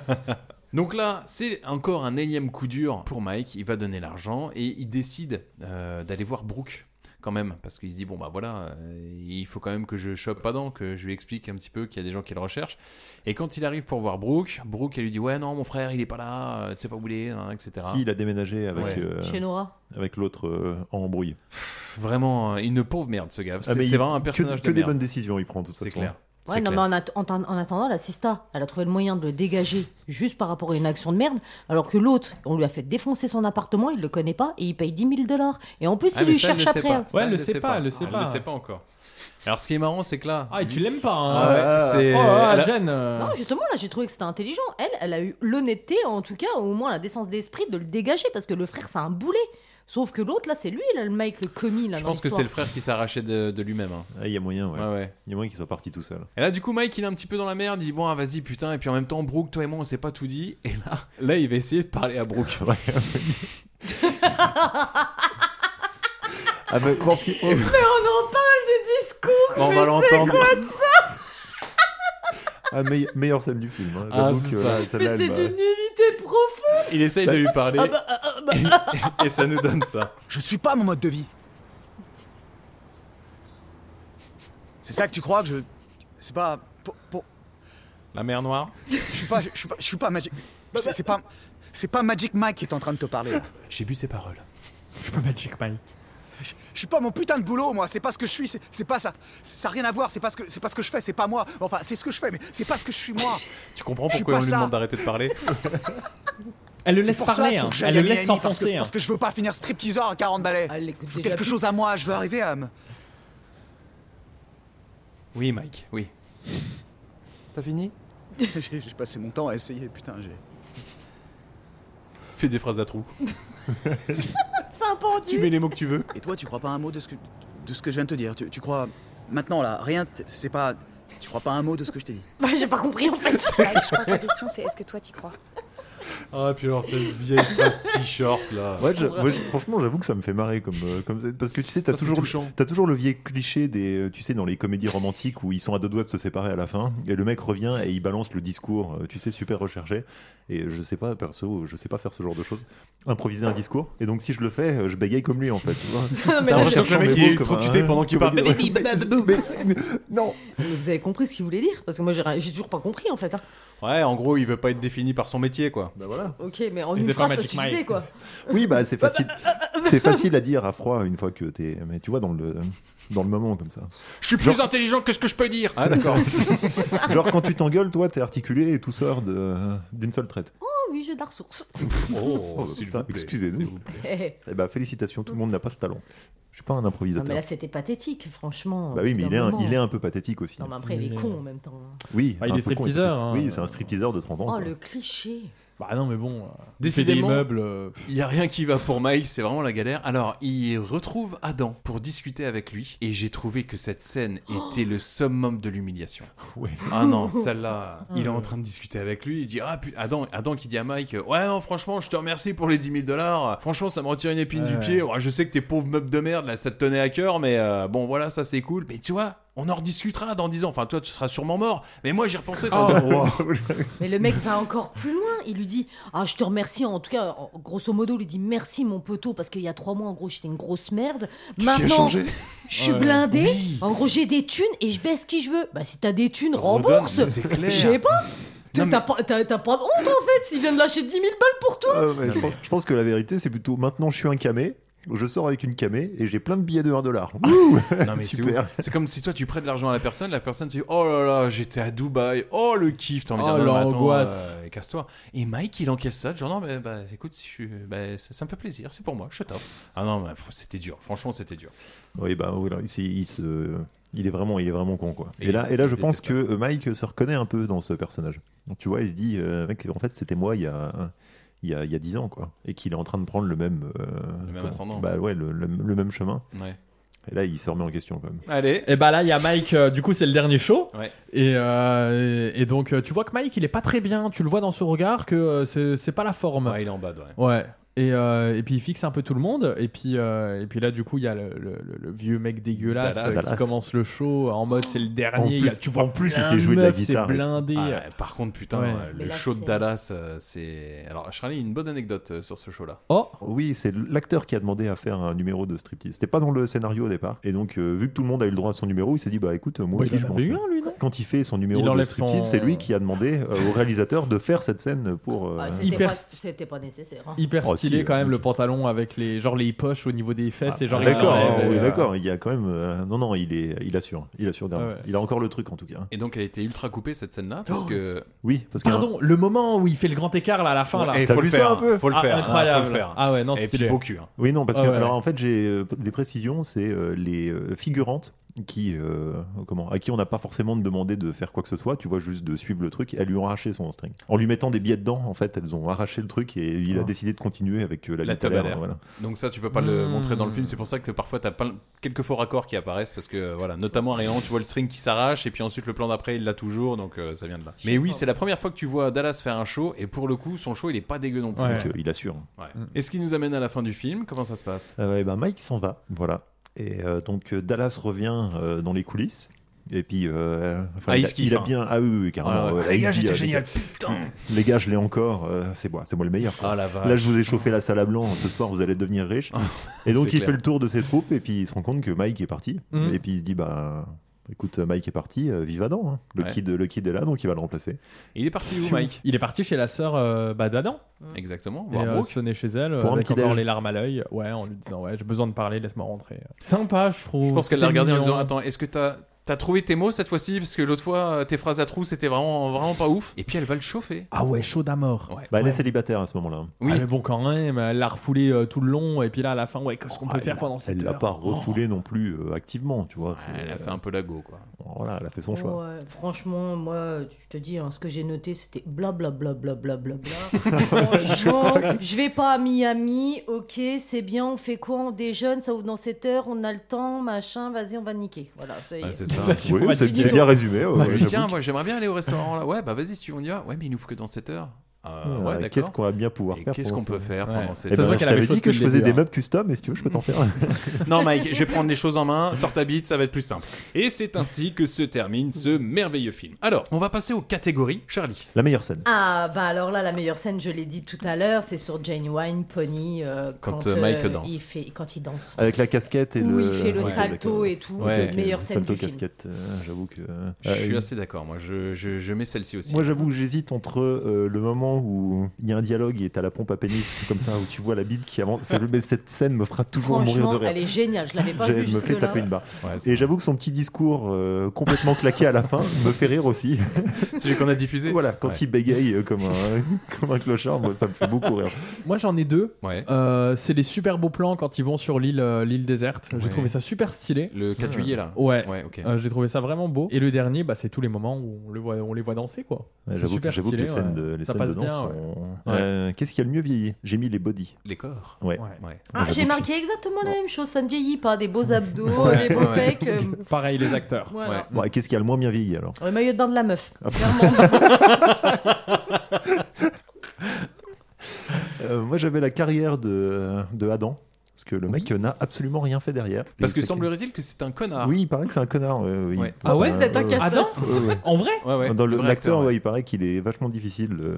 B: Donc là, c'est encore un énième coup dur pour Mike. Il va donner l'argent et il décide euh, d'aller voir Brooke quand même parce qu'il se dit bon bah voilà euh, il faut quand même que je chope Adam que je lui explique un petit peu qu'il y a des gens qui le recherchent et quand il arrive pour voir Brooke Brooke elle lui dit ouais non mon frère il est pas là euh, tu sais pas où il est hein, etc
J: Si, il a déménagé avec,
B: Ouais.
J: euh,
I: Chez Nora.
J: avec l'autre euh, en brouille.
B: Vraiment euh, une pauvre merde ce gars. C'est
J: Ah, mais
B: c'est
J: il-
B: vraiment un
J: que-
B: personnage
J: que
B: de
J: des
B: merde.
J: bonnes décisions, il prend, de toute
B: C'est
J: façon.
B: clair.
I: Ouais,
B: C'est
I: non, mais
B: clair.
I: en, at- en ten- en attendant, la Sista, elle a trouvé le moyen de le dégager juste par rapport à une action de merde, alors que l'autre, on lui a fait défoncer son appartement, il le connaît pas et il paye 10 000 dollars. Et en plus,
B: Ah,
I: il
B: mais
I: lui
B: ça, elle
I: cherche
B: le sait
I: après. hein.
B: pas. Ça,
K: Ouais, elle
B: elle
K: le sait pas, elle le sait
B: Elle
K: pas.
B: le sait pas encore.
J: Ah,
B: Alors ce qui est marrant, c'est que là.
K: Ah, et tu l'aimes pas, hein.
B: Ah ouais, c'est-
K: Oh,
B: elle a-
K: ah, Jen. euh,
I: Non, justement, là, j'ai trouvé que c'était intelligent. Elle, elle a eu l'honnêteté, en tout cas, ou au moins la décence d'esprit de le dégager, parce que le frère, c'est un boulet. Sauf que l'autre, là, c'est lui, là, le mec, le commis. Là,
B: Je
I: dans
B: pense que
I: l'histoire.
B: c'est le frère qui s'est arraché de, de lui-même. hein.
J: Ah, Il y a moyen, ouais.
B: Ouais, ouais.
J: Il y a moyen qu'il soit parti tout seul.
B: Et là, du coup, Mike, il est un petit peu dans la merde. Il dit Bon, ah, vas-y, putain. Et puis en même temps, Brooke, toi et moi, on s'est pas tout dit. Et là, là il va essayer de parler à Brooke.
J: Ah, mais bon, ce qui-
E: Mais on en parle du discours
J: Bon, on
E: mais
J: va
E: c'est
J: l'entendre.
E: quoi de ça
J: Ah, meille- meilleure scène du film. hein.
B: Ah,
J: J'avoue
B: c'est
J: que,
B: ça.
J: euh, celle-là,
E: Mais
J: elle
E: c'est
J: m'a-
E: d'une nullité profonde
B: il essaye de lui parler.
E: Ah bah, ah bah.
B: et ça nous donne ça.
N: Je suis pas mon mode de vie. C'est ça que tu crois que je. C'est pas. Pour, pour-
B: La mer Noire
N: Je suis pas. Je suis pas, je suis pas Magic.
B: Bah,
N: C'est c'est pas. C'est pas Magic Mike qui est en train de te parler. là.
B: J'ai bu ses paroles.
K: Je suis pas Magic Mike.
N: Je je suis pas mon putain de boulot, moi. C'est pas ce que je suis. C'est c'est pas ça. Ça a rien à voir. C'est pas ce que. C'est pas ce que je fais. C'est pas moi. Enfin, c'est ce que je fais, mais c'est pas ce que je suis moi.
B: Tu comprends
N: Je suis
B: pourquoi on
N: pas
B: lui
N: ça.
B: demande d'arrêter de parler
K: Elle le
N: C'est
K: laisse
N: pour ça
K: parler,
N: qu'il faut
K: hein.
N: que j'aille
K: elle le
N: à
K: laisse
N: Miami, parce que-
K: s'enfoncer. hein.
N: Parce que je veux pas finir stripteaseur à 40 balais. Je veux
K: déjà
N: quelque
K: plus.
N: chose à moi. Je veux arriver à me.
B: Oui, Mike, oui. T'as fini
N: J'ai j'ai passé mon temps à essayer. Putain, j'ai.
B: Fais des phrases à trous.
I: C'est un pendu.
B: Tu mets les mots que tu veux.
N: Et toi, tu crois pas un mot de ce que, de ce que je viens de te dire tu, tu crois. Maintenant, là, rien. t- C'est pas. Tu crois pas un mot de ce que je t'ai dit
I: Bah, j'ai pas compris en fait.
M: Je crois que la question, c'est est-ce que toi t'y crois
B: Ah, puis alors cette vieille phrase t-shirt là.
J: Ouais, je- ouais, je- franchement, j'avoue que ça me fait marrer comme, euh, comme ça, parce que tu sais, t'as
B: Ah, c'est
J: toujours,
B: touchant.
J: t'as toujours le vieil cliché des, euh, tu sais, dans les comédies romantiques où ils sont à deux doigts de se séparer à la fin, et le mec revient et il balance le discours, euh, tu sais, super recherché. Et je sais pas, perso, je sais pas faire ce genre de choses, improviser un discours. Et donc si je le fais, euh, je bégaye comme lui en fait. tu vois.
I: Non, mais
J: En
I: là, je-
J: recherchant
B: Le mec,
J: mes
B: il est
J: mots comme
B: électrocuté
J: un-
B: pendant qu'il
F: Ah,
J: comme un-
B: parle.
J: Non.
I: Vous avez compris ce qu'il voulait dire Parce que moi, j'ai rien- j'ai toujours pas compris en fait. hein.
B: Ouais, en gros, il veut pas être défini par son métier quoi.
J: Bah voilà.
I: Ok, mais en
B: Et
I: une
B: c'est pas
I: phrase, ça
B: Magic Mike.
I: suffisait quoi.
J: Oui, bah c'est facile. c'est facile à dire à froid une fois que t'es. Mais tu vois, dans le, dans le moment comme ça.
B: Je suis plus intelligent que ce que je peux dire. Ah d'accord.
J: Genre quand tu t'engueules, toi, t'es articulé et tout sort de- d'une seule traite.
I: Oh oui, j'ai de la ressource.
B: Oh,
J: putain, excusez-nous.
I: Eh.
J: Eh bah félicitations, tout le monde n'a pas ce talent. Je suis pas un
I: Non, mais
J: improvisateur.
I: là, c'était pathétique, franchement.
J: bah oui, mais
I: Au bout
J: il est,
I: d'un
J: un,
I: moment.
J: il est un peu pathétique aussi.
I: Non, mais après, il est con en même temps. hein.
J: Oui,
K: Bah, il
J: un
K: est
J: peu con,
K: stripteaseur,
J: pathétique.
K: hein.
J: Oui, c'est un stripteaseur de 30 ans.
I: Oh,
J: quoi.
I: le cliché.
K: Bah non, mais
J: euh,
K: bon.
B: Décidément,
K: Il fait des meubles, euh,
B: il y a rien qui va pour Mike, c'est vraiment la galère. Alors, il retrouve Adam pour discuter avec lui, et j'ai trouvé que cette scène était le summum de l'humiliation.
J: Ouais.
B: Ah non, celle-là, il est en train de discuter avec lui, il dit ah putain, Adam, Adam qui dit à Mike, ouais non franchement, je te remercie pour les 10 000 dollars. Franchement, ça me retire une épine
K: Ouais,
B: du
K: ouais.
B: pied. Ouais, je sais que tes pauvres meubles de merde là, ça te tenait à cœur, mais euh, bon voilà, ça c'est cool. Mais tu vois. On en rediscutera dans 10 ans. Enfin, toi, tu seras sûrement mort. Mais moi, j'y repensais.
I: Oh.
B: tantôt.
I: Mais le mec va encore plus loin. Il lui dit Ah, je te remercie. En tout cas, en- grosso modo, il lui dit Merci, mon poteau, parce qu'il y a trois mois, en gros, j'étais une grosse merde.
B: Qu'est-ce qui a
I: Maintenant, je
B: changé
I: suis
B: Ouais.
I: blindé. En gros, j'ai des thunes et je baisse qui je veux. Bah, si t'as des thunes,
B: Redonne,
I: rembourse.
B: mais c'est clair.
I: Je sais pas.
B: Non,
I: T'as pas, t'as- t'as pas de honte, en fait. Il vient de lâcher 10 000 balles pour toi.
J: Ah ouais, je, pense, je pense que la vérité, c'est plutôt maintenant je suis un camé, je sors avec une camé et j'ai plein de billets de 1 dollar. Wouh
B: Non mais c'est
J: Super.
B: ouf. C'est comme si toi tu prêtes de l'argent à la personne, la personne tu dis oh là là j'étais à Dubaï, oh le kiff, t'as envie de
K: Oh,
B: dire non, mais attends,
K: l'angoisse.
B: euh, casse-toi. Et Mike il encaisse ça, genre non mais bah écoute si je suis, bah, ça, ça me fait plaisir, c'est pour moi, je t'offre. Ah non mais pff, c'était dur, franchement c'était dur.
J: Oui, bah voilà, il, s'est- il se- il est vraiment, il est vraiment con quoi.
B: Et
J: Et,
B: il-
J: là, et là,
B: il
J: je pense que
B: déteste
J: euh, Mike se reconnaît un peu dans ce personnage. Donc, tu vois, il se dit, euh, mec, en fait, c'était moi il y a, il y a, il y a 10 ans quoi, et qu'il est en train de prendre le même, euh, comment-
B: ascendant.
J: Bah ouais, le, le- le même chemin.
B: Ouais.
J: Et là, il se remet en question quand même.
B: Allez.
K: Et bah là, il y a Mike, euh, du coup, c'est le dernier show.
B: Ouais.
K: Et, euh, et, et donc, euh, tu vois que Mike, il est pas très bien. Tu le vois dans son regard que euh, c'est- c'est pas la forme.
B: Ouais, il est en bas, ouais.
K: Ouais. Et, euh, et puis il fixe un peu tout le monde. Et puis, euh, et puis là, du coup, il y a le, le- le- le vieux mec dégueulasse
B: Dallas.
K: euh,
B: Dallas.
K: qui commence le show en mode c'est le dernier.
J: En
K: il y a-
J: plus-
K: tu vois
J: en plus, il
K: plein
J: s'est
K: de
J: joué de la
K: meufs, c'est
J: guitare et tout.
K: blindé.
B: Ah, ouais, par contre putain
K: Ouais.
B: euh,
K: Mais
B: le
K: là,
B: show de
K: c'est-
B: Dallas euh, c'est alors Charlie une bonne anecdote euh, sur ce show là.
K: Oh
J: Oui, c'est l'acteur qui a demandé à faire un numéro de striptease. C'était pas dans le scénario au départ. Et donc, euh, vu que tout le monde a eu le droit à son numéro, il s'est dit bah écoute, moi
K: Bah,
J: aussi
K: il en
J: je
K: a
J: m'en
K: fait
J: fous.
K: eu un, lui, non
J: Quand il fait son
K: Il
J: numéro de
K: enlève
J: striptease,
K: son-
J: c'est lui qui a demandé euh, au réalisateur de faire cette scène pour. euh,
I: Ah, c'était
K: hyper
I: pas-
K: st-
I: C'était pas, nécessaire. hein.
K: Hyper
J: Oh,
K: stylé
J: si,
K: quand même le pantalon avec les genre les poches au niveau des
B: Ah,
K: fesses et genre il
J: Ah, D'accord,
K: enlève,
J: oui,
K: et, euh,
J: d'accord. Il y a quand même. euh, non, non, il est, il assure, il assure.
K: Ah
J: derrière.
K: ouais.
J: Il a encore le truc en tout cas. hein.
B: Et donc elle était ultra coupée cette scène là
K: Oh.
B: parce que
J: Oui, parce que.
K: Pardon, le moment où il fait le grand écart là à la fin là.
B: Eh,
J: T'as
B: faut le
J: vu ça
B: faire,
J: un peu
B: faut le
K: Ah,
B: faire, hein,
K: incroyable.
B: faut le faire.
K: Ah ouais, non,
B: et
K: c'est
B: puis
K: stylé.
B: beau cul. hein.
J: Oui, non, parce
K: Ah
J: que
K: ouais,
J: alors
K: ouais.
J: en fait j'ai euh, des précisions, c'est euh, les euh, figurantes qui euh, comment à qui on n'a pas forcément demandé de faire quoi que ce soit, tu vois juste de suivre le truc, elles lui ont arraché son string. En lui mettant des billets dedans, en fait, elles ont arraché le truc et il a
K: Ah.
J: décidé de continuer avec euh, la,
B: La
J: guitare,
B: table à l'air.
J: voilà.
B: Donc ça, tu peux pas le
K: Mmh.
B: montrer dans le film. C'est pour ça que parfois t'as plein- quelques faux raccords qui apparaissent parce que euh, voilà, notamment à Réan, tu vois le string qui s'arrache et puis ensuite le plan d'après il l'a toujours, donc euh, ça vient de là. Mais oui, c'est la première fois que tu vois Dallas faire un show et pour le coup, son show il est pas dégueu non plus.
K: Ouais. Hmm.
J: Donc euh, il assure.
B: Ouais. Et ce qui nous amène à la fin du film, comment ça se passe
J: Euh, et ben Mike s'en va, voilà. Et euh, donc euh, Dallas revient euh, dans les coulisses. Et puis, euh, enfin,
B: Ah, il
J: il, a,
B: se kiffe,
J: il a
B: hein.
J: bien. Ah oui, oui, carrément.
B: Ah ouais.
J: ouais.
B: Ah, les
J: Il
B: gars,
J: se dit,
B: j'étais
J: euh, les
B: génial,
J: gars-
B: putain
J: Les gars, je l'ai encore. euh, c'est moi, c'est moi le meilleur.
B: Ah, la vache.
J: Là, je vous ai chauffé la salle à blanc. Ce soir, vous allez devenir riche. et donc,
B: C'est
J: il
B: clair.
J: fait le tour de ses troupes. Et puis, il se rend compte que Mike est parti.
K: Mhm.
J: Et puis, il se dit, bah. Écoute, euh, Mike est parti, euh, vive Adam. hein. Le,
K: Ouais.
J: kid, le kid est là, donc il va le remplacer.
B: Il est parti
J: où, Mike
K: Il est parti chez la sœur euh, bah, d'Adam.
B: Exactement.
K: Et,
B: voir
K: euh,
B: Brooke.
K: sonner chez elle euh,
B: Pour un
K: avec
B: petit
K: encore
B: déj.
K: les larmes à l'œil. Ouais, en lui disant ouais, j'ai besoin de parler, laisse-moi rentrer. Sympa, je trouve.
B: Je pense qu'elle l'a
K: C'était
B: regardé en
K: mignon.
B: disant Attends, est-ce que t'as as trouvé tes mots cette fois-ci Parce que l'autre fois, euh, tes phrases à trous, c'était vraiment, vraiment pas ouf. Et puis elle va le chauffer.
K: Ah ouais, chaud à mort.
J: Bah, elle est
K: Ouais.
J: célibataire à ce moment-là.
K: Oui, mais bon, quand même, elle l'a refoulé euh, tout le long, et puis là, à la fin, ouais, qu'est-ce
B: Oh,
K: qu'on peut faire pendant cette
J: Elle l'a
K: heure Oh.
J: pas refoulé non plus euh, activement, tu vois. elle
B: a fait un Oh. peu lago, quoi.
J: Voilà, elle a fait son choix.
I: Ouais, franchement, moi, je te dis, hein, ce que j'ai noté, c'était blablabla. Bla, bla, bla, bla. Franchement, je vais pas à Miami, ok, c'est bien, on fait quoi On déjeune, ça ouvre dans 7 heures, on a le temps, machin, vas-y, on va niquer. Voilà, ça y est.
B: Ah, c'est ça.
J: Oui, on va c'est- finir. c'est bien résumé, ouais,
B: Bah,
J: ouais,
B: tiens,
J: j'avoue
B: moi j'aimerais bien aller au restaurant là. Ouais, bah vas-y, si on y va. Ouais, mais il ouvre que dans 7 heures. Euh,
J: Ah Ouais,
B: ouais, d'accord.
J: qu'est-ce qu'on va bien pouvoir
B: Et
J: faire
B: Qu'est-ce
J: pendant
B: qu'on
J: ce-
B: peut faire
J: Ouais.
B: pendant
J: Eh
B: cette
J: ben,
B: heure
J: je t'avais dit que je faisais des meubles custom, et si tu veux, je peux t'en faire.
B: Non, Mike, je vais prendre les choses en main. Sors ta bite, ça va être plus simple. Et c'est ainsi que se termine ce merveilleux film. Alors, on va passer aux catégories. Charlie.
J: La meilleure scène.
I: Ah bah alors là la meilleure scène je l'ai dit tout à l'heure c'est sur Jane Wine Pony euh,
J: Quand,
I: quand,
J: euh, Mike danse.
I: il fait quand il danse
J: Avec la casquette et
I: Où
J: Ah, le.
I: il fait le
J: ouais,
I: salto
J: d'accord.
I: et tout,
J: Ouais,
I: le meilleure
J: le
I: scène
J: salto
I: du film.
J: casquette, euh, j'avoue que. euh,
B: Je suis
J: euh,
B: assez d'accord. Moi, je, je, je mets celle-ci aussi.
J: Moi, j'avoue que j'hésite entre euh, le moment où il y a un dialogue et t'as la pompe à pénis, comme ça, où tu vois la bite qui avance. Ça- mais cette scène me fera toujours mourir de
I: franchement
J: rire.
I: elle est géniale je l'avais pas
J: J'ai-
I: vue
J: Elle me
I: jusque
J: fait
I: là
J: taper une barre. et j'avoue que son petit discours euh, complètement claqué à la fin me fait rire aussi.
B: Celui qu'on a diffusé
J: Voilà, quand
K: Ouais.
J: il bégaye euh, comme un, comme un clochard, moi, ça me fait beaucoup rire.
K: Moi j'en ai deux. Euh, c'est les super beaux plans quand ils vont sur l'île euh, l'île déserte. J'ai
B: Ouais.
K: trouvé ça super stylé.
B: Le 4 juillet, là.
K: Ouais.
B: Ouais, ok.
K: Euh, J'ai trouvé ça vraiment beau. Et le dernier, bah, c'est tous les moments où on, le voit, on les voit danser quoi.
J: Ouais,
K: C'est
J: J'avoue que,
K: super
J: j'avoue que les
K: stylé,
J: scènes
K: ouais.
J: de, les
K: ça
J: scènes
K: passe
J: de danse
K: bien. ouais.
J: sont-
K: Ouais.
J: Euh, Qu'est-ce qui a le mieux vieilli J'ai mis les bodies.
B: Les corps.
J: Ouais.
I: ah j'ai
J: J'avoue
I: marqué exactement la même chose ça ne vieillit pas des beaux abdos
J: Ouais.
I: des beaux
J: Ouais.
I: pecs euh,
K: Pareil, les acteurs.
I: Voilà.
J: Ouais. Bon, et qu'est-ce qui a le moins bien vieilli alors
I: le maillot de bain de la meuf
J: Ah.
I: clairement
J: Euh, Moi j'avais la carrière de, de Adam, parce que le mec n'a absolument rien fait derrière.
B: Parce
J: Et
B: que
J: c'est-
B: semblerait-il que c'est un connard.
J: Oui, il paraît que c'est un connard. ouais, oui.
B: Ouais.
J: Enfin,
B: Ah ouais, c'est
J: euh,
B: un cassos
J: Ouais, ouais.
B: En vrai Ouais, ouais.
J: Dans le-
B: Le vrai
J: l'acteur,
B: acteur,
J: ouais,
B: ouais.
J: il paraît qu'il est vachement difficile euh,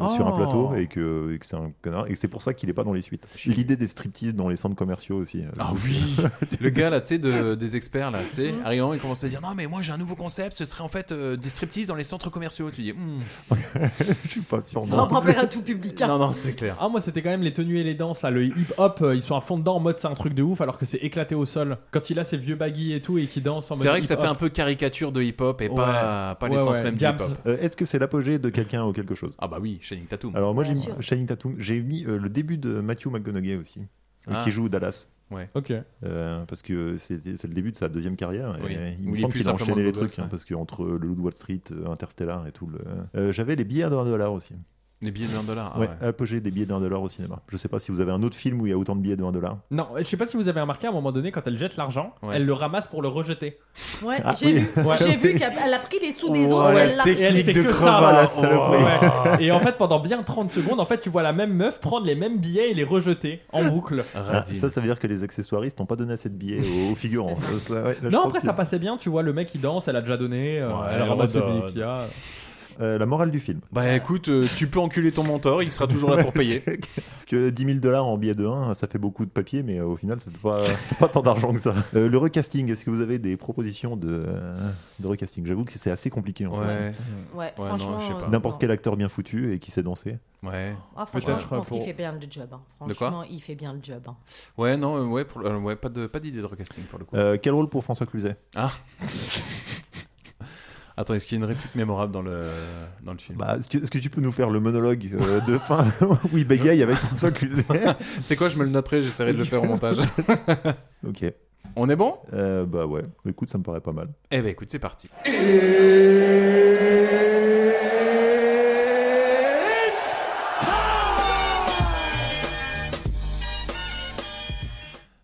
J: euh, sur un
B: Oh.
J: plateau et que, et que c'est un connard et que c'est pour ça qu'il est pas dans les suites. L'idée des striptease dans les centres commerciaux aussi. euh,
B: Ah
J: donc,
B: oui
J: euh,
B: Le gars là, tu sais, de- des experts là, tu sais, arrivant, il commence à dire Non, mais moi j'ai un nouveau concept, ce serait en fait euh, des striptease dans les centres commerciaux. Tu dis Hmm.
J: je suis pas sûr.
I: Ça va pas plaire à tout public hein.
B: clair.
K: Ah, moi, c'était quand même les tenues et les danses, là. Le hip-hop, euh, ils sont à fond dedans en mode c'est un truc de ouf, alors que c'est éclaté au sol. Quand il a ses vieux baggy et tout et qu'il danse en mode.
B: C'est vrai que ça
K: hip-hop.
B: fait un peu caricature de hip-hop et pas, pas l'essence même du hip-hop.
J: Euh, Est-ce que c'est l'apogée de quelqu'un ou quelque chose
B: Ah bah oui, Channing Tatum.
J: Alors moi j'ai
B: Bien
J: mis
B: sûr.
J: Channing Tatum, j'ai mis euh, le début de Matthew McConaughey aussi, euh,
B: Ah.
J: qui joue Dallas.
B: Ouais.
K: Ok.
J: Euh, parce que c'est c'est le début de sa deuxième carrière. Et
B: Oui.
J: Il
B: Où
J: me
B: il est
J: semble
B: plus
J: qu'il a
B: simplement
J: enchaîné les
B: Googles,
J: trucs, hein,
B: ouais.
J: parce que entre le Loup de Wall Street, euh, Interstellar et tout. Le... Euh, J'avais les billets d'un dollar aussi.
B: Les billets de 1 dollar. ah
J: ouais,
B: ouais.
J: apogée des billets d'un dollar au cinéma. Je sais pas si vous avez un autre film où il y a autant de billets d'un dollar.
K: Non, je sais pas si vous avez remarqué à un moment donné, quand elle jette l'argent,
J: Ouais.
K: elle le ramasse pour le rejeter.
I: ouais
J: Ah
I: j'ai
J: oui.
I: vu
J: Ouais.
I: j'ai vu qu'elle a pris les sous des autres
J: Oh, la
I: elle l'a-
K: Et elle fait que ça,
J: crevard, la
K: là.
J: saloperie.
K: Ouais. Et en fait, pendant bien 30 secondes, en fait, tu vois la même meuf prendre les mêmes billets et les rejeter en boucle.
J: Ah, ça, ça veut dire que les accessoiristes n'ont pas donné assez de billets aux, aux figurants. Ça, ouais, là, je
K: non,
J: pense
K: après,
J: que-
K: ça passait bien, tu vois, le mec il danse, elle a déjà donné, euh, elle
J: elle
K: ramasse le
J: redonne.
K: billet qu'il y a.
J: Euh, la morale du film.
B: Bah écoute, euh, tu peux enculer ton mentor, il sera toujours là pour payer.
J: que 10 000 dollars en billets de 1, ça fait beaucoup de papier, mais euh, au final, ça fait pas, pas tant d'argent que ça. Euh, le recasting, est-ce que vous avez des propositions de, euh, de recasting J'avoue que c'est assez compliqué. En
B: Ouais.
J: fait.
I: Ouais, Ouais, non, franchement, je sais pas. euh,
J: N'importe
I: non.
J: quel acteur bien foutu et qui sait danser.
B: Ouais.
I: ah, franchement, je pense qu'il fait bien le job. hein.
B: De quoi
I: Franchement, il fait bien le job. hein.
B: Ouais, non, euh, ouais, pour- euh, ouais, pas de- pas d'idée de recasting pour le coup.
J: Euh, quel rôle pour François Cluzet
B: Ah Attends, est-ce qu'il y a une réplique mémorable dans le, dans le film
J: Bah, est-ce que, est-ce que tu peux nous faire le monologue euh, de fin où il bégaye avec François Cluzet
B: C'est quoi, je me le noterai, j'essaierai de le faire au montage.
J: Ok.
B: On est bon
J: Euh, Bah ouais. Écoute, ça me paraît pas mal.
B: eh ben écoute, c'est parti.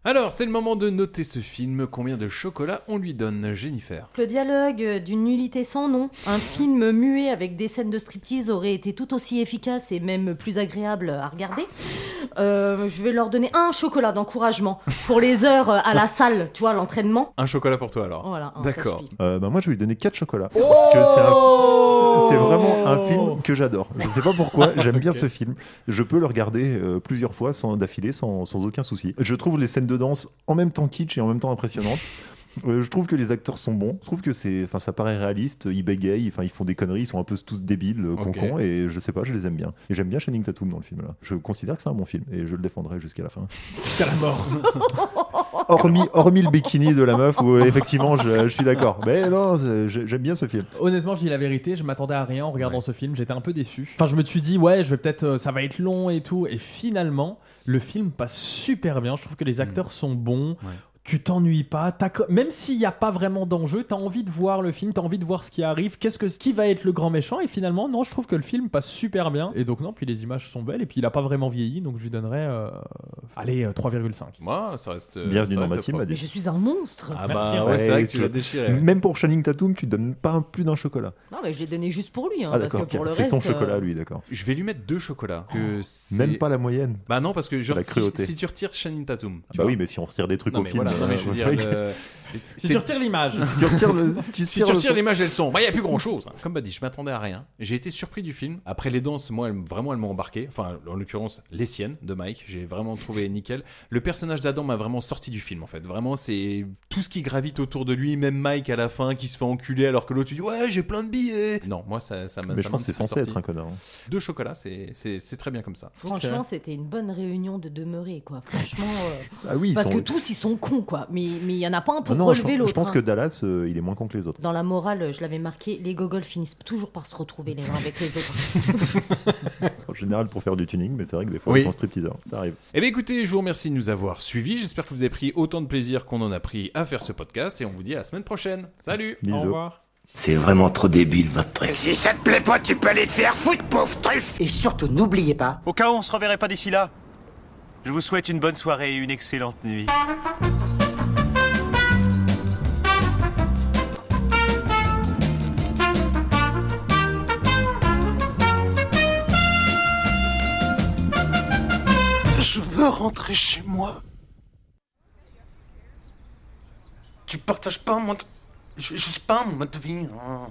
B: Alors, c'est le moment de noter ce film. Combien de chocolat on lui donne, Jennifer
I: Le dialogue euh, d'une nullité sans nom, un film muet avec des scènes de striptease aurait été tout aussi efficace et même plus agréable à regarder. Euh, je vais leur donner un chocolat d'encouragement pour les heures euh, à la salle, tu vois, l'entraînement.
B: Un chocolat pour toi alors.
I: Voilà, un, ça
B: D'accord.
J: Euh, bah moi je vais lui donner 4 chocolats parce que c'est un- c'est vraiment un film que j'adore. Je sais pas pourquoi, j'aime bien ce film. Je peux le regarder euh, plusieurs fois sans d'affilée sans, sans aucun souci. Je trouve les scènes de danse en même temps kitsch et en même temps impressionnantes. Euh, je trouve que les acteurs sont bons. Je trouve que c'est, enfin, ça paraît réaliste. Ils bégayent, enfin, ils font des conneries. Ils sont un peu tous débiles, euh,
B: Ok.
J: concons. Et je sais pas, je les aime bien. Et j'aime bien Shining Tatum dans le film là. Je considère que c'est un bon film et je le défendrai jusqu'à la fin. Jusqu'à la mort. hormis, hormis le bikini de la meuf où euh, effectivement, je, je suis d'accord. Mais non, c'est- je- j'aime bien ce film.
K: Honnêtement, je dis la vérité, je m'attendais à rien en regardant ce film, j'étais un peu déçu. Enfin, je me suis dit, ouais, je vais peut-être, euh, ça va être long et tout. Et finalement, le film passe super bien. Je trouve que
J: Hmm.
K: les acteurs sont bons. Tu t'ennuies pas, t'as co- même s'il n'y a pas vraiment d'enjeu, t'as envie de voir le film, t'as envie de voir ce qui arrive, qu'est-ce que qui va être le grand méchant, et finalement non, je trouve que le film passe super bien, et donc non, puis les images sont belles, et puis il a pas vraiment vieilli, donc je lui donnerais, euh, allez, euh, 3,5.
B: Moi, ça reste. euh,
J: Bienvenue
B: ça
J: dans
B: reste
J: ma team,
B: propre.
J: m'a dit.
I: Mais je suis un monstre.
B: Ah bah ouais, c'est vrai que tu l'as déchiré.
J: Même pour Shining Tatum, tu donnes pas un plus d'un chocolat.
I: Non, mais je l'ai donné juste pour lui. hein,
J: Ah,
I: parce
J: d'accord,
I: que pour
J: ok.
I: le
J: C'est
I: reste.
J: son
I: euh,
J: chocolat, lui, d'accord.
B: Je vais lui mettre deux chocolats. que c'est-
J: Oh, Même pas la moyenne.
B: Bah non, parce que genre,
J: La
B: si-
J: cruauté.
B: si, tu retires Shannon Tatum. tu
J: Ah bah
B: vois.
J: oui, mais si on retire des trucs
B: Non,
J: au
B: mais
J: film,
B: voilà, non, mais je veux
J: euh,
B: dire,
J: ouais.
B: le-
K: Si
B: c'est-
K: tu retires l'image.
J: Si tu retires le- si tu
B: Si
J: tires
B: tu
J: le
B: retires
J: son.
B: l'image, elles sont. Bah, il n'y a plus grand chose. Comme bah dit, je m'attendais à rien. J'ai été surpris du film. Après les danses, moi, elles- vraiment, elles m'ont embarqué. Enfin, en l'occurrence, les siennes de Mike. J'ai vraiment trouvé nickel. Le personnage d'Adam m'a vraiment sorti du film, en fait. Vraiment, c'est tout ce qui gravite autour de lui. Même Mike à la fin qui se fait enculer alors que l'autre, tu dis, ouais, j'ai plein de billets. Non, moi, ça ça m'a.
J: Mais
B: ça
J: je
B: m'a
J: pense que c'est
B: un petit peu
J: censé
B: sorti.
J: être un connard. hein.
B: Deux chocolats, c'est- c'est c'est très bien comme ça.
I: Franchement, c'était une bonne réunion de demeurés, quoi. Franchement. euh,
J: Ah oui, ils
I: parce
J: sont-
I: que tous, ils sont cons, quoi. Mais mais il y en a pas un pour
J: Ah non, je,
I: relever
J: je
I: l'autre.
J: pense
I: hein.
J: que Dallas, euh, il est moins con que les autres.
I: Dans la morale, je l'avais marqué, les gogoles finissent toujours par se retrouver les uns avec les autres.
J: En général, pour faire du tuning, mais c'est vrai que des fois,
B: Oui.
J: ils sont stripteaseurs. Ça arrive.
B: Eh bien écoutez, je vous remercie de nous avoir suivis. J'espère que vous avez pris autant de plaisir qu'on en a pris à faire ce podcast et on vous dit à la semaine prochaine. Salut Au revoir
D: C'est vraiment trop débile, votre truc.
G: Si ça te plaît pas, tu peux aller te faire foutre, pauvre truffe
O: Et surtout, n'oubliez pas.
P: Au cas où on se reverrait pas d'ici là, je vous souhaite une bonne soirée et une excellente nuit.
G: Je veux rentrer chez moi. Tu partages pas mon... Je, je sais pas, mon mode de vie. hein.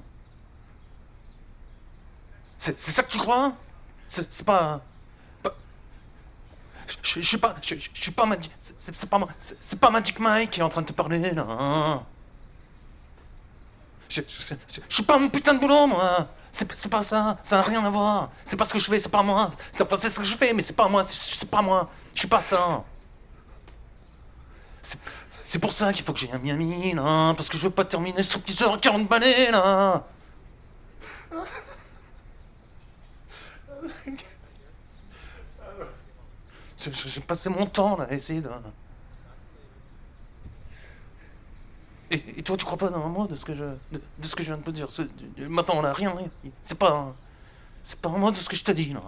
G: C'est c'est ça que tu crois hein? C'est c'est pas... pas- Je, je suis pas, je, je- je suis pas Magic, c'est- c'est c'est pas, ma- c'est c'est pas Magic Mike qui est en train de te parler là. hein. Je, je, je- je suis pas mon putain de boulot, moi. C'est c'est pas ça, ça n'a rien à voir. C'est pas ce que je fais, c'est pas moi. C'est enfin, c'est ce que je fais, mais c'est pas moi, c'est c'est pas moi. Je suis pas ça. C'est- C'est pour ça qu'il faut que j'aille à Miami, là. hein, Parce que je veux pas terminer sous petit heures 40 balais, là. Je- je- J'ai passé mon temps, là, à essayer de. Et, et toi, tu crois pas dans un mot de ce que je, de, de hein. ce que je viens de te dire ce- Maintenant, on a rien. C'est pas. C'est pas un mot de ce que je te dis, là.